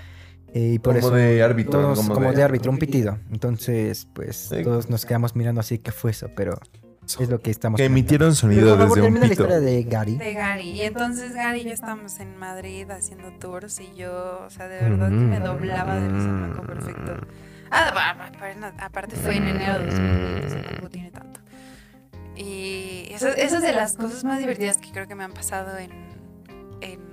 [SPEAKER 2] eh, y por
[SPEAKER 4] Como
[SPEAKER 2] eso
[SPEAKER 4] de árbitro,
[SPEAKER 2] todos-
[SPEAKER 4] como
[SPEAKER 2] como,
[SPEAKER 4] de-
[SPEAKER 2] de árbitro, un pitido. Entonces, pues
[SPEAKER 4] Sí.
[SPEAKER 2] todos nos quedamos mirando así que fue eso, pero Es lo que estamos
[SPEAKER 4] Que emitieron
[SPEAKER 2] Pero,
[SPEAKER 4] sonido
[SPEAKER 2] por favor,
[SPEAKER 4] desde un
[SPEAKER 2] termina la
[SPEAKER 4] pito.
[SPEAKER 2] historia de Gary.
[SPEAKER 3] de Gary. Y entonces Gary y yo estábamos en Madrid haciendo tours y yo, o sea, de verdad que me doblaba de risa, me acuerdo perfecto. Ah, va, va, pa- no, aparte fue en enero de 2020, o sea, tampoco tiene tanto. Y esa, esa es de las cosas más divertidas que creo que me han pasado en... en-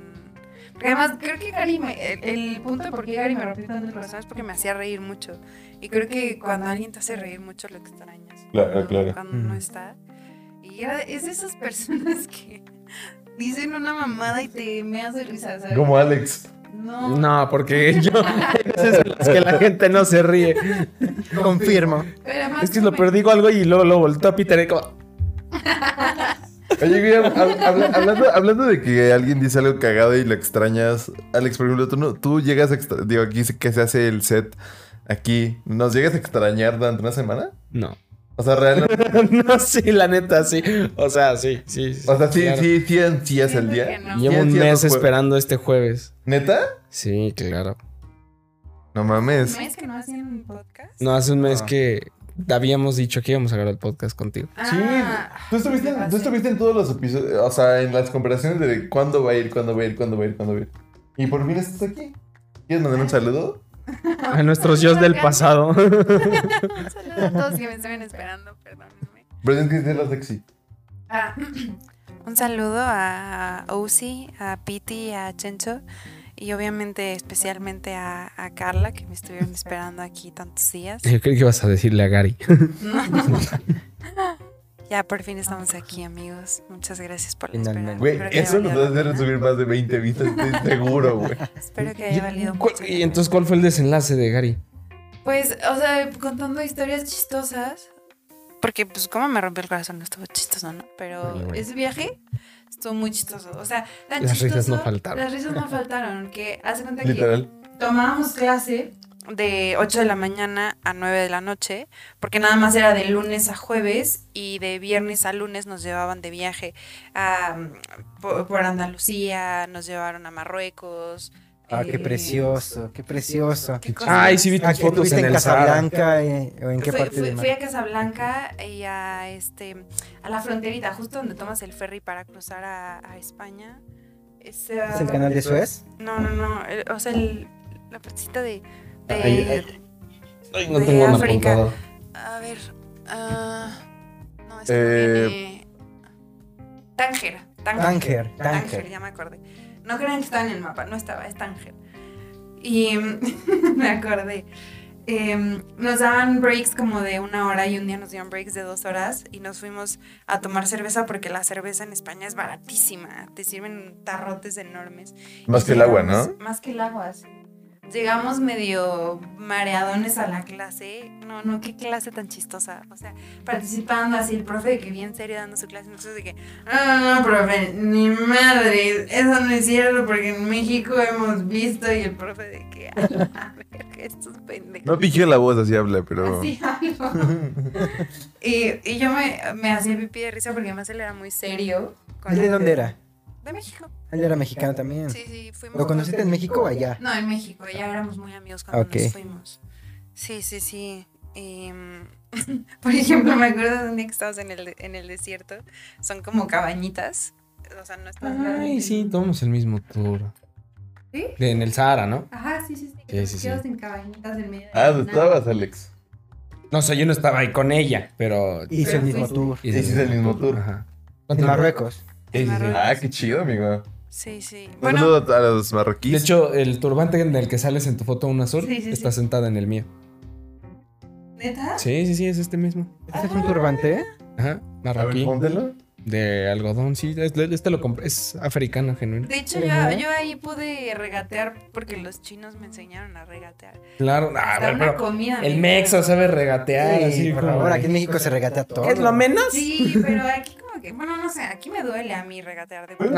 [SPEAKER 3] porque además creo que Gary, me- el, el punto de por qué Gary me rompió tanto el corazón es porque me hacía reír mucho. Y creo que cuando alguien te hace reír mucho lo extrañas.
[SPEAKER 5] Claro,
[SPEAKER 3] ¿no?
[SPEAKER 5] claro.
[SPEAKER 3] Cuando no está. Y era- es de esas personas que dicen una mamada y te me hace risa, ¿sabes?
[SPEAKER 5] Como Alex.
[SPEAKER 3] No.
[SPEAKER 1] No, porque yo. Esas son las que la gente no se ríe.
[SPEAKER 2] Confirmo.
[SPEAKER 3] Pero además
[SPEAKER 1] Es que lo
[SPEAKER 3] me-
[SPEAKER 1] perdí con algo y luego lo voltó a Peter y como.
[SPEAKER 4] Oye, güey, hab- hab- hablando, hablando de que alguien dice algo cagado y lo extrañas, Alex, por ejemplo, tú, no- tú llegas a extra- digo, aquí se- que se hace el set, aquí, ¿nos llegas a extrañar durante una semana?
[SPEAKER 1] No.
[SPEAKER 4] O sea, realmente,
[SPEAKER 1] No, sí, la neta, sí. O sea, sí, sí. sí,
[SPEAKER 4] o sea, sí,
[SPEAKER 1] claro.
[SPEAKER 4] sí, sí, sí, sí es
[SPEAKER 3] Siento
[SPEAKER 4] el
[SPEAKER 3] que
[SPEAKER 4] día.
[SPEAKER 3] no.
[SPEAKER 1] Llevo
[SPEAKER 4] Sí,
[SPEAKER 1] un
[SPEAKER 4] sí,
[SPEAKER 1] mes
[SPEAKER 4] no fue-
[SPEAKER 1] esperando este jueves.
[SPEAKER 4] ¿Neta?
[SPEAKER 1] Sí, claro.
[SPEAKER 4] No mames.
[SPEAKER 3] ¿Ves que no hacían un podcast?
[SPEAKER 1] No, hace un mes
[SPEAKER 4] Ah.
[SPEAKER 1] que habíamos dicho que íbamos a grabar el podcast contigo.
[SPEAKER 4] Sí,
[SPEAKER 3] Ah,
[SPEAKER 4] tú estuviste,
[SPEAKER 2] Ah,
[SPEAKER 4] en- tú estuviste en todos los episodios, o sea, en las comparaciones de cuándo va a ir, cuándo va a ir, cuándo va a ir, cuándo va a ir. Y por fin estás aquí. ¿Quieres mandar un saludo?
[SPEAKER 3] Ah,
[SPEAKER 1] A nuestros yo del pasado.
[SPEAKER 3] Un saludo a todos que me estaban esperando, perdónenme.
[SPEAKER 4] Pero es que es la sexy.
[SPEAKER 3] Ah, un saludo a Uzi, a Piti, a Chencho y obviamente especialmente a, a Carla que me estuvieron esperando aquí tantos días.
[SPEAKER 1] Yo creo que ibas a decirle a Gary.
[SPEAKER 3] Ya por fin estamos aquí, amigos. Muchas gracias por la
[SPEAKER 2] Finalmente.
[SPEAKER 3] espera.
[SPEAKER 4] Güey,
[SPEAKER 3] Espero que
[SPEAKER 4] eso
[SPEAKER 3] haya
[SPEAKER 4] nos va a
[SPEAKER 3] valido la
[SPEAKER 4] hacer
[SPEAKER 3] pena.
[SPEAKER 4] subir más de 20 vistas, estoy seguro, güey.
[SPEAKER 3] Espero que haya valido
[SPEAKER 1] ¿Cuál-
[SPEAKER 3] mucho.
[SPEAKER 1] ¿Y entonces cuál fue el desenlace de Gary?
[SPEAKER 3] Pues, o sea, contando historias chistosas. Porque, pues, como me rompió el corazón, no estuvo chistoso, ¿no? Pero
[SPEAKER 1] Vale, bueno.
[SPEAKER 3] ese viaje estuvo muy chistoso. O sea, tan
[SPEAKER 1] Las risas
[SPEAKER 3] chistoso-
[SPEAKER 1] no faltaron.
[SPEAKER 3] Las risas no faltaron. Que hace cuenta que
[SPEAKER 4] Literal.
[SPEAKER 3] tomábamos clase de 8 de la mañana a 9 de la noche, porque nada más era de lunes a jueves y de viernes a lunes nos llevaban de viaje a, mm, por, por Andalucía, nos llevaron a Marruecos.
[SPEAKER 2] Ah, qué
[SPEAKER 3] eh,
[SPEAKER 2] precioso, qué precioso.
[SPEAKER 3] qué cosa.
[SPEAKER 1] Ay, sí vi
[SPEAKER 2] Ah,
[SPEAKER 1] tus
[SPEAKER 2] ¿qué
[SPEAKER 1] fotos
[SPEAKER 2] tuviste
[SPEAKER 1] en
[SPEAKER 2] en
[SPEAKER 1] el Sahara.
[SPEAKER 2] Casablanca? eh, ¿O en qué
[SPEAKER 3] fui,
[SPEAKER 2] parte
[SPEAKER 3] fui-
[SPEAKER 2] de
[SPEAKER 3] fui
[SPEAKER 2] Mar?
[SPEAKER 3] a Casablanca y a este a la fronterita, justo donde tomas el ferry para cruzar a, a España. Esa-
[SPEAKER 2] ¿Es el canal de Suez?
[SPEAKER 3] No, no, no. el- o sea, el- la partecita de, de-
[SPEAKER 1] Ay, Ay, no
[SPEAKER 3] De
[SPEAKER 1] tengo un
[SPEAKER 3] África.
[SPEAKER 1] apuntador.
[SPEAKER 3] A ver. ah, no, es que
[SPEAKER 4] Eh,
[SPEAKER 3] no viene- Tánger. Tánger.
[SPEAKER 2] Tánger,
[SPEAKER 3] Tánger,
[SPEAKER 2] Tánger.
[SPEAKER 3] ya me acordé. No crean que estaba en el mapa, no estaba, es Tánger. Y me acordé. Em, nos daban breaks como de una hora y un día nos dieron breaks de dos horas y nos fuimos a tomar cerveza porque la cerveza en España es baratísima. Te sirven tarrotes enormes.
[SPEAKER 4] Más
[SPEAKER 3] Y
[SPEAKER 4] que el agua,
[SPEAKER 3] llegamos-
[SPEAKER 4] ¿no?
[SPEAKER 3] Más que el agua, sí. Llegamos medio mareadones a la clase. No, no, qué clase tan chistosa. O sea, participando así, el profe de que bien serio dando su clase. Nosotros de que, "Ah, no, no, no, profe, ni madre, eso no es cierto porque en México hemos visto y el profe de que, a la verga, estos pendejos.
[SPEAKER 4] No piqué la voz, así habla, pero.
[SPEAKER 3] Así hablo. y, y yo me, me hacía pipí de risa porque además él era muy serio. con
[SPEAKER 2] ¿Él
[SPEAKER 3] la-
[SPEAKER 2] de dónde era?
[SPEAKER 3] De México.
[SPEAKER 2] Él era mexicano también.
[SPEAKER 3] Sí, sí, fuimos.
[SPEAKER 2] ¿Lo conociste en México o allá?
[SPEAKER 3] No, en México, ya éramos muy amigos cuando
[SPEAKER 2] Ok.
[SPEAKER 3] nos fuimos. Sí, sí, sí. Y, mm, por ejemplo, me acuerdo de un día que estábamos en el, en el desierto. Son como cabañitas. O sea, no estás
[SPEAKER 1] Ay,
[SPEAKER 3] realmente-
[SPEAKER 1] sí, tomamos el mismo tour.
[SPEAKER 3] ¿Sí?
[SPEAKER 1] En el Sahara, ¿no?
[SPEAKER 3] Ajá, sí, sí, sí.
[SPEAKER 1] Sí, sí, sí.
[SPEAKER 3] quedas en cabañitas en medio de
[SPEAKER 4] Ah,
[SPEAKER 3] la
[SPEAKER 4] ¿dónde
[SPEAKER 3] nada.
[SPEAKER 4] estabas, Alex?
[SPEAKER 1] No sé, yo no estaba ahí con ella, pero.
[SPEAKER 2] Hizo
[SPEAKER 3] Pero
[SPEAKER 2] el mismo
[SPEAKER 3] fuiste.
[SPEAKER 2] tour.
[SPEAKER 1] Hice
[SPEAKER 4] hiciste el mismo tour.
[SPEAKER 1] Ajá.
[SPEAKER 2] En Marruecos.
[SPEAKER 1] Sí, sí, sí.
[SPEAKER 3] Marruecos.
[SPEAKER 4] Ah, qué chido, amigo.
[SPEAKER 3] Sí, sí.
[SPEAKER 4] Un
[SPEAKER 3] Bueno,
[SPEAKER 4] saludo a los
[SPEAKER 1] De
[SPEAKER 4] marroquíes.
[SPEAKER 1] hecho, el turbante en el que sales en tu foto un azul
[SPEAKER 3] Sí, sí,
[SPEAKER 1] está
[SPEAKER 3] sí.
[SPEAKER 1] sentada en el mío.
[SPEAKER 3] neta.
[SPEAKER 1] Sí, sí, sí, es este mismo.
[SPEAKER 2] ¿Este es un turbante? eh?
[SPEAKER 1] Ajá,
[SPEAKER 4] a ver,
[SPEAKER 1] marroquí.
[SPEAKER 4] póntelo.
[SPEAKER 1] De algodón, sí. es- Este lo compré. Es africano, genuino.
[SPEAKER 3] De hecho, yo, yo ahí pude regatear porque los chinos me enseñaron a regatear.
[SPEAKER 1] Claro, a
[SPEAKER 3] Hasta
[SPEAKER 1] ver,
[SPEAKER 3] una
[SPEAKER 1] pero.
[SPEAKER 3] comida.
[SPEAKER 1] El
[SPEAKER 3] me
[SPEAKER 1] Mexa
[SPEAKER 3] acuerdo.
[SPEAKER 1] sabe regatear.
[SPEAKER 4] Ah,
[SPEAKER 1] así,
[SPEAKER 2] Sí, por
[SPEAKER 1] como-
[SPEAKER 2] favor, aquí en México se regatea todo.
[SPEAKER 1] ¿Es lo menos?
[SPEAKER 3] Sí, pero aquí como que, bueno, no sé, aquí me duele a mí regatear de
[SPEAKER 1] Ah, bueno.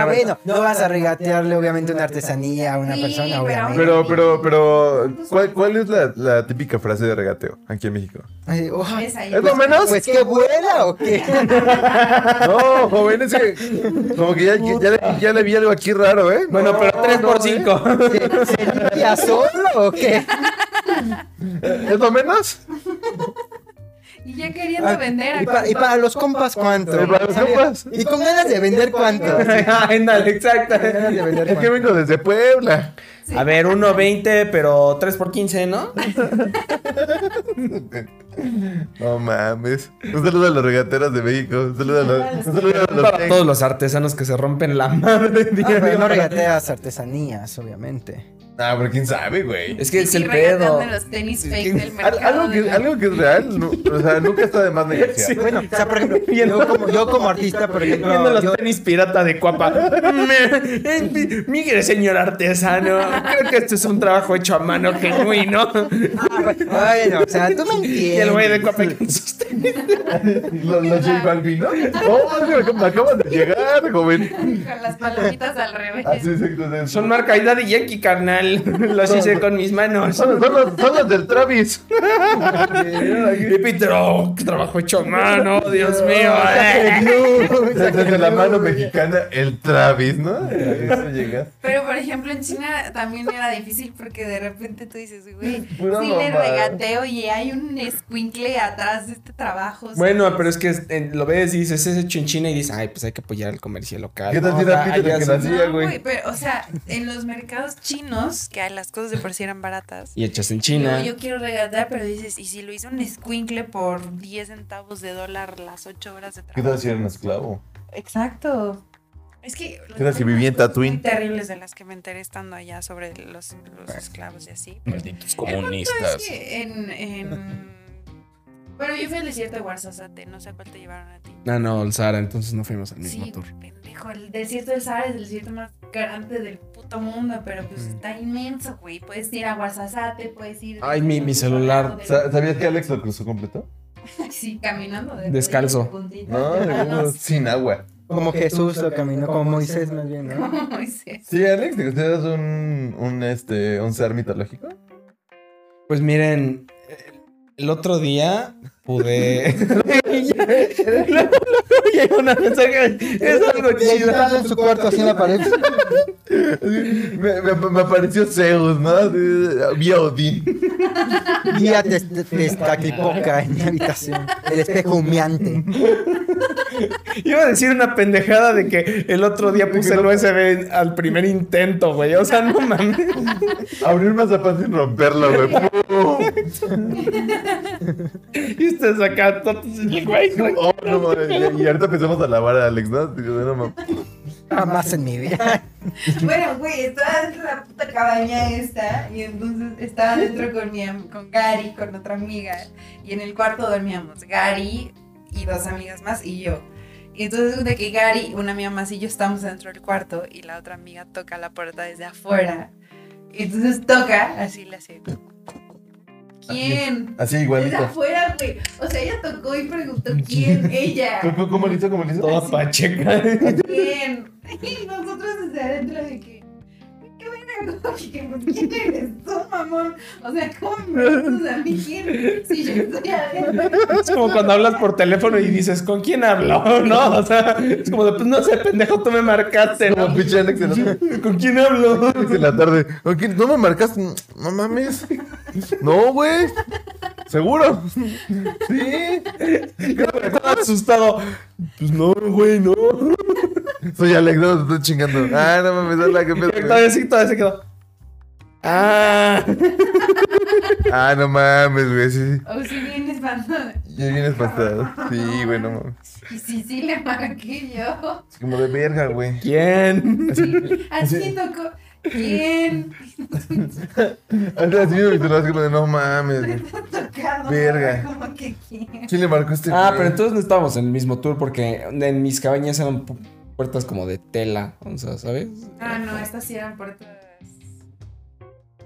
[SPEAKER 2] Ah, bueno, no vas a regatearle obviamente una artesanía a una
[SPEAKER 3] Sí,
[SPEAKER 2] persona,
[SPEAKER 3] pero-
[SPEAKER 2] obviamente.
[SPEAKER 4] Pero, pero, pero. ¿Cuál, cuál es la, la típica frase de regateo aquí en México?
[SPEAKER 2] Ay, oh,
[SPEAKER 3] Es ahí.
[SPEAKER 4] ¿Es lo menos?
[SPEAKER 2] Pues que vuela o qué.
[SPEAKER 4] No, joven, es que. Como que ya, ya, le- ya le vi algo aquí raro, ¿eh?
[SPEAKER 1] Bueno, pero 3 por
[SPEAKER 4] no,
[SPEAKER 1] 5.
[SPEAKER 2] ¿Se, se limpia solo o qué?
[SPEAKER 4] ¿Es lo menos?
[SPEAKER 3] Y ya queriendo
[SPEAKER 2] Ah,
[SPEAKER 3] vender a
[SPEAKER 2] Y, pa- y para los compas, ¿cuánto?
[SPEAKER 4] ¿Y para los compas?
[SPEAKER 2] Y con ganas de vender, ¿cuánto?
[SPEAKER 1] Ándale, exacto.
[SPEAKER 2] Con ganas de vender,
[SPEAKER 4] Es que
[SPEAKER 2] ¿cuánto?
[SPEAKER 4] vengo desde Puebla.
[SPEAKER 3] Sí.
[SPEAKER 1] A ver, 1.20, pero 3 por 15, ¿no?
[SPEAKER 4] No mames. Un saludo a los regateros de México. Un saludo a los. Un saludo a los
[SPEAKER 1] Para todos los artesanos que se rompen la madre.
[SPEAKER 2] Ah,
[SPEAKER 1] diario.
[SPEAKER 2] pero no regateas artesanías, obviamente.
[SPEAKER 4] Ah, pero quién sabe, güey.
[SPEAKER 1] es que
[SPEAKER 3] Y
[SPEAKER 1] es
[SPEAKER 3] sí,
[SPEAKER 1] el
[SPEAKER 3] regateando
[SPEAKER 1] pedo.
[SPEAKER 3] los tenis fake del
[SPEAKER 4] Al-
[SPEAKER 3] mercado.
[SPEAKER 4] algo,
[SPEAKER 3] de
[SPEAKER 4] que,
[SPEAKER 3] la-
[SPEAKER 4] algo que es real, nu- o sea, nunca está de más negociar.
[SPEAKER 1] Sí.
[SPEAKER 2] Bueno, o sea, por ejemplo, yo como, yo como artista, por
[SPEAKER 1] Viendo
[SPEAKER 2] ejemplo,
[SPEAKER 1] los
[SPEAKER 2] yo,
[SPEAKER 1] tenis pirata de cuapa. Me- Mire, señor artesano. Creo que esto es un trabajo hecho a mano genuino.
[SPEAKER 2] bueno, o sea, tú me
[SPEAKER 1] Y el güey de
[SPEAKER 2] entiendes.
[SPEAKER 1] cuapa con sus tenis.
[SPEAKER 4] ¿Los, los J Balvin, ¿no? Oh, me ac- me acaban de llegar, joven.
[SPEAKER 3] Con las palomitas al revés.
[SPEAKER 4] Ah, sí, exacto. sí.
[SPEAKER 1] Son marca y Daddy Yankee, carnal. Los hice con mis manos.
[SPEAKER 4] Son, son los, son los del Travis.
[SPEAKER 1] Y Peter, oh, qué trabajo hecho a mano, Dios mío. eh.
[SPEAKER 4] Desde la mano mexicana, el Travis, ¿no? Eso llega.
[SPEAKER 3] Pero por ejemplo en China también era difícil porque de repente tú dices, güey, si
[SPEAKER 4] Pura
[SPEAKER 3] le
[SPEAKER 4] mamada.
[SPEAKER 3] regateo y hay un escuincle atrás de este trabajo. o sea,
[SPEAKER 1] Bueno, pero es que eh, lo ves y dices, es hecho en China y dices, ay, pues hay que apoyar al comercio local.
[SPEAKER 4] ¿Qué tal
[SPEAKER 1] ¿no?
[SPEAKER 4] si
[SPEAKER 1] O sea,
[SPEAKER 4] era Peter el
[SPEAKER 1] allá
[SPEAKER 4] que
[SPEAKER 1] sí-
[SPEAKER 4] nació? hacía,
[SPEAKER 3] no,
[SPEAKER 4] güey.
[SPEAKER 3] güey, pero o sea, en los mercados chinos, que las cosas de por sí eran baratas.
[SPEAKER 1] Y hechas en
[SPEAKER 3] yo-
[SPEAKER 1] China.
[SPEAKER 3] Yo quiero regatear, pero dices, ¿y si lo hizo un escuincle por 10 centavos de dólar las 8 horas de
[SPEAKER 4] ¿Qué
[SPEAKER 3] trabajo?
[SPEAKER 4] tal si era un esclavo?
[SPEAKER 3] Exacto. Es que. los
[SPEAKER 4] ¿Qué tal si
[SPEAKER 3] hay
[SPEAKER 4] vivía en
[SPEAKER 3] unas cosas
[SPEAKER 4] Tatooine?
[SPEAKER 3] muy Terribles de las que me enteré estando allá sobre los, los esclavos y así.
[SPEAKER 1] Malditos
[SPEAKER 3] Es
[SPEAKER 1] comunistas.
[SPEAKER 3] que en. en... Bueno, yo fui al desierto de Guarzazate, no sé a cuál te llevaron a ti.
[SPEAKER 1] Ah, no, el Sara, entonces no fuimos al mismo
[SPEAKER 3] Sí,
[SPEAKER 1] tour.
[SPEAKER 3] pendejo, el desierto del Sahara es el desierto más grande del puto mundo, pero pues
[SPEAKER 1] Mm.
[SPEAKER 3] está inmenso, güey. Puedes ir a Guarzazate, puedes ir...
[SPEAKER 1] Ay, mi- mi celular.
[SPEAKER 4] Sa- ¿Sabías que Alex lo cruzó completo?
[SPEAKER 3] Sí, caminando. de-
[SPEAKER 1] Descalzo.
[SPEAKER 3] de puntitas,
[SPEAKER 4] No,
[SPEAKER 3] de manos,
[SPEAKER 4] sin agua.
[SPEAKER 2] Como Jesús lo caminó, como Moisés más bien, ¿no?
[SPEAKER 3] como Moisés.
[SPEAKER 4] Sí, Alex, ¿te consideras un, un, este, un ser mitológico?
[SPEAKER 1] Pues miren, eh, el otro día pude. Luego, luego llega una mensaje. Es algo
[SPEAKER 2] Y ahí
[SPEAKER 1] chido.
[SPEAKER 2] estaba en su cuarto, así en la pared.
[SPEAKER 4] Me, me, me apareció Zeus, ¿no? Así, Vi a Odín.
[SPEAKER 2] Guía de, de, de Estaquipoca en mi habitación. El espejo humeante.
[SPEAKER 1] Iba a decir una pendejada de que el otro día puse el USB al primer intento, güey. O sea, no mames.
[SPEAKER 4] Abrir un mazapán sin romperlo, güey. ¡Pum!
[SPEAKER 1] Y ustedes acá, todos, güey. güey.
[SPEAKER 4] Oh, no, mames. y, y ahorita empezamos a lavar a Alex, ¿no? Digo, no, mames.
[SPEAKER 2] Jamás en mi vida.
[SPEAKER 3] Bueno, güey, estaba dentro de la puta cabaña esta y entonces estaba dentro con, mi, am- con Gary, con otra amiga, y en el cuarto dormíamos Gary y dos amigas más y yo. Y entonces de que Gary, una amiga más y yo estamos dentro del cuarto y la otra amiga toca la puerta desde afuera. Y entonces toca, así le hace. ¿Quién?
[SPEAKER 4] Así
[SPEAKER 3] Desde
[SPEAKER 4] igualito.
[SPEAKER 3] afuera, güey. O sea, ella tocó y preguntó quién, ella.
[SPEAKER 4] ¿Cómo, cómo le hizo? ¿Cómo le hizo?
[SPEAKER 1] Toda pacheca.
[SPEAKER 3] Bien. Y nosotros desde adentro de que. ¿Qué verga? ¿Cómo que- pues, ¿Quién eres tú, mamón? O sea, ¿cómo me preguntas a mí quién? Si yo estoy adentro.
[SPEAKER 1] Es como cuando hablas por teléfono y dices, ¿con quién hablo? No, o sea, es como de, pues no sé, pendejo, tú me marcaste,
[SPEAKER 4] Como
[SPEAKER 1] ¿no?
[SPEAKER 4] pinche Alex en la,
[SPEAKER 1] ¿Con quién hablo?
[SPEAKER 4] Alex en la tarde. Ok, ¿No me marcaste? No mames. No, güey. ¿Seguro? Sí.
[SPEAKER 1] Estaba asustado. Pues no, güey, no.
[SPEAKER 4] Soy Alex, no, me estoy chingando. Ah, no mames, hola, qué pedo. güey.
[SPEAKER 1] Todavía sí, todavía se quedó. Ah,
[SPEAKER 4] Ah, no mames, güey, sí, sí.
[SPEAKER 3] O si bien espantada.
[SPEAKER 4] Ya vienes pasado. Sí, güey, no mames.
[SPEAKER 3] Y si sí le marqué yo.
[SPEAKER 4] Es como de verga, güey.
[SPEAKER 1] ¿quién?
[SPEAKER 3] Así tocó. ¿Quién?
[SPEAKER 4] Antes así mismo mi celular como de no mames, güey.
[SPEAKER 3] Tocado.
[SPEAKER 4] Verga.
[SPEAKER 3] Como que quién.
[SPEAKER 4] ¿Quién le marcó este?
[SPEAKER 1] Ah,
[SPEAKER 4] güey?
[SPEAKER 1] pero entonces no estábamos en el mismo tour porque en mis cabañas eran pu- puertas como de tela, o sea, ¿sabes?
[SPEAKER 3] Ah, no, estas sí eran puertas.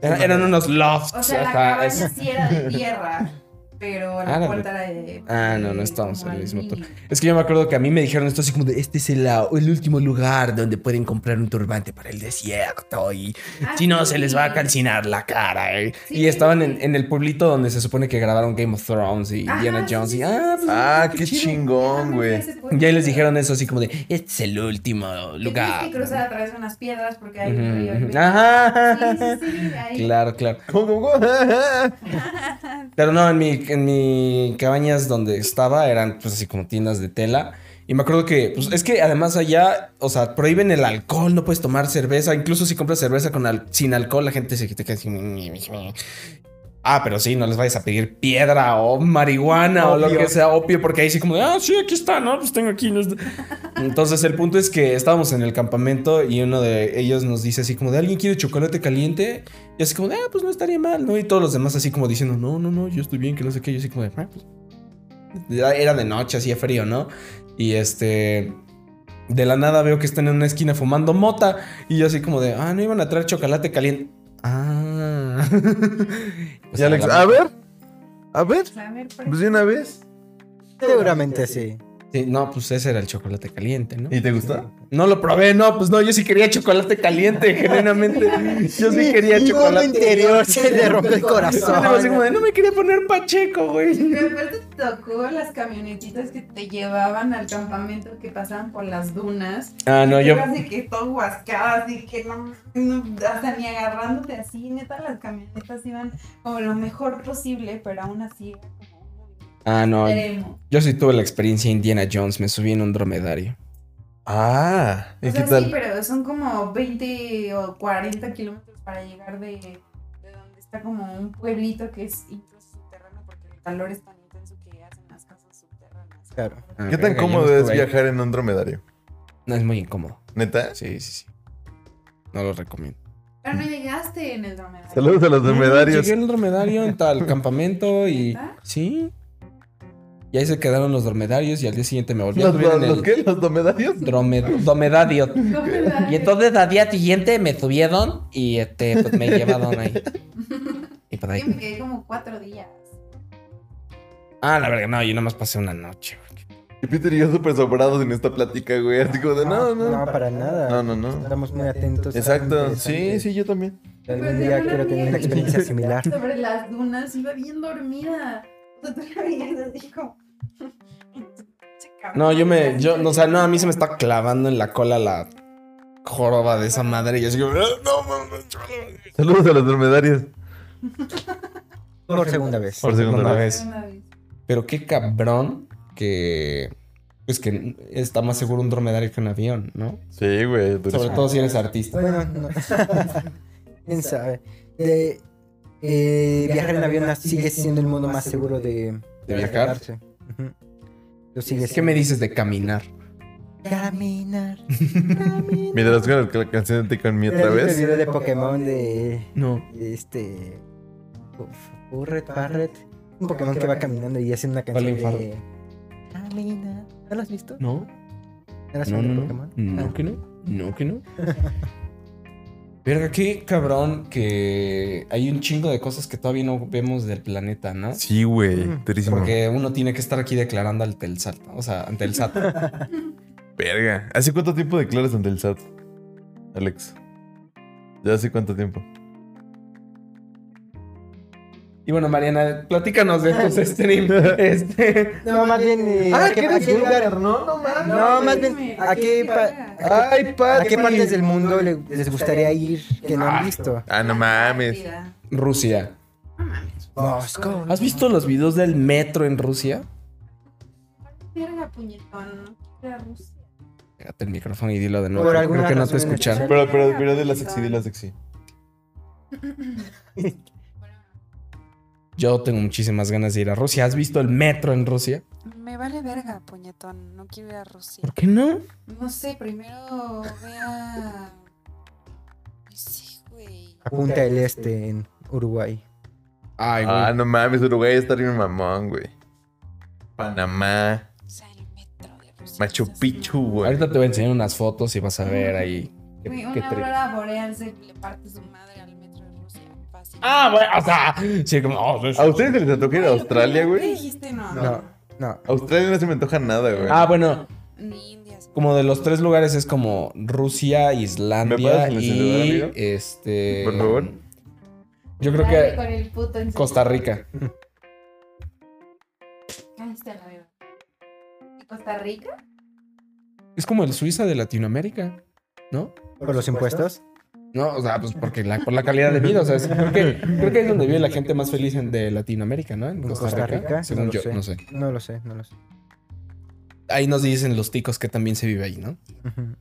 [SPEAKER 1] Era- eran unos lofts.
[SPEAKER 3] O sea, la
[SPEAKER 1] ajá,
[SPEAKER 3] cabaña
[SPEAKER 1] es-
[SPEAKER 3] sí era de tierra. Pero
[SPEAKER 1] Ah,
[SPEAKER 3] la
[SPEAKER 1] la-
[SPEAKER 3] puerta era de.
[SPEAKER 1] Ah, no, no
[SPEAKER 3] de-
[SPEAKER 1] estábamos en
[SPEAKER 3] como
[SPEAKER 1] el mismo tour.
[SPEAKER 3] almíbar.
[SPEAKER 1] Es que yo me acuerdo que a mí me dijeron esto así como de, este es el, la- el último lugar donde pueden comprar un turbante para el desierto y
[SPEAKER 3] Ah,
[SPEAKER 1] si no
[SPEAKER 3] sí.
[SPEAKER 1] se les va a calcinar la cara. ¿eh?".
[SPEAKER 3] Sí.
[SPEAKER 1] Y estaban en, en el pueblito donde se supone que grabaron Game of Thrones y
[SPEAKER 3] Ajá,
[SPEAKER 1] Indiana
[SPEAKER 3] sí,
[SPEAKER 1] Jones
[SPEAKER 3] sí,
[SPEAKER 1] y,
[SPEAKER 3] sí,
[SPEAKER 1] ah, pues,
[SPEAKER 4] Ah, qué
[SPEAKER 1] chido".
[SPEAKER 4] chingón, güey.
[SPEAKER 1] Y ahí les dijeron eso así como de, este es el último
[SPEAKER 3] Que tienes
[SPEAKER 1] lugar.
[SPEAKER 3] que cruzar a través de unas piedras porque hay un río.
[SPEAKER 1] Ujú,
[SPEAKER 3] y-
[SPEAKER 1] ujú. Ajá.
[SPEAKER 3] Sí, sí, sí, ahí.
[SPEAKER 1] Claro, claro.
[SPEAKER 4] ¿Cómo, cómo, cómo?
[SPEAKER 1] Pero no, en mi, en en mi cabañas donde estaba eran pues así como tiendas de tela. Y me acuerdo que, pues es que además allá, o sea, prohíben el alcohol, no puedes tomar cerveza. Incluso si compras cerveza con al- sin alcohol, la gente se quita así. "Mm, Ah, pero sí, no les vayas a pedir piedra o marihuana o lo
[SPEAKER 2] Opio.
[SPEAKER 1] que sea, opio, porque ahí sí como, de, ah, sí, aquí está, ¿no? Pues tengo aquí. no está". Entonces el punto es que estábamos en el campamento y uno de ellos nos dice así como, de alguien quiere chocolate caliente. Y así como, de, ah, pues no estaría mal, ¿no? Y todos los demás así como diciendo, no, no, no, yo estoy bien, que no sé qué. Yo así como, de, "Ah, pues". Ya era de noche, hacía frío, ¿no? Y este... De la nada veo que están en una esquina fumando mota. Y yo así como de, ah, no iban a traer chocolate caliente. Ah.
[SPEAKER 4] Y Alex, a ver, a ver,
[SPEAKER 6] A ver, por
[SPEAKER 4] pues de una vez.
[SPEAKER 2] Seguramente sí.
[SPEAKER 1] Sí, no, pues ese era el chocolate caliente, ¿no?
[SPEAKER 4] ¿Y te gustó?
[SPEAKER 1] No lo probé, no, pues no, yo sí quería chocolate caliente, genuinamente. Yo sí quería
[SPEAKER 2] Mi mundo
[SPEAKER 1] chocolate.
[SPEAKER 2] interior se le rompe el
[SPEAKER 1] Yo estaba así como
[SPEAKER 2] corazón.
[SPEAKER 1] de, no me quería poner pacheco, güey.
[SPEAKER 6] Pero aparte te tocó las camionetitas que te llevaban al campamento que pasaban por las dunas.
[SPEAKER 1] Ah, no,
[SPEAKER 6] Y
[SPEAKER 1] yo.
[SPEAKER 6] tú Así que todo huascadas y que no, no, hasta ni agarrándote así, neta, las camionetas iban como lo mejor posible, pero aún así.
[SPEAKER 1] Ah, no.
[SPEAKER 6] extremo.
[SPEAKER 1] Yo sí tuve la experiencia Indiana Jones, me subí en un dromedario.
[SPEAKER 4] Ah, ¿y
[SPEAKER 6] O
[SPEAKER 4] qué
[SPEAKER 6] sea, sí,
[SPEAKER 4] tal?
[SPEAKER 6] pero son como 20 o 40 kilómetros para llegar de, de donde está como un pueblito que es incluso subterráneo porque el calor es tan intenso que hacen las casas subterráneas.
[SPEAKER 2] Claro.
[SPEAKER 1] Ah,
[SPEAKER 4] ¿Qué tan
[SPEAKER 1] verga, yo no
[SPEAKER 4] cómodo es
[SPEAKER 1] estuve ahí.
[SPEAKER 4] viajar en un dromedario?
[SPEAKER 1] No, es muy incómodo.
[SPEAKER 4] ¿Neta?
[SPEAKER 1] Sí, sí, sí. No lo recomiendo.
[SPEAKER 6] Pero no llegaste en el dromedario.
[SPEAKER 4] Saludos a los dromedarios.
[SPEAKER 1] Llegué en el dromedario en tal campamento y.
[SPEAKER 6] ¿Neta?
[SPEAKER 1] Sí. Y ahí se quedaron los dromedarios y al día siguiente me volví a
[SPEAKER 4] ¿Los,
[SPEAKER 1] subir
[SPEAKER 4] los,
[SPEAKER 1] en el.
[SPEAKER 4] los qué? ¿Los dromedarios?
[SPEAKER 1] dromed- dromedario.
[SPEAKER 6] Dromedario.
[SPEAKER 1] Y entonces al día siguiente me subieron y este, pues me llevaron ahí. Y por
[SPEAKER 6] Yo me
[SPEAKER 1] ahí.
[SPEAKER 6] quedé como cuatro días.
[SPEAKER 1] Ah, la verga, no, yo nomás pasé una noche. güey.
[SPEAKER 4] Y Peter y yo súper sobrados en esta plática, güey. Así como de, no,
[SPEAKER 2] No,
[SPEAKER 4] no.
[SPEAKER 2] para nada.
[SPEAKER 4] No, no, no.
[SPEAKER 2] Estamos muy atentos.
[SPEAKER 4] Exacto.
[SPEAKER 2] Estamos
[SPEAKER 4] Sí,
[SPEAKER 2] interesantes.
[SPEAKER 4] sí, yo también.
[SPEAKER 2] Algún día quiero tener una experiencia similar.
[SPEAKER 6] Sobre las dunas iba bien dormida. O sea, tú la veías así como.
[SPEAKER 1] No, yo me, yo, no, o sea, no, a mí se me está clavando en la cola la joroba de esa madre. Y yo así como, "Ah, no, mames, chaval".
[SPEAKER 4] Saludos a los dromedarios.
[SPEAKER 2] Por segunda vez.
[SPEAKER 4] Por segunda
[SPEAKER 1] Una
[SPEAKER 4] vez.
[SPEAKER 1] vez.
[SPEAKER 6] Una vez.
[SPEAKER 1] Pero qué cabrón que. Pues que está más seguro un dromedario que un avión, ¿no?
[SPEAKER 4] Pues Sí, güey.
[SPEAKER 1] Sobre
[SPEAKER 4] durísimo.
[SPEAKER 1] todo si eres artista.
[SPEAKER 2] Bueno, no. ¿Quién sabe? De, eh, viajar en avión sigue siendo el mundo más seguro de,
[SPEAKER 1] ¿De viajar?
[SPEAKER 2] Sí. Ujú. Lo sigue
[SPEAKER 1] ¿Qué me
[SPEAKER 2] siendo.
[SPEAKER 1] dices de caminar?
[SPEAKER 2] Caminar.
[SPEAKER 4] Mientras con la canción de Take On Me otra
[SPEAKER 2] ¿Ya viste El
[SPEAKER 4] vez.
[SPEAKER 2] video de Pokémon de
[SPEAKER 1] No.
[SPEAKER 2] este Uf- Burret, Barret, un Pokémon que va caminando y hace una canción
[SPEAKER 1] Colin Farrell.
[SPEAKER 2] de Camina. ¿No lo has visto?
[SPEAKER 1] No.
[SPEAKER 2] ¿No has
[SPEAKER 1] No,
[SPEAKER 2] visto
[SPEAKER 1] no, no.
[SPEAKER 2] Pokémon? Ah.
[SPEAKER 1] No que no. No que no. Verga, qué cabrón que hay un chingo de cosas que todavía no vemos del planeta, ¿no?
[SPEAKER 4] Sí, güey.
[SPEAKER 2] Mm.
[SPEAKER 4] Durísimo.
[SPEAKER 1] Porque uno tiene que estar aquí declarando ante el SAT, o sea, ante el SAT.
[SPEAKER 4] Verga. ¿Hace cuánto tiempo declaras ante el SAT, Alex? ¿Ya hace cuánto tiempo?
[SPEAKER 1] Y bueno, Mariana, platícanos de tus stream. Este,
[SPEAKER 2] no. más bien. eh, ¿a qué- a qué lugar?
[SPEAKER 4] ¿no? No mames.
[SPEAKER 2] No, más bien.
[SPEAKER 6] dime,
[SPEAKER 2] ¿A qué, pa-
[SPEAKER 4] Ay,
[SPEAKER 2] a
[SPEAKER 4] padre.
[SPEAKER 2] qué partes del mundo le- les gustaría ir que no han visto?
[SPEAKER 4] Ah, no mames.
[SPEAKER 6] Rápida.
[SPEAKER 1] Rusia.
[SPEAKER 6] No mames.
[SPEAKER 2] Moscú.
[SPEAKER 1] ¿Has visto los videos del metro en Rusia?
[SPEAKER 6] Verga, puñetón. No quiero ir a Rusia.
[SPEAKER 1] Pégate el micrófono y dilo de nuevo.
[SPEAKER 2] Por
[SPEAKER 1] Creo
[SPEAKER 2] alguna
[SPEAKER 1] que no te
[SPEAKER 2] razón en
[SPEAKER 1] escucharon.
[SPEAKER 4] Pero, pero, pero de la sexy, de la sexy.
[SPEAKER 1] Yo tengo muchísimas ganas de ir a Rusia. ¿Has visto el metro en Rusia?
[SPEAKER 3] Me vale verga, puñetón. No quiero ir a Rusia.
[SPEAKER 1] ¿Por qué no?
[SPEAKER 3] No sé, primero vea. No sé, Pues güey.
[SPEAKER 2] A Punta del Este en Uruguay.
[SPEAKER 1] Ay, güey.
[SPEAKER 4] Ah, no mames. Uruguay está bien mamón, güey. Panamá.
[SPEAKER 3] O sea, el metro de Rusia.
[SPEAKER 4] Machu
[SPEAKER 3] está
[SPEAKER 4] Picchu, güey.
[SPEAKER 1] Ahorita te voy a enseñar unas fotos y vas a ver ahí. qué-
[SPEAKER 6] Güey,
[SPEAKER 1] qué
[SPEAKER 6] Una
[SPEAKER 1] tri-
[SPEAKER 6] aurora boreal se le parte su madre al metro de Rusia. Fácil.
[SPEAKER 1] Ah, bueno, o sea, sí, como, oh, sí, sí.
[SPEAKER 4] ¿A ustedes les tocó ir a
[SPEAKER 6] Güey, lo
[SPEAKER 4] Australia,
[SPEAKER 6] primero que
[SPEAKER 4] güey?
[SPEAKER 6] dijiste no.
[SPEAKER 2] No, no.
[SPEAKER 4] Australia no se me antoja nada, güey.
[SPEAKER 1] Ah, bueno,
[SPEAKER 3] Ni India. sí.
[SPEAKER 1] como de los tres lugares es como Rusia,
[SPEAKER 4] ¿Me
[SPEAKER 1] Islandia
[SPEAKER 4] pasas el
[SPEAKER 1] y
[SPEAKER 4] celular, amigo?
[SPEAKER 1] este.
[SPEAKER 4] Por favor.
[SPEAKER 1] Yo creo
[SPEAKER 6] Dale
[SPEAKER 1] que
[SPEAKER 6] con el puto en su-
[SPEAKER 1] Costa Rica.
[SPEAKER 6] Ahí está la verga. Ah, este ¿Y Costa Rica?
[SPEAKER 1] Es como el Suiza de Latinoamérica, ¿no?
[SPEAKER 2] ¿Por los impuestos?
[SPEAKER 1] No, o sea, pues porque la, por la calidad de vida, o sea, es- creo, que, creo que es donde vive la gente más feliz en- de Latinoamérica, ¿no? En Costa,
[SPEAKER 2] Costa
[SPEAKER 1] Rica,
[SPEAKER 2] Rica?
[SPEAKER 1] según
[SPEAKER 2] No lo
[SPEAKER 1] yo,
[SPEAKER 2] sé.
[SPEAKER 1] no sé.
[SPEAKER 2] No lo sé, no lo sé.
[SPEAKER 1] Ahí nos dicen los ticos que también se vive ahí, ¿no?
[SPEAKER 2] Ujú.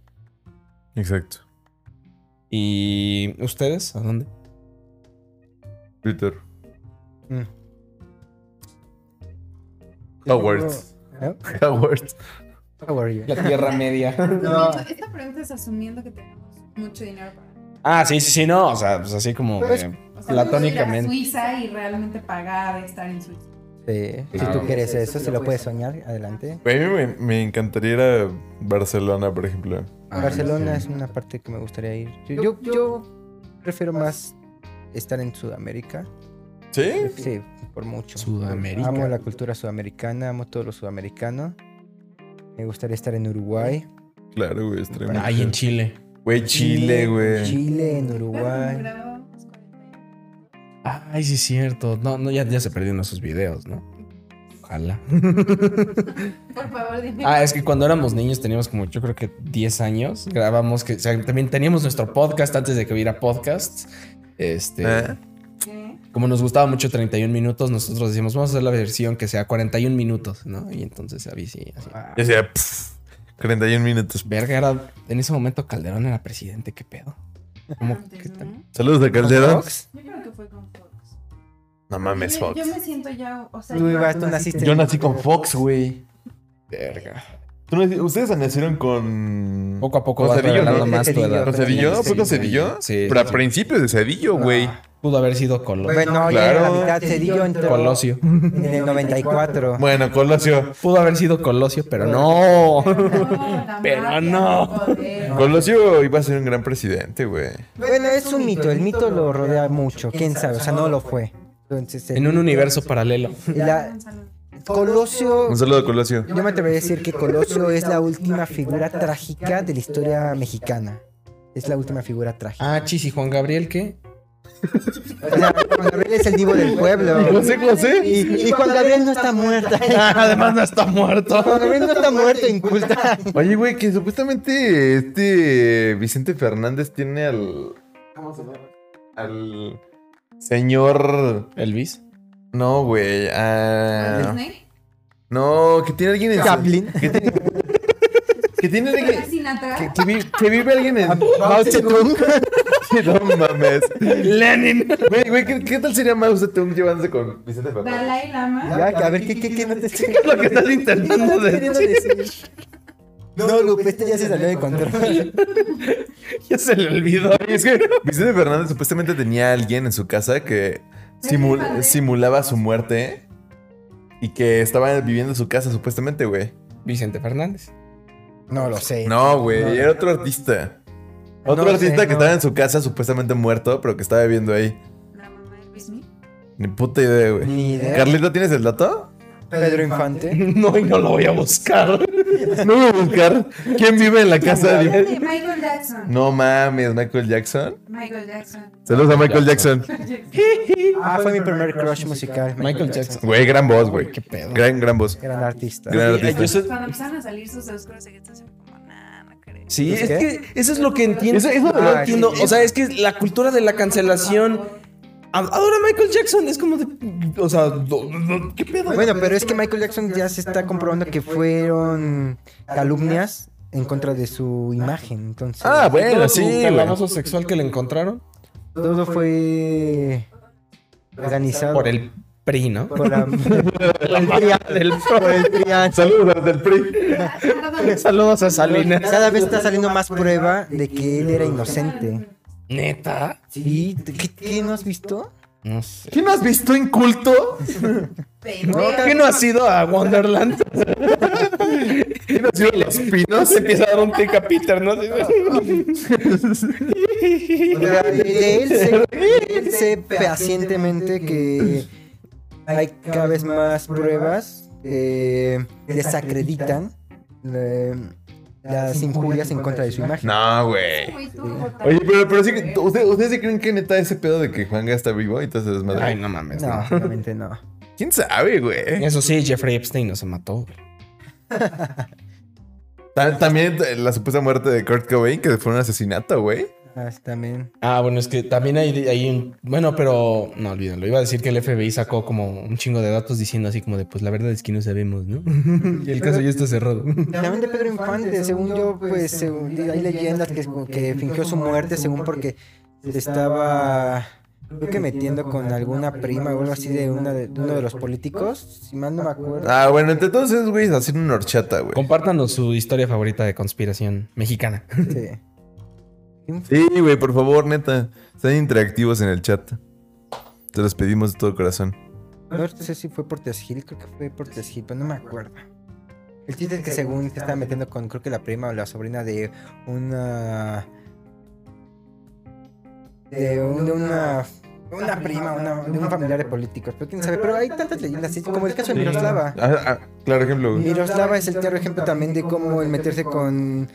[SPEAKER 4] Exacto.
[SPEAKER 1] ¿Y ustedes? ¿A dónde?
[SPEAKER 4] Twitter.
[SPEAKER 2] Mm.
[SPEAKER 4] Howards.
[SPEAKER 2] ¿Eh?
[SPEAKER 4] Howards.
[SPEAKER 2] How are you?
[SPEAKER 1] La Tierra Media.
[SPEAKER 6] Esta pregunta es asumiendo que tenemos mucho dinero para.
[SPEAKER 1] Ah, sí, sí, sí, no. O sea, pues así como.
[SPEAKER 2] Pues-
[SPEAKER 1] eh,
[SPEAKER 6] O sea, podemos ir a
[SPEAKER 1] Platónicamente.
[SPEAKER 6] Suiza y realmente pagar estar en Suiza.
[SPEAKER 2] Sí, Si
[SPEAKER 4] Ah,
[SPEAKER 1] Claro.
[SPEAKER 2] tú quieres eso, si lo puedes soñar, adelante.
[SPEAKER 4] A mí me, me encantaría ir a Barcelona, por ejemplo.
[SPEAKER 1] ah,
[SPEAKER 2] Barcelona es una parte que me gustaría ir. Yo, yo, yo prefiero más estar en Sudamérica.
[SPEAKER 4] ¿Sí?
[SPEAKER 2] Sí, por mucho.
[SPEAKER 1] Sudamérica.
[SPEAKER 2] Amo la cultura sudamericana, amo todo lo sudamericano. Me gustaría estar en Uruguay.
[SPEAKER 4] Claro, güey. estaría muy
[SPEAKER 1] Ahí en
[SPEAKER 4] chido.
[SPEAKER 1] Chile.
[SPEAKER 4] Güey, Chile, güey.
[SPEAKER 2] Chile, en
[SPEAKER 6] Bueno,
[SPEAKER 2] Uruguay.
[SPEAKER 6] grabamos 40.
[SPEAKER 1] Ay, sí, es cierto. No, no, ya, ya se perdieron esos videos, ¿no? Ojalá.
[SPEAKER 6] Por favor, dime.
[SPEAKER 1] Ah, es que cuando éramos niños teníamos como yo creo que 10 años. Grabamos que o sea, también teníamos nuestro podcast antes de que hubiera podcast. Este,
[SPEAKER 4] ¿Eh?
[SPEAKER 6] ¿Qué?
[SPEAKER 1] como nos gustaba mucho 31 minutos, nosotros decíamos, vamos a hacer la versión que sea 41 minutos, ¿no? Y entonces ahí sí, así.
[SPEAKER 4] Ya sea, pff, 41 minutos.
[SPEAKER 1] Verga, era en ese momento Calderón era presidente, qué pedo. ¿Cómo que
[SPEAKER 6] Antes,
[SPEAKER 1] tan-
[SPEAKER 6] ¿no?
[SPEAKER 4] Saludos de Calderón.
[SPEAKER 6] Yo creo que fue con Fox.
[SPEAKER 4] No mames,
[SPEAKER 6] yo,
[SPEAKER 4] Fox.
[SPEAKER 6] yo me siento ya, o sea,
[SPEAKER 2] Tú
[SPEAKER 6] yo-
[SPEAKER 2] ibas, tú naciste.
[SPEAKER 4] Yo nací con Fox, güey.
[SPEAKER 1] Verga.
[SPEAKER 4] Tú nací- Ustedes nacieron con.
[SPEAKER 1] Poco a poco vas
[SPEAKER 4] Cedillo,
[SPEAKER 1] revelando
[SPEAKER 4] ¿no?
[SPEAKER 1] más tu
[SPEAKER 2] Cedillo.
[SPEAKER 1] edad.
[SPEAKER 4] ¿Con Cedillo?
[SPEAKER 1] Sí,
[SPEAKER 4] ¿Fue con
[SPEAKER 1] sí,
[SPEAKER 4] Cedillo?
[SPEAKER 1] Sí.
[SPEAKER 4] Eh, Pero a
[SPEAKER 1] sí.
[SPEAKER 4] principios de Cedillo, güey.
[SPEAKER 1] Pudo haber sido Colosio.
[SPEAKER 2] Bueno, no, ya era la
[SPEAKER 4] Claro.
[SPEAKER 2] mitad. Cedillo entró
[SPEAKER 1] Colosio.
[SPEAKER 2] en el 94.
[SPEAKER 4] Bueno, Colosio.
[SPEAKER 1] Pudo haber sido Colosio, pero no.
[SPEAKER 6] No,
[SPEAKER 1] Pero
[SPEAKER 6] la
[SPEAKER 1] no.
[SPEAKER 6] mafia, el poder.
[SPEAKER 4] Colosio iba a ser un gran presidente, güey.
[SPEAKER 2] Bueno, es un mito. El mito lo rodea mucho. ¿Quién sabe? O sea, no lo fue. Entonces, el
[SPEAKER 1] En un
[SPEAKER 2] mito-
[SPEAKER 1] universo paralelo.
[SPEAKER 2] y la- Colosio
[SPEAKER 4] Un saludo a Colosio.
[SPEAKER 2] Yo me atrevería a decir que Colosio es la última figura trágica de la historia mexicana. Es la última figura trágica.
[SPEAKER 1] Ah, chis, ¿y Juan Gabriel qué?
[SPEAKER 2] O sea, Juan Gabriel es el divo del pueblo.
[SPEAKER 4] José José.
[SPEAKER 2] Y, y Juan Gabriel no está muerta.
[SPEAKER 1] Además no está muerto.
[SPEAKER 2] Juan Gabriel no está muerto, inculta.
[SPEAKER 4] Oye, güey, que supuestamente este Vicente Fernández tiene al. ¿Cómo se llama? Al. Señor.
[SPEAKER 1] Elvis.
[SPEAKER 4] No, güey. a-
[SPEAKER 6] Disney.
[SPEAKER 4] No, que tiene alguien en.
[SPEAKER 2] Chaplin.
[SPEAKER 4] Que tiene, que tiene alguien.
[SPEAKER 6] Sinatra.
[SPEAKER 4] Que, que vi- que vive alguien en.
[SPEAKER 2] Mao Zedong.
[SPEAKER 4] No mames.
[SPEAKER 1] Lenin.
[SPEAKER 4] Güey, güey, ¿qué, qué tal sería Mao Zedong llevándose con Vicente Fernández?
[SPEAKER 6] Dalai Lama.
[SPEAKER 2] Ya, que a ver, ¿qué, qué, qué no te estoy
[SPEAKER 1] Lo que estás intentando
[SPEAKER 2] queriendo
[SPEAKER 1] decir.
[SPEAKER 2] decir? No, Lupe, esto ya se salió de control.
[SPEAKER 1] Ya se le olvidó.
[SPEAKER 4] Oye, es que Vicente Fernández supuestamente tenía a alguien en su casa que simu- simulaba su muerte y que estaba viviendo en su casa, supuestamente, güey.
[SPEAKER 1] Vicente Fernández.
[SPEAKER 2] No lo sé.
[SPEAKER 4] No, güey, era otro artista. Otro
[SPEAKER 2] No lo sé,
[SPEAKER 4] artista que
[SPEAKER 2] no.
[SPEAKER 4] estaba en su casa, supuestamente muerto, pero que estaba viviendo ahí.
[SPEAKER 6] La mamá de Luis Miguel.
[SPEAKER 4] Ni puta idea, güey.
[SPEAKER 1] eh,
[SPEAKER 2] Ni idea.
[SPEAKER 4] Carlito, ¿tienes el dato?
[SPEAKER 2] Pedro Infante.
[SPEAKER 1] No, y no lo voy a buscar.
[SPEAKER 4] No voy a buscar. ¿Quién vive en la casa de.?
[SPEAKER 6] De Michael Jackson.
[SPEAKER 4] No mames, Michael Jackson.
[SPEAKER 6] Michael Jackson.
[SPEAKER 4] Saludos a Michael Jackson.
[SPEAKER 2] Ah, fue mi primer crush musical.
[SPEAKER 1] Michael Jackson.
[SPEAKER 4] Güey, gran voz, güey.
[SPEAKER 1] Qué pedo.
[SPEAKER 4] Gran, gran voz.
[SPEAKER 2] Gran artista.
[SPEAKER 4] Gran artista.
[SPEAKER 1] Yo sé-
[SPEAKER 6] Cuando empezaron a salir sus oscuros secretos, yo como, nah, no creo.
[SPEAKER 1] Sí, es
[SPEAKER 2] ¿Qué?
[SPEAKER 1] que eso es lo que entiendo. Ah,
[SPEAKER 4] Eso- eso de
[SPEAKER 1] No
[SPEAKER 4] verdad.
[SPEAKER 1] entiendo. O sea, es que la cultura de la cancelación. a- Ahora Michael Jackson es como de. O sea, do- do- ¿qué pedo?
[SPEAKER 2] Bueno, pero es que Michael Jackson ya se está comprobando que fueron calumnias en contra de su imagen, entonces.
[SPEAKER 4] Ah,
[SPEAKER 1] Todo
[SPEAKER 4] bueno,
[SPEAKER 1] su
[SPEAKER 4] sí, güey.
[SPEAKER 1] calabozo sexual que le encontraron
[SPEAKER 2] Todo fue organizado
[SPEAKER 1] por el PRI, ¿no?
[SPEAKER 2] por la-
[SPEAKER 1] el PRI del
[SPEAKER 2] por el triángulo.
[SPEAKER 4] Saludos a los del PRI.
[SPEAKER 1] Saludos a Salinas.
[SPEAKER 2] Cada vez está saliendo más prueba de que él era inocente.
[SPEAKER 1] Neta.
[SPEAKER 2] Sí, ¿qué, qué no has visto?
[SPEAKER 1] No sé.
[SPEAKER 4] ¿Quién has visto inculto?
[SPEAKER 1] ¿Quién no ha sido a Wonderland?
[SPEAKER 4] ¿Quién has sido los
[SPEAKER 1] No
[SPEAKER 4] pinos?
[SPEAKER 1] se empieza a dar un tic a Peter, ¿no?
[SPEAKER 2] O sea, de él sé, de él sé fehacientemente que hay cada vez más pruebas que desacreditan eh, las injurias en contra de su imagen.
[SPEAKER 4] No, güey. Oye, pero, pero sí que. ¿ustedes, ¿Ustedes sí creen que neta ese pedo de que Juanga está vivo y entonces desmadre?
[SPEAKER 1] Ay, no mames.
[SPEAKER 2] No,
[SPEAKER 1] No.
[SPEAKER 2] obviamente no.
[SPEAKER 4] ¿Quién sabe, güey?
[SPEAKER 1] Eso sí, Jeffrey Epstein no se mató. güey.
[SPEAKER 4] Ta- También eh, la supuesta muerte de Kurt Cobain, que fue un asesinato, güey.
[SPEAKER 2] Ah, sí, también.
[SPEAKER 1] Ah, bueno, es que también hay, hay un... Bueno, pero no olvídenlo. Iba a decir que el FBI sacó como un chingo de datos diciendo así como de, pues la verdad es que no sabemos, ¿no? y el caso ya está cerrado.
[SPEAKER 2] También de Pedro Infante, según yo, pues según- hay leyendas que, que fingió su muerte, según porque se estaba, creo que metiendo con alguna prima o algo así de, una de, de uno de los políticos, si mal no me acuerdo.
[SPEAKER 4] Ah, bueno, entre todos esos güeyes haciendo una horchata, güey.
[SPEAKER 1] Compártanos su historia favorita de conspiración mexicana.
[SPEAKER 2] Sí.
[SPEAKER 4] Sí, güey, por favor, neta. Sean interactivos en el chat. Te los pedimos de todo corazón.
[SPEAKER 2] No sé si fue por Hill, creo que fue por Hill, pero no me acuerdo. El chiste es que según se estaba metiendo con, creo que la prima o la sobrina de una... De, un- de una... Una prima, una, de un familiar de políticos, pero quién sabe, pero hay tantas leyendas, así como el caso de
[SPEAKER 4] Sí.
[SPEAKER 2] Miroslava.
[SPEAKER 4] Ah, ah, claro ejemplo, güey.
[SPEAKER 2] Miroslava es el claro ejemplo también de cómo el meterse con,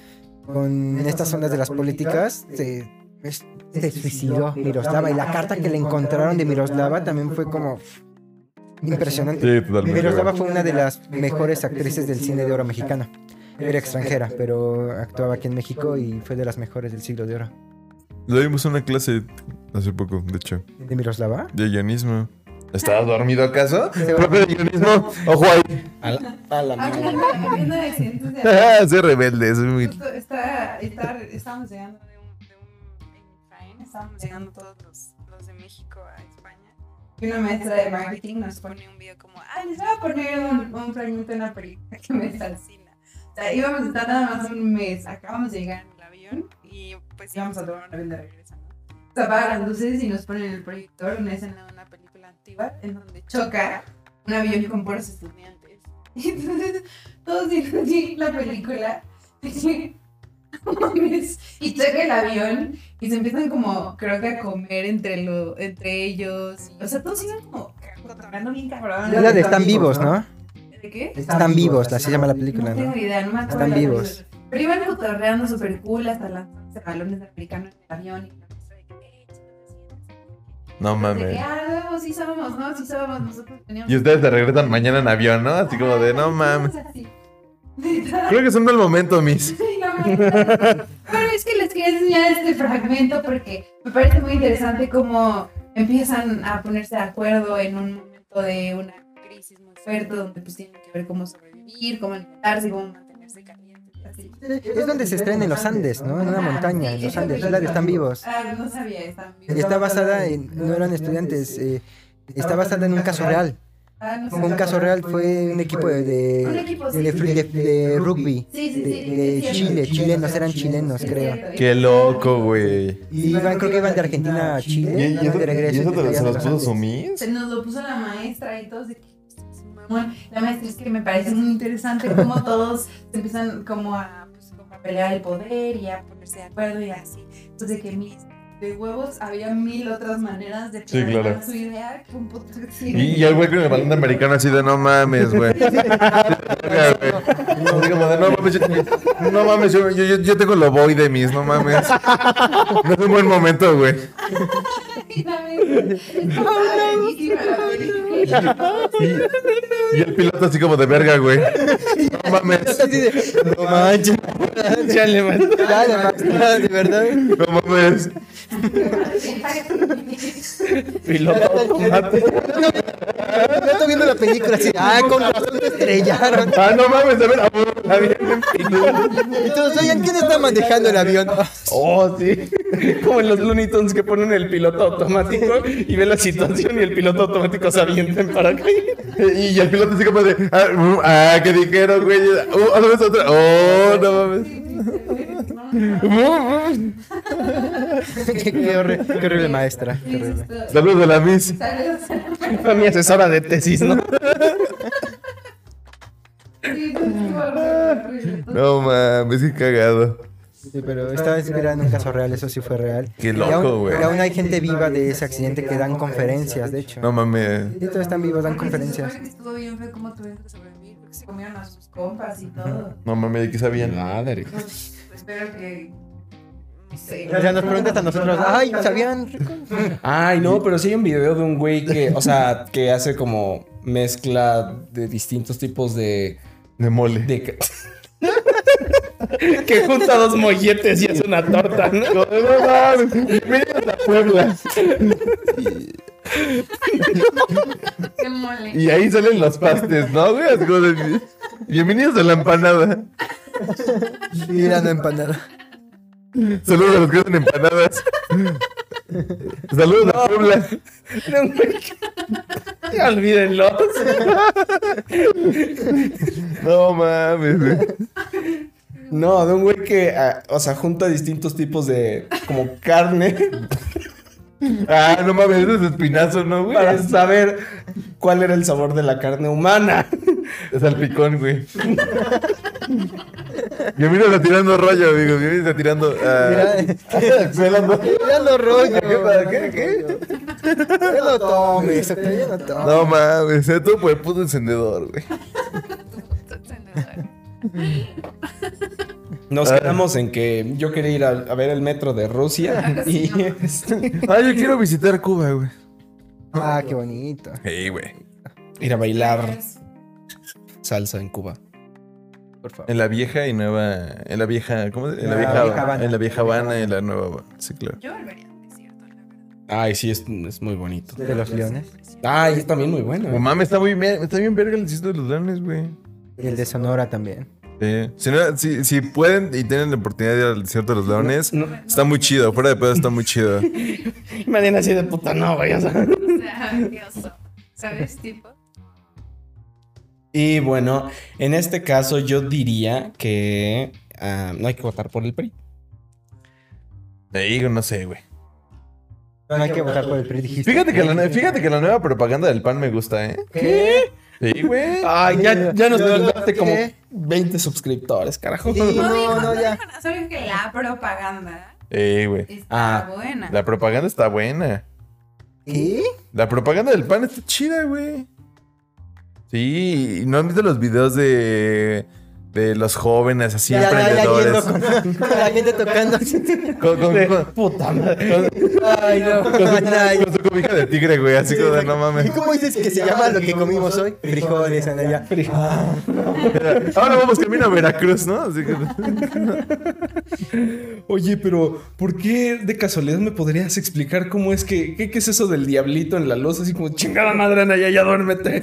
[SPEAKER 2] con estas ondas de las políticas se, es- se suicidó Miroslava. Y la carta que le encontraron de Miroslava también fue como impresionante.
[SPEAKER 4] Sí, totalmente.
[SPEAKER 2] Miroslava
[SPEAKER 4] güey.
[SPEAKER 2] fue una de las mejores actrices del cine de oro mexicano. Era extranjera, pero actuaba aquí en México y fue de las mejores del siglo de oro.
[SPEAKER 4] Le dimos una clase hace poco, de hecho,
[SPEAKER 2] ¿De Miroslava?
[SPEAKER 4] de guionismo. ¿Estabas dormido acaso? Profe de guionismo, ojo ahí.
[SPEAKER 3] Hablando de cientos de
[SPEAKER 4] soy rebelde, soy muy...
[SPEAKER 3] Justo está, está- estábamos llegando de un, de un en tren, estábamos llegando todos los, los de México a España. Y una maestra de marketing nos pone un video como, ah, les voy a poner un, un fragmento de una película que me fascina. O sea, íbamos a estar nada más un mes, acabamos de llegar en el avión y pues íbamos a tomar un avión de regreso, ¿no? Se apagan las luces y nos ponen el proyector, una escena de una película antigua en donde choca un avión con puros estudiantes. Y entonces todos dicen la película Mames. y choca el avión y se empiezan como, creo que a comer entre, lo, entre ellos. O sea, todos iban como cotorreando bien cabrón.
[SPEAKER 2] La de Están Vivos, ¿no?
[SPEAKER 3] ¿De qué?
[SPEAKER 2] Están Vivos, así se llama la película,
[SPEAKER 3] No
[SPEAKER 2] ¿no?
[SPEAKER 3] tengo idea, no me acuerdo.
[SPEAKER 2] Están
[SPEAKER 3] la película.
[SPEAKER 2] vivos.
[SPEAKER 3] Pero iban cotorreando súper cool hasta lanzarse balones de americano en el avión. Y la maestra de que, "Ey, chicos, así,
[SPEAKER 4] No
[SPEAKER 3] así". De que,
[SPEAKER 4] mames.
[SPEAKER 3] ah, huevo, sí sabemos, ¿no? Sí sabemos, nosotros teníamos...
[SPEAKER 4] Y ustedes te regresan mañana en avión, ¿no? Así como de, no mames. Creo que es un mal momento, Miss.
[SPEAKER 3] Bueno, es que les quería enseñar este fragmento porque me parece muy interesante cómo empiezan a ponerse de acuerdo en un momento de una crisis muy fuerte donde pues tienen que ver cómo sobrevivir, cómo alimentarse, cómo mantenerse calientes y así.
[SPEAKER 2] Es donde se estrena en los Andes, ¿no? En una montaña, en los Andes. Es la de Están Vivos.
[SPEAKER 3] Ah, no sabía, están vivos.
[SPEAKER 2] Y está basada en. No eran estudiantes. eh, está basada en un caso real.
[SPEAKER 3] Ah, no
[SPEAKER 2] Un
[SPEAKER 3] sabía.
[SPEAKER 2] caso real fue un equipo de.
[SPEAKER 3] Un
[SPEAKER 2] de,
[SPEAKER 3] equipo, sí.
[SPEAKER 2] de, fri- de- de rugby.
[SPEAKER 3] Sí, sí, sí,
[SPEAKER 2] De,
[SPEAKER 3] sí,
[SPEAKER 2] de
[SPEAKER 3] sí, sí,
[SPEAKER 2] Chile,
[SPEAKER 3] sí,
[SPEAKER 2] chilenos, eran chilenos,
[SPEAKER 3] sí,
[SPEAKER 2] creo.
[SPEAKER 3] cierto.
[SPEAKER 4] Qué loco, güey.
[SPEAKER 2] Y iban, creo que iban de Argentina a Chile.
[SPEAKER 4] ¿Y, y
[SPEAKER 2] iban
[SPEAKER 4] eso,
[SPEAKER 2] de regreso.
[SPEAKER 4] y eso te lo, se
[SPEAKER 2] llegaron a
[SPEAKER 4] los
[SPEAKER 2] los
[SPEAKER 4] puso su
[SPEAKER 2] Andes.
[SPEAKER 4] Miss?
[SPEAKER 3] Se nos lo puso la maestra y todos de que "Es un mamón". La maestra es que me parece muy interesante cómo todos se empiezan como a, pues, como a pelear el poder y a ponerse de acuerdo y así. Entonces de que mis de huevos había mil otras maneras de
[SPEAKER 4] Sí, claro.
[SPEAKER 3] plasmar su idea que un puto
[SPEAKER 4] Y, y el güey con el balón de americano así de, no mames, güey. Así como de, No mames, yo, no mames, yo, yo, yo- yo tengo lo voy de Miss, no mames. No es un buen momento, güey.
[SPEAKER 3] Y la maestra, estaba buenísima la película.
[SPEAKER 4] Y el piloto así como de verga, güey. No mames.
[SPEAKER 2] No manches. Chale, man. Dale, man, de verdad.
[SPEAKER 4] No mames.
[SPEAKER 2] Yo estoy viendo la película así. Ah, con razón se estrellaron.
[SPEAKER 4] Ah, no mames, a ver, a ver, a ver.
[SPEAKER 2] Entonces, oigan, ¿quién está manejando el avión?
[SPEAKER 1] Oh, sí. Como en los Looney Tunes que ponen el piloto automático y ve la situación y el piloto automático se avienta en paracaídas.
[SPEAKER 4] Y y el piloto así como de, ah, mm, ah ¿qué dijeron, güey? Uh, otra vez, otra. Oh, no mames. Mm, mm.
[SPEAKER 2] qué, qué horrible, qué horrible maestra. qué
[SPEAKER 3] Sí,
[SPEAKER 2] horrible.
[SPEAKER 3] justo.
[SPEAKER 4] Saludos de la Miss.
[SPEAKER 3] Saludos a la
[SPEAKER 1] Fue mi asesora de tesis, ¿no?
[SPEAKER 3] maestra.
[SPEAKER 4] No mames, qué cagado.
[SPEAKER 2] Sí, pero estaba inspirada en un caso real, eso sí fue real.
[SPEAKER 4] Qué
[SPEAKER 2] Y
[SPEAKER 4] loco,
[SPEAKER 2] aún-
[SPEAKER 4] güey.
[SPEAKER 2] Y aún hay gente viva de ese accidente que dan conferencias, de hecho.
[SPEAKER 4] No mames.
[SPEAKER 2] Y todos están vivos, dan
[SPEAKER 3] Porque
[SPEAKER 2] conferencias.
[SPEAKER 3] Se supone que estuvo bien fue como tuvieron que sobrevivir, porque se comieron a sus compas y todo.
[SPEAKER 4] No mames, ¿de qué sabían?
[SPEAKER 1] Madre.
[SPEAKER 3] Pues, espero que. No sé.
[SPEAKER 2] O sea, nos preguntas a nosotros, ay, ¿sabían?
[SPEAKER 1] Ay, no, pero sí hay un video de un güey que, o sea, que hace como mezcla de distintos tipos de.
[SPEAKER 4] De mole.
[SPEAKER 1] de... Que junta dos molletes y hace una torta, ¿no?
[SPEAKER 4] No no mames, bienvenidos a Puebla. Y,
[SPEAKER 3] Qué mole.
[SPEAKER 4] y ahí salen los pastes, ¿no, güey? Así como de- Bienvenidos a la empanada.
[SPEAKER 2] Tirando empanada.
[SPEAKER 4] Saludos a los que hacen empanadas. Saludos a Puebla.
[SPEAKER 1] No, güey. Ya Olvídenlo.
[SPEAKER 4] No mames, güey.
[SPEAKER 1] No, de un güey que, ah, o sea, junta distintos tipos de, como carne,
[SPEAKER 4] Ah, no mames, ese es espinazo, ¿no, güey?
[SPEAKER 1] para saber cuál era el sabor de la carne humana.
[SPEAKER 4] Es salpicón, güey. Bienvenidos a Tirando Rollo, amigo. Bienvenidos a Tirando... ah, Pelando-
[SPEAKER 2] Tirando rollo.
[SPEAKER 4] ¿Qué? ¿Para qué? ¿Qué?
[SPEAKER 2] Ya no tomes, ok, ya no tomes.
[SPEAKER 4] No mames, eh, todo por el puto encendedor, güey.
[SPEAKER 1] Nos
[SPEAKER 4] Ah.
[SPEAKER 1] quedamos en que yo quería ir a, a ver el metro de Rusia y este,
[SPEAKER 4] Ah, yo quiero visitar Cuba, güey.
[SPEAKER 2] Ah, qué bonito.
[SPEAKER 4] Sí, güey.
[SPEAKER 1] ir a bailar
[SPEAKER 3] Pues,
[SPEAKER 1] salsa en Cuba.
[SPEAKER 2] Por favor.
[SPEAKER 4] En la vieja y nueva. En la vieja. ¿Cómo se En
[SPEAKER 2] La
[SPEAKER 4] la, vieja,
[SPEAKER 2] vieja Habana.
[SPEAKER 4] En la vieja Habana y la nueva Habana. Sí, claro.
[SPEAKER 3] Yo volvería a un desierto, la verdad.
[SPEAKER 1] Ay, sí, es, es muy bonito.
[SPEAKER 2] De los leones. Ah,
[SPEAKER 1] Ay, es también muy
[SPEAKER 4] Oh,
[SPEAKER 1] bueno. ¿eh?
[SPEAKER 4] mames, está muy bien. Está bien verga el sitio de los leones, güey.
[SPEAKER 2] Y el de Sonora también.
[SPEAKER 4] Sí. Si, no- si, si pueden y tienen la oportunidad de ir al desierto de los leones,
[SPEAKER 1] No,
[SPEAKER 4] está muy chido. Fuera de pedo está muy chido.
[SPEAKER 1] me viene así de puta, no, güey. o sea.
[SPEAKER 3] O sea, qué oso. ¿Sabes? Tipo.
[SPEAKER 1] Y bueno, en este caso yo diría que ah, no hay que votar por el PRI.
[SPEAKER 4] Te digo, no sé, güey.
[SPEAKER 2] No hay que votar por el PRI, dijiste.
[SPEAKER 4] Fíjate que, la, nue- fíjate que la nueva propaganda del pan me gusta, ¿eh?
[SPEAKER 2] ¿Qué?
[SPEAKER 4] Sí, güey.
[SPEAKER 1] Ay, ya, ya nos
[SPEAKER 2] Yo- yo-
[SPEAKER 1] mandaste como
[SPEAKER 2] ¿qué?
[SPEAKER 1] 20 suscriptores, carajo.
[SPEAKER 2] Sí, no,
[SPEAKER 3] dijo,
[SPEAKER 2] no, ya.
[SPEAKER 3] dijo nada, Solo que la propaganda
[SPEAKER 4] Sí, güey.
[SPEAKER 3] está
[SPEAKER 1] Ah,
[SPEAKER 3] buena.
[SPEAKER 4] La propaganda está buena.
[SPEAKER 2] ¿Qué?
[SPEAKER 4] La propaganda del pan está chida, güey. Sí, ¿y ¿no han visto los videos de, de los jóvenes así
[SPEAKER 2] Ya, ya, ya
[SPEAKER 4] emprendedores?
[SPEAKER 2] yendo con, con la gente tocando.
[SPEAKER 4] con, con-
[SPEAKER 1] De
[SPEAKER 4] con-
[SPEAKER 1] puta madre.
[SPEAKER 2] Ay, no. Ay,
[SPEAKER 4] con su cobija de tigre, güey, así como de no
[SPEAKER 2] ¿Y
[SPEAKER 4] mames.
[SPEAKER 2] cómo dices que se llama lo que comimos hoy? Frijoles, Anaya.
[SPEAKER 4] Ahora vamos camino a Veracruz, ¿no? Así que-
[SPEAKER 1] Oye, pero ¿por qué de casualidad me podrías explicar cómo es que, qué, qué es eso del diablito en la luz? Así como chingada madre, Ana, ya, ya duérmete.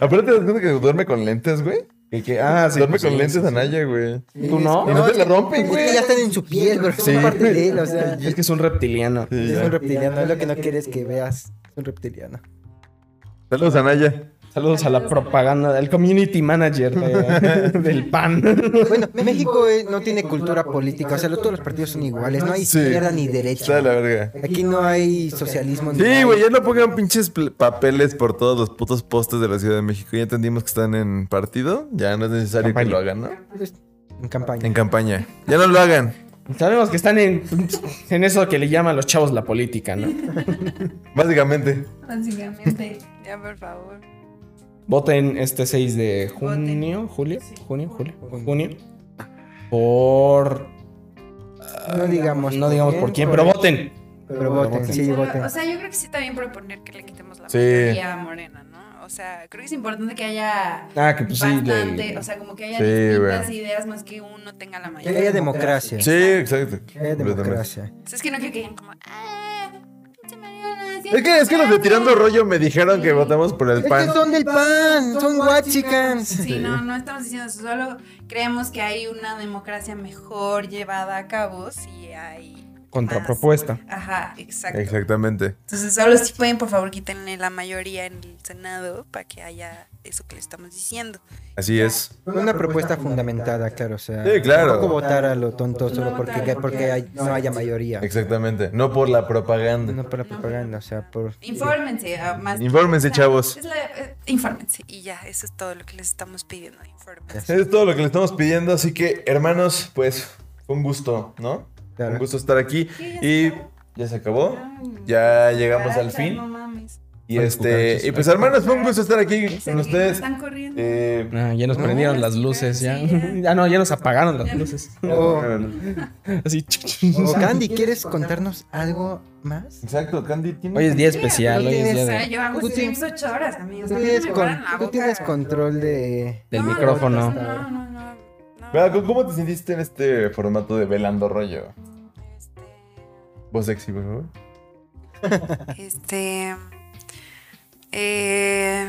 [SPEAKER 4] Aparte, ¿te das cuenta que duerme con lentes, güey? Que- que- ah, sí, duerme con lentes Anaya, güey.
[SPEAKER 1] ¿Tú no?
[SPEAKER 4] Y no te la rompen,
[SPEAKER 2] Es
[SPEAKER 4] güey.
[SPEAKER 2] que ya están en su piel, bro. Son
[SPEAKER 4] Sí.
[SPEAKER 2] parte de él, o sea.
[SPEAKER 1] Es que es un reptiliano.
[SPEAKER 4] Sí,
[SPEAKER 2] Es
[SPEAKER 4] ya.
[SPEAKER 2] un reptiliano, es lo que no quieres que veas. Es un reptiliano.
[SPEAKER 4] Saludos, Anaya.
[SPEAKER 1] Saludos a la propaganda del community manager de- del PAN.
[SPEAKER 2] Bueno, México eh, no tiene cultura política, o sea, lo- todos los partidos son iguales, no hay
[SPEAKER 4] Sí.
[SPEAKER 2] izquierda ni
[SPEAKER 4] Está de
[SPEAKER 2] derecha.
[SPEAKER 4] la verga.
[SPEAKER 2] Aquí no hay socialismo. ni
[SPEAKER 4] Sí,
[SPEAKER 2] nada.
[SPEAKER 4] güey, ya no pongan pinches pl- papeles por todos los putos postes de la Ciudad de México. Ya entendimos que están en partido. Ya no es necesario
[SPEAKER 1] Campaña.
[SPEAKER 4] que lo hagan, ¿no?
[SPEAKER 2] En campaña.
[SPEAKER 4] En campaña. Ya no lo hagan.
[SPEAKER 1] Sabemos que están en, en eso que le llaman los chavos la política, ¿no?
[SPEAKER 4] Básicamente.
[SPEAKER 3] Básicamente. Ya, por favor.
[SPEAKER 1] Voten este 6 de
[SPEAKER 3] Voten.
[SPEAKER 1] junio, julio, junio, julio,
[SPEAKER 2] Junio.
[SPEAKER 1] junio. Por.
[SPEAKER 2] No digamos.
[SPEAKER 1] No digamos por quién, pero voten.
[SPEAKER 2] Pero voten, sí,
[SPEAKER 3] Solo-
[SPEAKER 2] voten.
[SPEAKER 3] O sea, yo creo que sí está bien proponer que le quitemos la
[SPEAKER 4] Sí.
[SPEAKER 3] mayoría a Morena, ¿no? O sea, creo que es importante que haya
[SPEAKER 1] Ah, que pues sí. le-
[SPEAKER 3] bastante, o sea, como que haya
[SPEAKER 4] Sí,
[SPEAKER 3] distintas ideas más que uno tenga la
[SPEAKER 2] Que
[SPEAKER 3] mayoría.
[SPEAKER 2] haya democracia.
[SPEAKER 4] Sí, exacto.
[SPEAKER 2] Que haya democracia.
[SPEAKER 3] O sea, es que no creo que hayan como, "Ah, pinche Mariana, sí,
[SPEAKER 4] Es que, es que los de Tirando Rollo me dijeron que votamos por el
[SPEAKER 2] Es que
[SPEAKER 4] PAN.
[SPEAKER 2] son del pan, son guachicans.
[SPEAKER 3] Sí, no, no estamos diciendo eso, solo creemos que hay una democracia mejor llevada a cabo si hay...
[SPEAKER 1] Contrapropuesta.
[SPEAKER 3] más. Ajá, exacto.
[SPEAKER 4] Exactamente.
[SPEAKER 3] Entonces, solo si pueden, por favor, quítenle la mayoría en el Senado para que haya eso que le estamos diciendo.
[SPEAKER 4] Así es.
[SPEAKER 2] Una propuesta fundamentada, claro, o sea.
[SPEAKER 4] Sí, claro.
[SPEAKER 2] Tampoco votar a lo tonto solo
[SPEAKER 3] No
[SPEAKER 2] porque,
[SPEAKER 3] votar
[SPEAKER 2] porque hay- no haya mayoría.
[SPEAKER 4] Exactamente. No por la propaganda.
[SPEAKER 2] No por la propaganda, o sea, por...
[SPEAKER 3] Infórmense, ah, más que-
[SPEAKER 4] Infórmense,
[SPEAKER 3] o sea,
[SPEAKER 4] chavos.
[SPEAKER 3] es la- eh, infórmense, y ya, eso es todo lo que les estamos pidiendo. Infórmense.
[SPEAKER 4] Es todo lo que le estamos pidiendo. Así que, hermanos, pues, fue un gusto, ¿no?
[SPEAKER 2] Claro.
[SPEAKER 4] Un gusto estar aquí.
[SPEAKER 3] Sí, ya
[SPEAKER 4] Y
[SPEAKER 3] se acabó.
[SPEAKER 4] ya se acabó. Ya llegamos al
[SPEAKER 3] Cucarachas,
[SPEAKER 4] fin.
[SPEAKER 3] No mames.
[SPEAKER 4] Y
[SPEAKER 1] Ay,
[SPEAKER 4] este,
[SPEAKER 1] cucarachas.
[SPEAKER 4] y pues hermanos, fue un gusto estar aquí
[SPEAKER 3] Se
[SPEAKER 4] con ustedes.
[SPEAKER 3] Están corriendo.
[SPEAKER 4] Eh,
[SPEAKER 1] Ah, ya nos
[SPEAKER 2] No,
[SPEAKER 1] prendieron
[SPEAKER 3] sí,
[SPEAKER 1] las
[SPEAKER 3] ya,
[SPEAKER 1] luces, ya.
[SPEAKER 3] sí, ya.
[SPEAKER 1] Ya no, ya nos apagaron las luces.
[SPEAKER 2] Oh.
[SPEAKER 1] Así.
[SPEAKER 2] O
[SPEAKER 3] Oh.
[SPEAKER 2] Candy, ¿quieres contarnos algo más?
[SPEAKER 4] Exacto, Candy tiene.
[SPEAKER 1] Hoy es día especial,
[SPEAKER 2] no
[SPEAKER 1] hoy es
[SPEAKER 2] tienes
[SPEAKER 1] día
[SPEAKER 3] O sea,
[SPEAKER 1] de-
[SPEAKER 3] yo hago
[SPEAKER 2] Tú
[SPEAKER 3] streams
[SPEAKER 2] tienes-
[SPEAKER 3] ocho horas, amigos.
[SPEAKER 2] Tú
[SPEAKER 3] Pues a mí no
[SPEAKER 2] tienes,
[SPEAKER 3] me
[SPEAKER 2] con-
[SPEAKER 3] paran la
[SPEAKER 2] tú
[SPEAKER 3] boca.
[SPEAKER 2] tienes control de...
[SPEAKER 1] del
[SPEAKER 3] No, no,
[SPEAKER 1] micrófono.
[SPEAKER 3] No, no, no. no,
[SPEAKER 4] Mira, ¿cómo- ¿Cómo te sentiste en este formato de velando rollo? Vos sexy, por favor.
[SPEAKER 3] Este. Eh,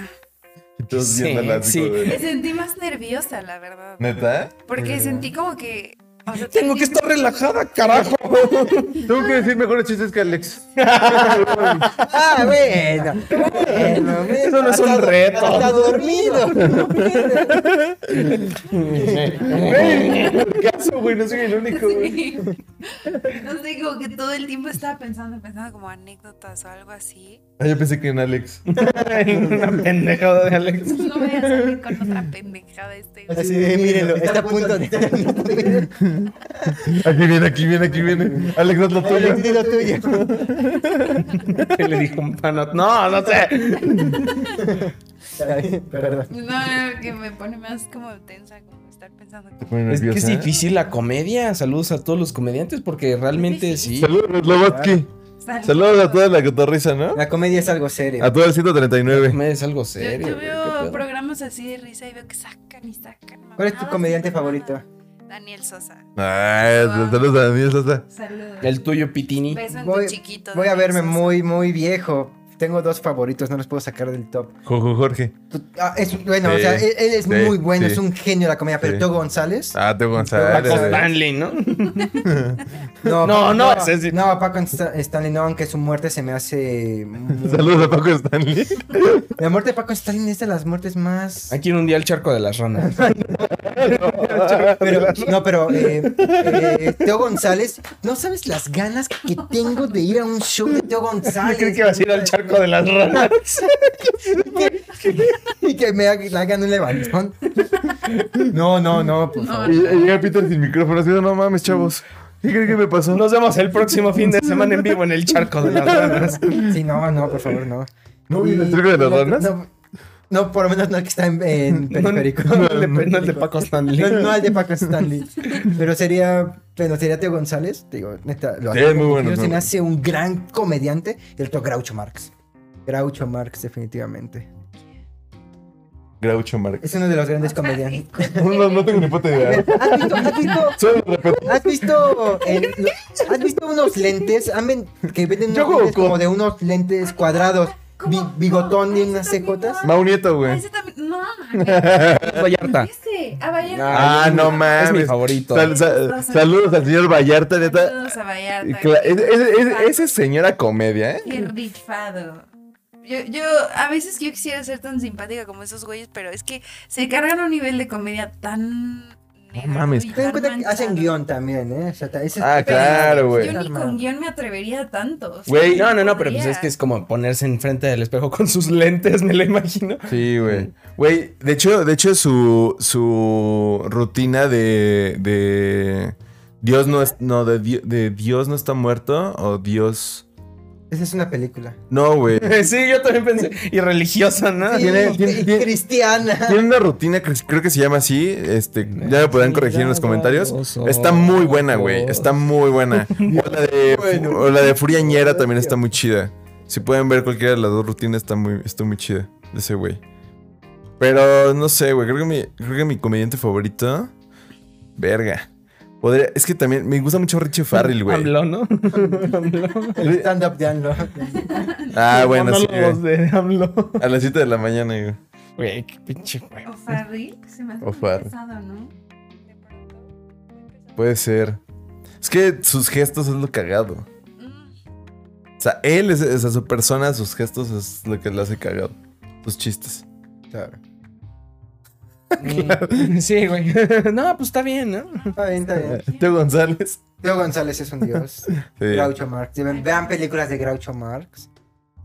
[SPEAKER 4] Y todos
[SPEAKER 1] Sí,
[SPEAKER 4] viéndola así como de-
[SPEAKER 3] me sentí más nerviosa, la verdad.
[SPEAKER 4] ¿Neta?
[SPEAKER 3] Porque sentí como que. o sea,
[SPEAKER 1] Tengo que
[SPEAKER 3] tenía-
[SPEAKER 1] estar relajada, carajo.
[SPEAKER 4] Tengo que decir mejores chistes que Alex.
[SPEAKER 2] Ah, bueno. bueno
[SPEAKER 1] Eso no es un
[SPEAKER 2] hasta-
[SPEAKER 1] reto.
[SPEAKER 2] Hasta dormido.
[SPEAKER 4] ¿Qué caso, güey? No soy el único, güey.
[SPEAKER 3] Sí. No sé, como que todo el tiempo estaba pensando, pensando como anécdotas o algo así.
[SPEAKER 4] Ah, yo pensé que en Alex.
[SPEAKER 1] Una pendejada de Alex.
[SPEAKER 3] No voy a salir con otra pendejada este. güey.
[SPEAKER 2] Así de, mírenlo, está a punto de.
[SPEAKER 4] Aquí viene, aquí viene, aquí viene. Alex, no es la tuya.
[SPEAKER 2] Dilo tuyo.
[SPEAKER 1] Que le dijo un panot. No, no sé.
[SPEAKER 2] Está bien, Perdón.
[SPEAKER 3] No, no, que me pone más como tensa, como estar pensando.
[SPEAKER 4] Te
[SPEAKER 3] como-
[SPEAKER 4] pone
[SPEAKER 1] Es que es
[SPEAKER 4] nerviosa, ¿eh?
[SPEAKER 1] difícil la comedia. Saludos a todos los comediantes porque realmente sí.
[SPEAKER 4] Saludos, Lobotsky. Saludos a toda la cotorriza, ¿no?
[SPEAKER 2] La comedia es algo serio.
[SPEAKER 4] A todo el
[SPEAKER 1] La
[SPEAKER 4] 139.
[SPEAKER 1] comedia es algo
[SPEAKER 3] Yo,
[SPEAKER 1] serio.
[SPEAKER 3] yo
[SPEAKER 1] güey, qué
[SPEAKER 3] veo
[SPEAKER 1] pedo.
[SPEAKER 3] programas así de risa y veo que sacan y sacan.
[SPEAKER 2] ¿Cuál es tu
[SPEAKER 3] mamadas y
[SPEAKER 2] comediante
[SPEAKER 3] mamadas.
[SPEAKER 2] favorito?
[SPEAKER 3] Daniel Sosa.
[SPEAKER 4] Ay, Ah, saludos a Daniel Sosa.
[SPEAKER 3] Saludos.
[SPEAKER 1] El tuyo, Pitini.
[SPEAKER 3] Beso en
[SPEAKER 2] Voy-
[SPEAKER 3] tu chiquito.
[SPEAKER 2] Voy a
[SPEAKER 3] Daniel
[SPEAKER 2] verme
[SPEAKER 3] Sosa.
[SPEAKER 2] muy, muy viejo. Tengo dos favoritos, no los puedo sacar del top.
[SPEAKER 4] Jojo Jorge.
[SPEAKER 2] Tú- ah, es, bueno,
[SPEAKER 4] Sí,
[SPEAKER 2] o sea, él, él es
[SPEAKER 4] sí,
[SPEAKER 2] muy bueno,
[SPEAKER 4] sí.
[SPEAKER 2] es un genio de la comedia,
[SPEAKER 4] Sí.
[SPEAKER 2] pero Teo González.
[SPEAKER 4] Ah, Teo
[SPEAKER 1] Paco
[SPEAKER 4] González. güey.
[SPEAKER 1] Stanley, ¿no?
[SPEAKER 2] No,
[SPEAKER 1] No,
[SPEAKER 2] Paco-
[SPEAKER 1] no, ese sí.
[SPEAKER 2] no, Paco Sta- Stanley, no, aunque su muerte se me hace. muy-
[SPEAKER 4] Saludos a Paco Stanley.
[SPEAKER 2] La muerte de Paco Stanley es de las muertes más.
[SPEAKER 1] Aquí en un día el charco de las ranas.
[SPEAKER 2] Pero, no, pero eh, eh, Teo González, no sabes las ganas que tengo de ir a un show de Teo González.
[SPEAKER 1] Ah, Creí que ibas a ir al charco de las ranas.
[SPEAKER 2] Y que me haga- le hagan un levantón. No, no, no, por favor.
[SPEAKER 4] Y y llega Peter sin micrófono. Así, no mames, chavos. ¿Qué creen que me pasó?
[SPEAKER 1] Nos vemos el próximo fin de semana en vivo en el charco de las ranas.
[SPEAKER 2] Sí, no, no, por favor, no.
[SPEAKER 4] ¿No vi
[SPEAKER 2] Y-
[SPEAKER 4] el circo de las
[SPEAKER 2] no,
[SPEAKER 4] ranas?
[SPEAKER 2] No, no, por lo menos no el que está en, en
[SPEAKER 1] No,
[SPEAKER 2] periférico.
[SPEAKER 1] no el de, no el de Paco Stanley.
[SPEAKER 2] No, no el de Paco Stanley. Pero sería, bueno, sería Teo González. Te digo, neta, lo
[SPEAKER 4] Sí,
[SPEAKER 2] admiro
[SPEAKER 4] es muy
[SPEAKER 2] mucho,
[SPEAKER 4] bueno, es
[SPEAKER 2] Se
[SPEAKER 4] muy
[SPEAKER 2] me hace un gran comediante. Y el otro Groucho Marx. Groucho Marx, definitivamente.
[SPEAKER 4] Groucho Marx.
[SPEAKER 2] Es uno de los grandes comediantes.
[SPEAKER 4] No, no tengo ni puta idea.
[SPEAKER 2] ¿Has visto, has visto,
[SPEAKER 4] Solo repito.
[SPEAKER 2] has visto, el- lo- has visto unos lentes? Han ven- que venden unos
[SPEAKER 4] Yo como-
[SPEAKER 2] lentes como de unos lentes cuadrados. bi- bigotón y unas cejotas.
[SPEAKER 4] Mau Nieto,
[SPEAKER 3] Ah,
[SPEAKER 4] güey.
[SPEAKER 3] ese también. No, este, mames.
[SPEAKER 1] Vallarta.
[SPEAKER 3] ese. A Vallarta.
[SPEAKER 4] Ah, pues, no
[SPEAKER 1] Es mi
[SPEAKER 4] mames.
[SPEAKER 1] favorito.
[SPEAKER 4] Sal- sal- saludos al señor Vallarta, neta.
[SPEAKER 3] Saludos a Vallarta.
[SPEAKER 4] Cla- es- es- es- Ese es señora comedia, ¿eh?
[SPEAKER 3] Qué rifado. Yo, yo, a veces yo quisiera ser tan simpática como esos güeyes, pero es que se cargan un nivel de comedia tan. negro
[SPEAKER 4] mames.
[SPEAKER 3] y
[SPEAKER 2] Ten en
[SPEAKER 3] tan
[SPEAKER 2] cuenta que hacen
[SPEAKER 3] manchado.
[SPEAKER 2] guión también, ¿eh? O sea, ta- ese-
[SPEAKER 4] Ah, claro, güey.
[SPEAKER 3] Yo ni con guión me atrevería a tanto. o sea,
[SPEAKER 4] Güey.
[SPEAKER 1] No, no, no, pero pues
[SPEAKER 3] podría.
[SPEAKER 1] es que es como ponerse enfrente del espejo con sus lentes, me lo imagino.
[SPEAKER 4] Sí, güey. Güey, de hecho, de hecho su, su rutina de, de Dios no es, no, de, Di- de Dios no está muerto o Dios...
[SPEAKER 2] Esa es una película.
[SPEAKER 4] No, güey.
[SPEAKER 1] Sí, yo también pensé. Y religiosa, ¿no?
[SPEAKER 4] Tiene-
[SPEAKER 2] Sí,
[SPEAKER 4] tiene- tiene-
[SPEAKER 2] cristiana.
[SPEAKER 4] Tiene una rutina que creo que se llama así, este, ya me podrán corregir en los comentarios. Está muy buena, güey. Está muy buena. O la de, o la de Furiañera también está muy chida. Si pueden ver cualquiera de las dos rutinas, está muy, está muy chida. De ese güey. Pero no sé, güey. Creo que mi, creo que mi comediante favorito. Verga. Podría, es que también me gusta mucho Richie Farrell, güey.
[SPEAKER 1] Habló, ¿no?
[SPEAKER 2] El stand-up de Anlo.
[SPEAKER 4] Ah, bueno, sí.
[SPEAKER 1] Monólogos
[SPEAKER 4] güey.
[SPEAKER 1] de AMLO.
[SPEAKER 4] A las 7 de la mañana, güey.
[SPEAKER 1] Güey, qué pinche güey.
[SPEAKER 3] O Farril, se me hace
[SPEAKER 4] O
[SPEAKER 3] muy
[SPEAKER 4] Farril.
[SPEAKER 3] pesado, ¿no? De pronto.
[SPEAKER 4] Puede ser. Es que sus gestos es lo cagado.
[SPEAKER 3] Mm,
[SPEAKER 4] O sea, él, es, o sea, su persona, sus gestos es lo que le hace cagado. Sus chistes.
[SPEAKER 2] Claro.
[SPEAKER 1] Sí, güey. No, pues está bien, ¿no?
[SPEAKER 2] Está bien, está bien.
[SPEAKER 4] Teo Eh, González.
[SPEAKER 2] Teo González es un dios.
[SPEAKER 4] Sí.
[SPEAKER 2] Groucho Marx. Deben- Vean películas de Groucho Marx.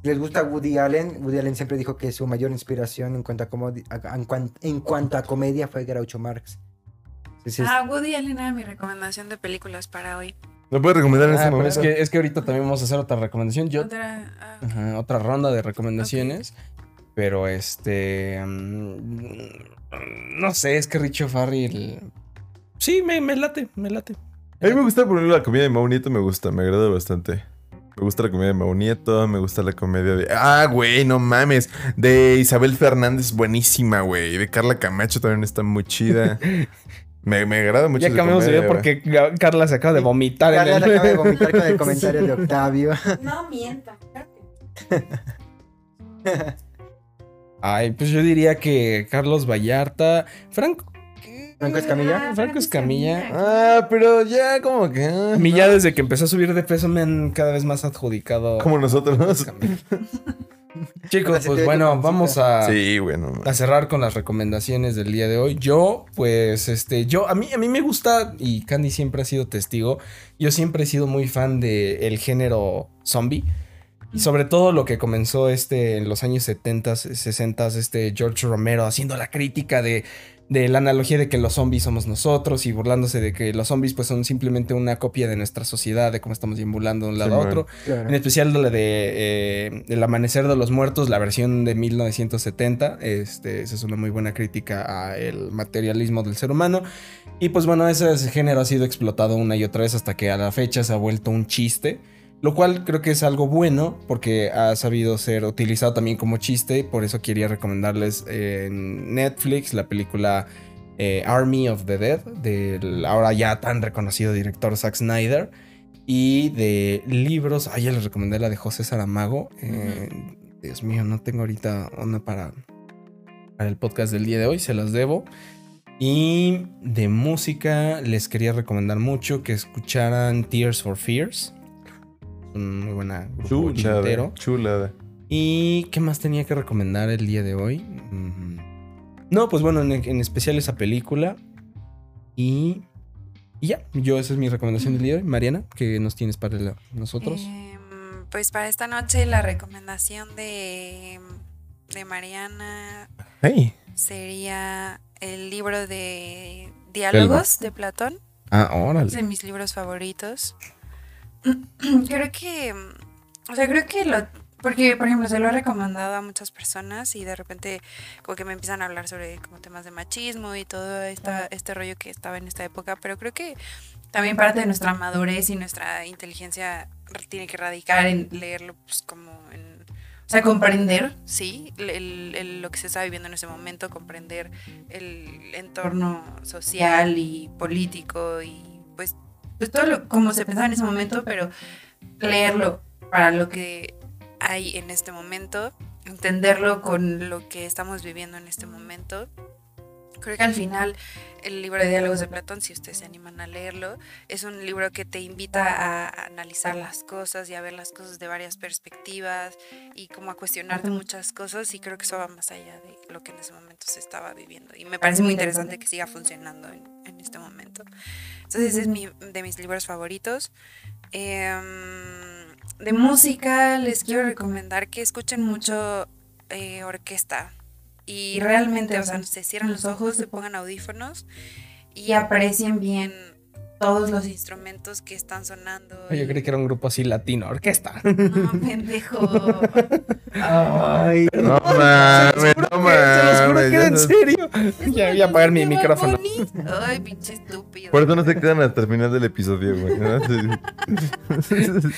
[SPEAKER 2] Les gusta Woody Allen. Woody Allen siempre dijo que su mayor inspiración en cuanto a, comodi- a- en cuan- en cuanto a comedia fue Groucho Marx. Entonces,
[SPEAKER 3] Ah, Woody Allen era mi recomendación de películas para hoy.
[SPEAKER 4] No puedo recomendar en
[SPEAKER 1] Ah,
[SPEAKER 4] este
[SPEAKER 1] pero es
[SPEAKER 4] momento.
[SPEAKER 1] que, es que ahorita también vamos a hacer otra recomendación. Yo
[SPEAKER 3] Otra, ah,
[SPEAKER 1] Ajá, otra ronda de recomendaciones. Pero este. mm, no sé, es que Richo Farrell. Sí, me, me late, me late.
[SPEAKER 4] A mí me gusta poner la comida de Mau Nieto, me gusta, me agrada bastante. Me gusta la comedia de Mau Nieto, me gusta la comedia de. Ah, güey, no mames. De Isabel Fernández, buenísima, güey. De Carla Camacho también está muy chida. Me, me agrada mucho.
[SPEAKER 1] Ya
[SPEAKER 4] su
[SPEAKER 1] cambiamos de
[SPEAKER 4] comedia,
[SPEAKER 1] video
[SPEAKER 4] güey.
[SPEAKER 1] porque Ga- Carla se acaba de vomitar en
[SPEAKER 5] Carla
[SPEAKER 1] el...
[SPEAKER 5] le acaba de vomitar con el comentario de Octavio.
[SPEAKER 3] No mientan. claro que no.
[SPEAKER 1] Ay, pues yo diría que Carlos Vallarta, Franco...
[SPEAKER 5] Franco Escamilla.
[SPEAKER 3] Ah,
[SPEAKER 1] Franco Escamilla.
[SPEAKER 4] Ah, pero ya como que...
[SPEAKER 1] A
[SPEAKER 4] ah,
[SPEAKER 1] mí ya desde que empezó a subir de peso me han cada vez más adjudicado.
[SPEAKER 4] Como nosotros.
[SPEAKER 1] Chicos,
[SPEAKER 5] Así te
[SPEAKER 1] pues
[SPEAKER 5] ve tu
[SPEAKER 1] bueno,
[SPEAKER 5] pancita.
[SPEAKER 1] vamos a...
[SPEAKER 4] Sí, bueno.
[SPEAKER 1] a cerrar con las recomendaciones del día de hoy. Yo, pues, este, yo, a mí, a mí me gusta, y Candy siempre ha sido testigo, yo siempre he sido muy fan del el género zombie. Y sobre todo lo que comenzó este en los años 70, 60, este George Romero haciendo la crítica de, de la analogía de que los zombies somos nosotros y burlándose de que los zombies pues son simplemente una copia de nuestra sociedad, de cómo estamos deambulando de un lado a
[SPEAKER 4] Simón.
[SPEAKER 1] otro. En
[SPEAKER 5] Claro.
[SPEAKER 1] especial la de eh, El Amanecer de los Muertos, la versión de 1970. Este, esa es una muy buena crítica al materialismo del ser humano. Y pues bueno, ese género ha sido explotado una y otra vez hasta que a la fecha se ha vuelto un chiste. Lo cual creo que es algo bueno porque ha sabido ser utilizado también como chiste. Por eso quería recomendarles eh, en Netflix la película eh, Army of the Dead del ahora ya tan reconocido director Zack Snyder. Y de libros, ah, ya les recomendé la de José Saramago. Eh, Dios mío, no tengo ahorita una para, para el podcast del día de hoy, se las debo. Y de música, les quería recomendar mucho que escucharan Tears for Fears. Un muy buena grupo
[SPEAKER 4] Chulada.
[SPEAKER 1] ochentero.
[SPEAKER 4] Chulada.
[SPEAKER 1] ¿Y qué más tenía que recomendar el día de hoy? Ujú. No, pues bueno, en, en especial esa película. Y, y ya, yo esa es mi recomendación del día de hoy. Mariana, ¿qué nos tienes para la- nosotros?
[SPEAKER 3] Em, pues para esta noche la recomendación de, de Mariana
[SPEAKER 1] Hey.
[SPEAKER 3] sería el libro de Diálogos de Platón.
[SPEAKER 1] Ah,
[SPEAKER 3] Es
[SPEAKER 1] órale.
[SPEAKER 3] de mis libros favoritos. creo que, o sea, creo que lo, porque por ejemplo se lo he recomendado a muchas personas y de repente como que me empiezan a hablar sobre como temas de machismo y todo esta, este rollo que estaba en esta época, pero creo que también parte de nuestra madurez y nuestra inteligencia r- tiene que radicar en leerlo pues como en... O sea, comprender, sí, el- el- el- lo que se está viviendo en ese momento, comprender el entorno social y político y pues, pues todo lo, como se pensaba en ese momento, pero leerlo para lo que hay en este momento, entenderlo con lo que estamos viviendo en este momento. Creo que al final el libro de diálogos de Platón, si ustedes se animan a leerlo, es un libro que te invita a analizar las cosas y a ver las cosas de varias perspectivas y como a cuestionarte muchas cosas y creo que eso va más allá de lo que en ese momento se estaba viviendo y me parece muy interesante que siga funcionando en, en este momento. Entonces es mi, de mis libros favoritos. Em, de música les quiero recomendar que escuchen mucho eh, orquesta y realmente, o sea, se cierran los ojos, se pongan audífonos y aprecien bien todos los instrumentos que están sonando.
[SPEAKER 1] Yo
[SPEAKER 3] y-
[SPEAKER 1] creí que era un grupo así latino, orquesta.
[SPEAKER 3] No, pendejo.
[SPEAKER 5] Ay,
[SPEAKER 4] No mames, no
[SPEAKER 1] Se los juro que era en
[SPEAKER 4] mames.
[SPEAKER 1] serio. Ya voy a apagar mi
[SPEAKER 3] ¿Escuchaste Bad
[SPEAKER 1] micrófono.
[SPEAKER 3] Bunny? Ay, pinche estúpido.
[SPEAKER 4] Por eso no se quedan hasta el final del episodio, güey. ¿no?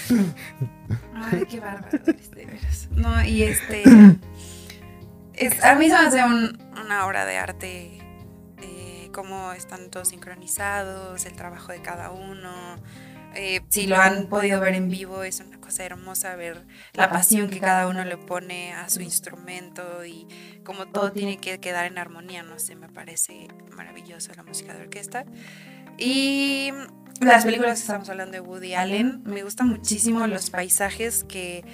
[SPEAKER 3] Ay, qué bárbaro, de veras. No, y este. es- a mí se me hace un- una obra de arte. eh, cómo están todos sincronizados, el trabajo de cada uno. Eh, si lo han podido ver en vivo, es una cosa hermosa ver la pasión que cada uno le pone a su instrumento y como todo tiene que quedar en armonía, no sé, me parece maravilloso la música de orquesta. Y las películas que estamos hablando de Woody Allen, me gustan muchísimo los paisajes que,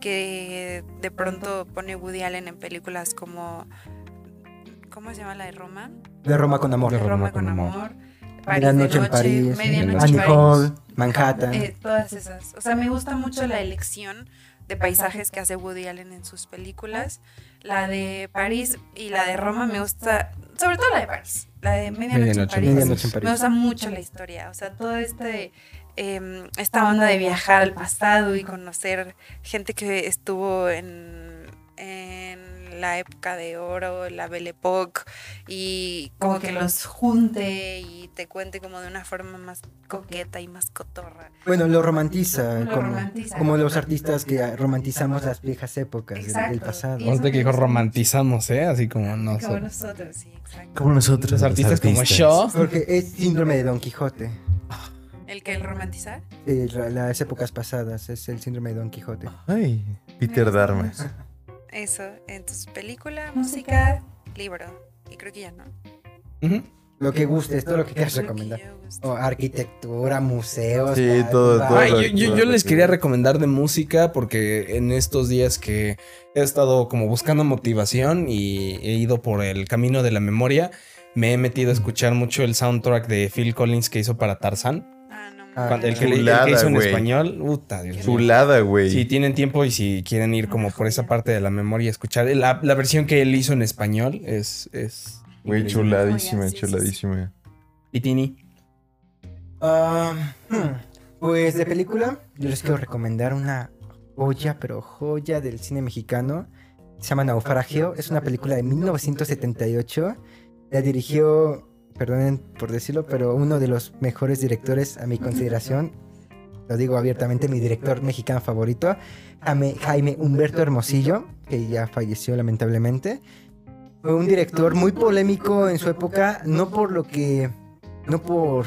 [SPEAKER 3] que de pronto pone Woody Allen en películas como, ¿cómo se llama la de Roma?
[SPEAKER 5] de Roma con amor.
[SPEAKER 1] De
[SPEAKER 3] De Roma,
[SPEAKER 1] Roma con
[SPEAKER 3] con,
[SPEAKER 1] Amor.
[SPEAKER 3] amor. París de
[SPEAKER 5] Medianoche en
[SPEAKER 3] noche,
[SPEAKER 5] París.
[SPEAKER 3] Medianoche en
[SPEAKER 5] Annie
[SPEAKER 3] París.
[SPEAKER 5] Hall, Manhattan.
[SPEAKER 3] Eh, todas esas. O sea, me gusta mucho la elección de paisajes que hace Woody Allen en sus películas. La de París y la de Roma me gusta, sobre todo la de París. La de Medianoche, en
[SPEAKER 1] Medianoche en
[SPEAKER 3] París.
[SPEAKER 5] Medianoche en
[SPEAKER 3] Me
[SPEAKER 5] París.
[SPEAKER 3] gusta mucho la historia. O sea, todo este em, esta onda de viajar al pasado y conocer gente que estuvo en, en
[SPEAKER 6] la época de oro, la Belle Époque, y como que los junte y te cuente como de una forma más coqueta y más cotorra.
[SPEAKER 2] Bueno, lo romantiza,
[SPEAKER 6] Lo
[SPEAKER 2] como,
[SPEAKER 6] romantiza.
[SPEAKER 2] como los artistas que romantizamos las viejas épocas del- del
[SPEAKER 6] Exacto.
[SPEAKER 2] pasado.
[SPEAKER 6] Y-
[SPEAKER 1] Ahorita que dijo romantizamos, ¿eh? Así como
[SPEAKER 6] Como
[SPEAKER 1] nosotros.
[SPEAKER 6] nosotros, sí, exacto.
[SPEAKER 4] nosotros.
[SPEAKER 1] Los artistas como yo.
[SPEAKER 2] Porque es síndrome de Don Quijote.
[SPEAKER 6] El que el romantizar.
[SPEAKER 2] eh, la- las épocas pasadas es el síndrome de Don Quijote.
[SPEAKER 4] Ay, Peter Darmes.
[SPEAKER 6] Eso, entonces película, música, libro. Y creo que ya no.
[SPEAKER 1] Ujú.
[SPEAKER 2] Lo que gustes, todo lo que quieras
[SPEAKER 6] Creo que
[SPEAKER 2] recomendar.
[SPEAKER 6] yo gusto.
[SPEAKER 2] O arquitectura, museos.
[SPEAKER 4] Sí,
[SPEAKER 2] tal,
[SPEAKER 4] todo- todo
[SPEAKER 2] bar.
[SPEAKER 1] Ay,
[SPEAKER 4] lo-
[SPEAKER 1] yo, yo- yo les
[SPEAKER 4] Sí.
[SPEAKER 1] quería recomendar de música porque en estos días que he estado como buscando motivación y he ido por el camino de la memoria, me he metido a escuchar mucho el soundtrack de Phil Collins que hizo para Tarzán.
[SPEAKER 6] Ah, no.
[SPEAKER 2] Ah,
[SPEAKER 1] Cuando- el, que, le- el que
[SPEAKER 4] Chulada,
[SPEAKER 1] hizo en
[SPEAKER 4] güey.
[SPEAKER 1] español. Puta, Dios mío.
[SPEAKER 4] Chulada, güey.
[SPEAKER 1] Si tienen tiempo y si quieren ir como por esa parte de la memoria, escuchar la, la versión que él hizo en español es... es
[SPEAKER 4] Güey,
[SPEAKER 1] increíble.
[SPEAKER 4] chuladísima,
[SPEAKER 6] Oigan, sí, sí, sí.
[SPEAKER 4] chuladísima.
[SPEAKER 1] Pitini.
[SPEAKER 2] Ah, hmm, pues de película, yo les quiero recomendar una joya, pero joya del cine mexicano. Se llama Naufragio. Es una película de 1978. La dirigió, perdonen por decirlo, pero uno de los mejores directores a mi consideración. Lo digo abiertamente, mi director mexicano favorito, Jaime, Jaime Humberto Hermosillo, que ya falleció lamentablemente. Fue un director muy polémico en su época, no por lo que... No por...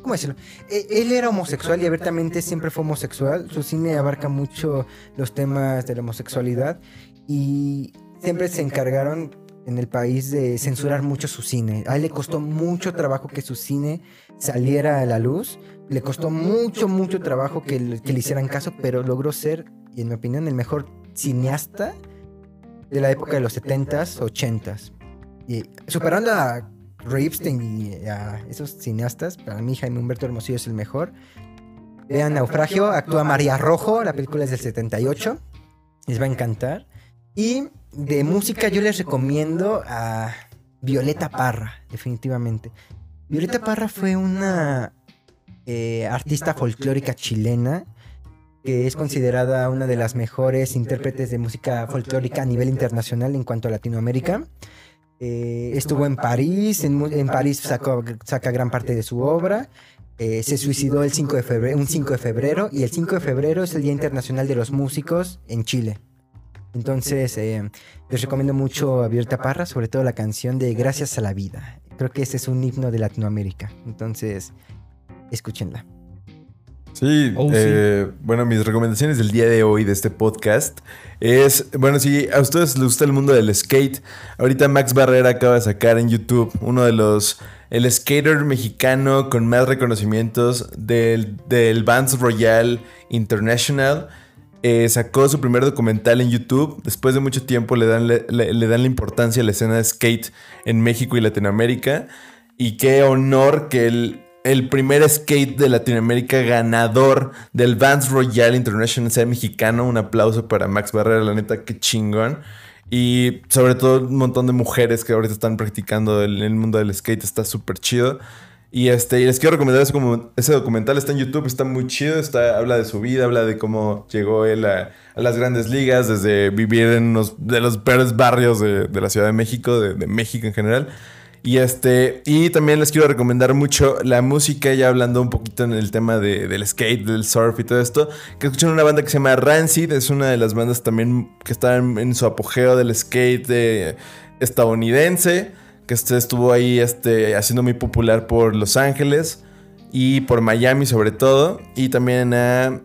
[SPEAKER 2] ¿Cómo decirlo? E- Él era homosexual y abiertamente siempre fue homosexual. Su cine abarca mucho los temas de la homosexualidad y siempre se encargaron en el país de censurar mucho su cine. A él le costó mucho trabajo que su cine saliera a la luz. Le costó mucho, mucho trabajo que, le- que le hicieran caso, pero logró ser, y en mi opinión, el mejor cineasta de la época de los 70s, 80s. Y superando a Ripstein y a esos cineastas, para mí Jaime Humberto Hermosillo es el mejor. Vean Naufragio, actúa María Rojo, la película es del 78, les va a encantar. Y de Eh, música yo les recomiendo a Violeta Parra, definitivamente. Violeta Parra fue una eh, artista folclórica chilena que es considerada una de las mejores intérpretes de música folclórica a nivel internacional en cuanto a Latinoamérica. Eh, estuvo en París, en, mu- en París sacó- saca gran parte de su obra. Eh, se suicidó el 5 de febrero, un 5 de febrero y el 5 de febrero es el Día Internacional de los Músicos en Chile. Entonces, eh, les recomiendo mucho a Violeta Parra, sobre todo la canción de Gracias a la Vida. Creo que ese es un himno de Latinoamérica. Entonces, escúchenla.
[SPEAKER 4] Sí,
[SPEAKER 1] Oh, sí.
[SPEAKER 4] eh, bueno, mis recomendaciones del día de hoy de este podcast es, bueno, si a ustedes les gusta el mundo del skate, ahorita Max Barrera acaba de sacar en YouTube uno de los, el skater mexicano con más reconocimientos del, del Vans Royal International. Eh, sacó su primer documental en YouTube. Después de mucho tiempo le dan, le- le- le dan la importancia a la escena de skate en México y Latinoamérica. Y qué honor que el, el primer skate de Latinoamérica ganador del Vans Royal International sea mexicano. Un aplauso para Max Barrera, la neta, qué chingón. Y sobre todo un montón de mujeres que ahorita están practicando el, el mundo del skate. Está súper chido. Y este, y les quiero recomendar ese, como, ese documental, está en YouTube, está muy chido, está, habla de su vida, habla de cómo llegó él a, a las grandes ligas, desde vivir en unos de los peores barrios de, de la Ciudad de México, de, de México en general. Y este, y también les quiero recomendar mucho la música, ya hablando un poquito en el tema de- del skate, del surf y todo esto, que escuchan una banda que se llama Rancid, es una de las bandas también que está en, en su apogeo del skate eh, estadounidense, que este estuvo ahí este, haciendo muy popular por Los Ángeles y por Miami sobre todo, y también a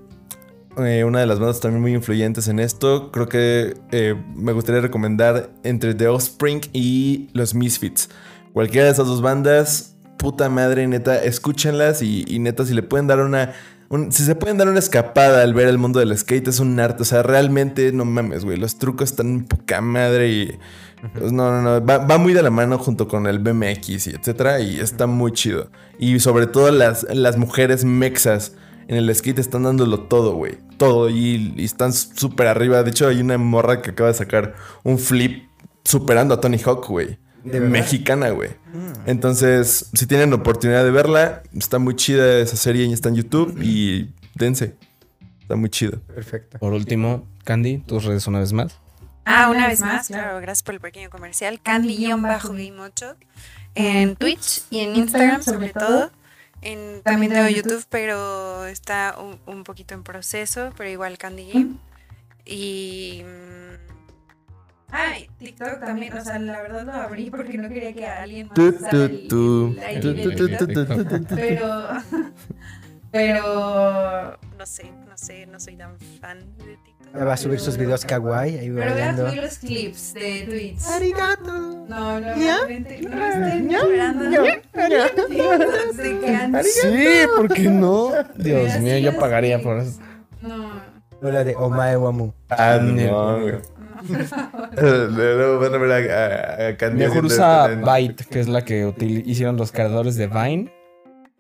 [SPEAKER 4] eh, una de las bandas también muy influyentes en esto, creo que eh, me gustaría recomendar entre The Offspring y Los Misfits. Cualquiera de esas dos bandas, puta madre, neta, escúchenlas y, y neta, si le pueden dar una. un- si se pueden dar una escapada al ver el mundo del skate, es un arte. O sea, realmente, no mames, güey. Los trucos están poca madre y. pues, no, no, no. Va, va muy de la mano junto con el BMX y etcétera. Y está muy chido. Y sobre todo las, las mujeres mexas en el skate están dándolo todo, güey. Todo. Y, y están súper arriba. De hecho, hay una morra que acaba de sacar un flip superando a Tony Hawk, güey.
[SPEAKER 2] ¿De verdad?
[SPEAKER 4] Mexicana, güey. Entonces, si tienen oportunidad de verla, está muy chida esa serie y está en YouTube y dense. Está muy chido.
[SPEAKER 2] Perfecto.
[SPEAKER 1] Por último, Candy, tus redes una vez más.
[SPEAKER 3] Ah, una vez más, claro, gracias por el pequeño comercial. Candy-Game8 en Twitch y en Instagram, sobre todo. En, también tengo YouTube, pero está un, un poquito en proceso, pero igual Candy Game. Y. mm, Ay, TikTok también, o sea, la verdad lo abrí porque no quería que alguien más.
[SPEAKER 4] Tu,
[SPEAKER 3] usara
[SPEAKER 4] tu,
[SPEAKER 3] el-
[SPEAKER 4] tu.
[SPEAKER 3] el ID
[SPEAKER 4] Tu,
[SPEAKER 3] de
[SPEAKER 4] tu, tu,
[SPEAKER 3] TikTok.
[SPEAKER 4] tu, tu, tu, tu.
[SPEAKER 3] Pero. Pero. No sé, no sé, no soy tan fan de TikTok.
[SPEAKER 2] Va a subir sus videos kawaii ahí
[SPEAKER 3] Pero voy a
[SPEAKER 2] bailando.
[SPEAKER 3] subir los clips de tweets.
[SPEAKER 2] Arigato.
[SPEAKER 3] No, no,
[SPEAKER 2] ¿Ya?
[SPEAKER 3] realmente. No estoy
[SPEAKER 2] ¿Ya?
[SPEAKER 3] esperando.
[SPEAKER 2] Arigato.
[SPEAKER 3] De Candy.
[SPEAKER 1] Sí, ¿por qué no? Dios
[SPEAKER 3] Así
[SPEAKER 1] mío, yo
[SPEAKER 3] es.
[SPEAKER 1] pagaría por eso.
[SPEAKER 3] No.
[SPEAKER 2] No, la de Omae Wamu.
[SPEAKER 4] Ah, no, güey. Luego van a ver a- a, a Candy.
[SPEAKER 1] Mejor
[SPEAKER 4] haciendo
[SPEAKER 1] usa
[SPEAKER 4] esto en-
[SPEAKER 1] Byte, que es la que util- hicieron los cargadores de Vine.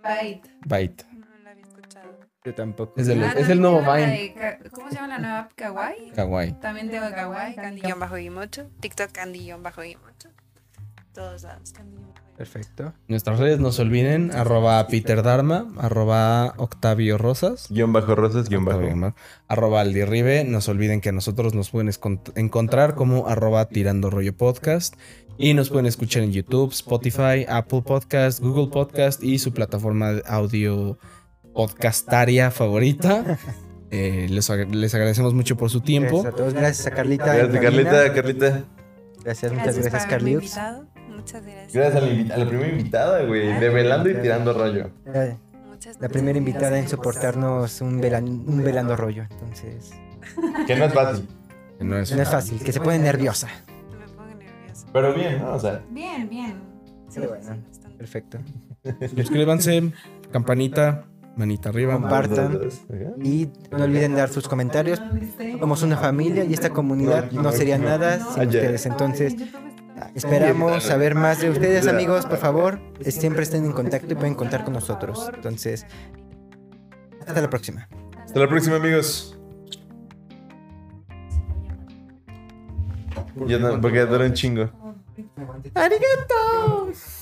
[SPEAKER 3] Bite.
[SPEAKER 1] Byte.
[SPEAKER 3] No la había escuchado.
[SPEAKER 2] Yo tampoco.
[SPEAKER 1] Es el,
[SPEAKER 3] Ah,
[SPEAKER 1] es el
[SPEAKER 3] también
[SPEAKER 1] nuevo
[SPEAKER 3] tengo la
[SPEAKER 1] Vine.
[SPEAKER 3] de Ka- ¿Cómo se llama la nueva app? Kawaii?
[SPEAKER 1] Kawaii.
[SPEAKER 3] También tengo Kawaii, Candy-Gimocho, TikTok Candy-Gimocho. Todos lados, Candy-Gimocho.
[SPEAKER 2] Perfecto.
[SPEAKER 1] Nuestras redes no se olviden. Arroba Peter Dharma. Arroba Octavio Rosas.
[SPEAKER 4] Guión bajo rosas, guión bajo.
[SPEAKER 1] Octavio Mar, Arroba Aldi Ribe. No se olviden que a nosotros nos pueden escont- encontrar como arroba Tirando Rollo Podcast. Y nos pueden escuchar en YouTube, Spotify, Apple Podcast, Google Podcast y su plataforma de audio podcastaria favorita. Eh, les, ag- les agradecemos mucho por su tiempo.
[SPEAKER 2] Gracias a todos. Gracias a Carlita.
[SPEAKER 4] Gracias,
[SPEAKER 2] Carolina.
[SPEAKER 4] Carlita, Carlita.
[SPEAKER 2] Gracias, muchas gracias,
[SPEAKER 3] por haberme
[SPEAKER 2] Carlius.
[SPEAKER 3] invitado. Muchas gracias.
[SPEAKER 4] Gracias a la, invi- a la primera invitada, güey. Develando y tirando rollo.
[SPEAKER 2] Eh,
[SPEAKER 3] Muchas
[SPEAKER 2] La
[SPEAKER 3] gracias.
[SPEAKER 2] primera invitada en soportarnos un, velan- un velando rollo. Entonces, pues,
[SPEAKER 4] Que no es fácil.
[SPEAKER 1] No es-
[SPEAKER 2] no es fácil, que se pone nerviosa.
[SPEAKER 3] Me pongo nerviosa.
[SPEAKER 4] Pero bien, ¿no? O sea.
[SPEAKER 3] Bien, bien. Sí,
[SPEAKER 2] Pero
[SPEAKER 3] sí,
[SPEAKER 2] bueno.
[SPEAKER 3] bastante.
[SPEAKER 2] Perfecto.
[SPEAKER 1] Suscríbanse, campanita, manita arriba.
[SPEAKER 2] Compartan. Y no olviden dar sus comentarios. Somos una familia y esta comunidad no sería nada sin ustedes. Entonces, esperamos saber más de ustedes, amigos. Por favor, siempre estén en contacto y pueden contar con nosotros. Entonces, hasta la próxima.
[SPEAKER 4] Hasta la próxima, amigos. Ya no, porque dura un chingo.
[SPEAKER 2] ¡Arigato!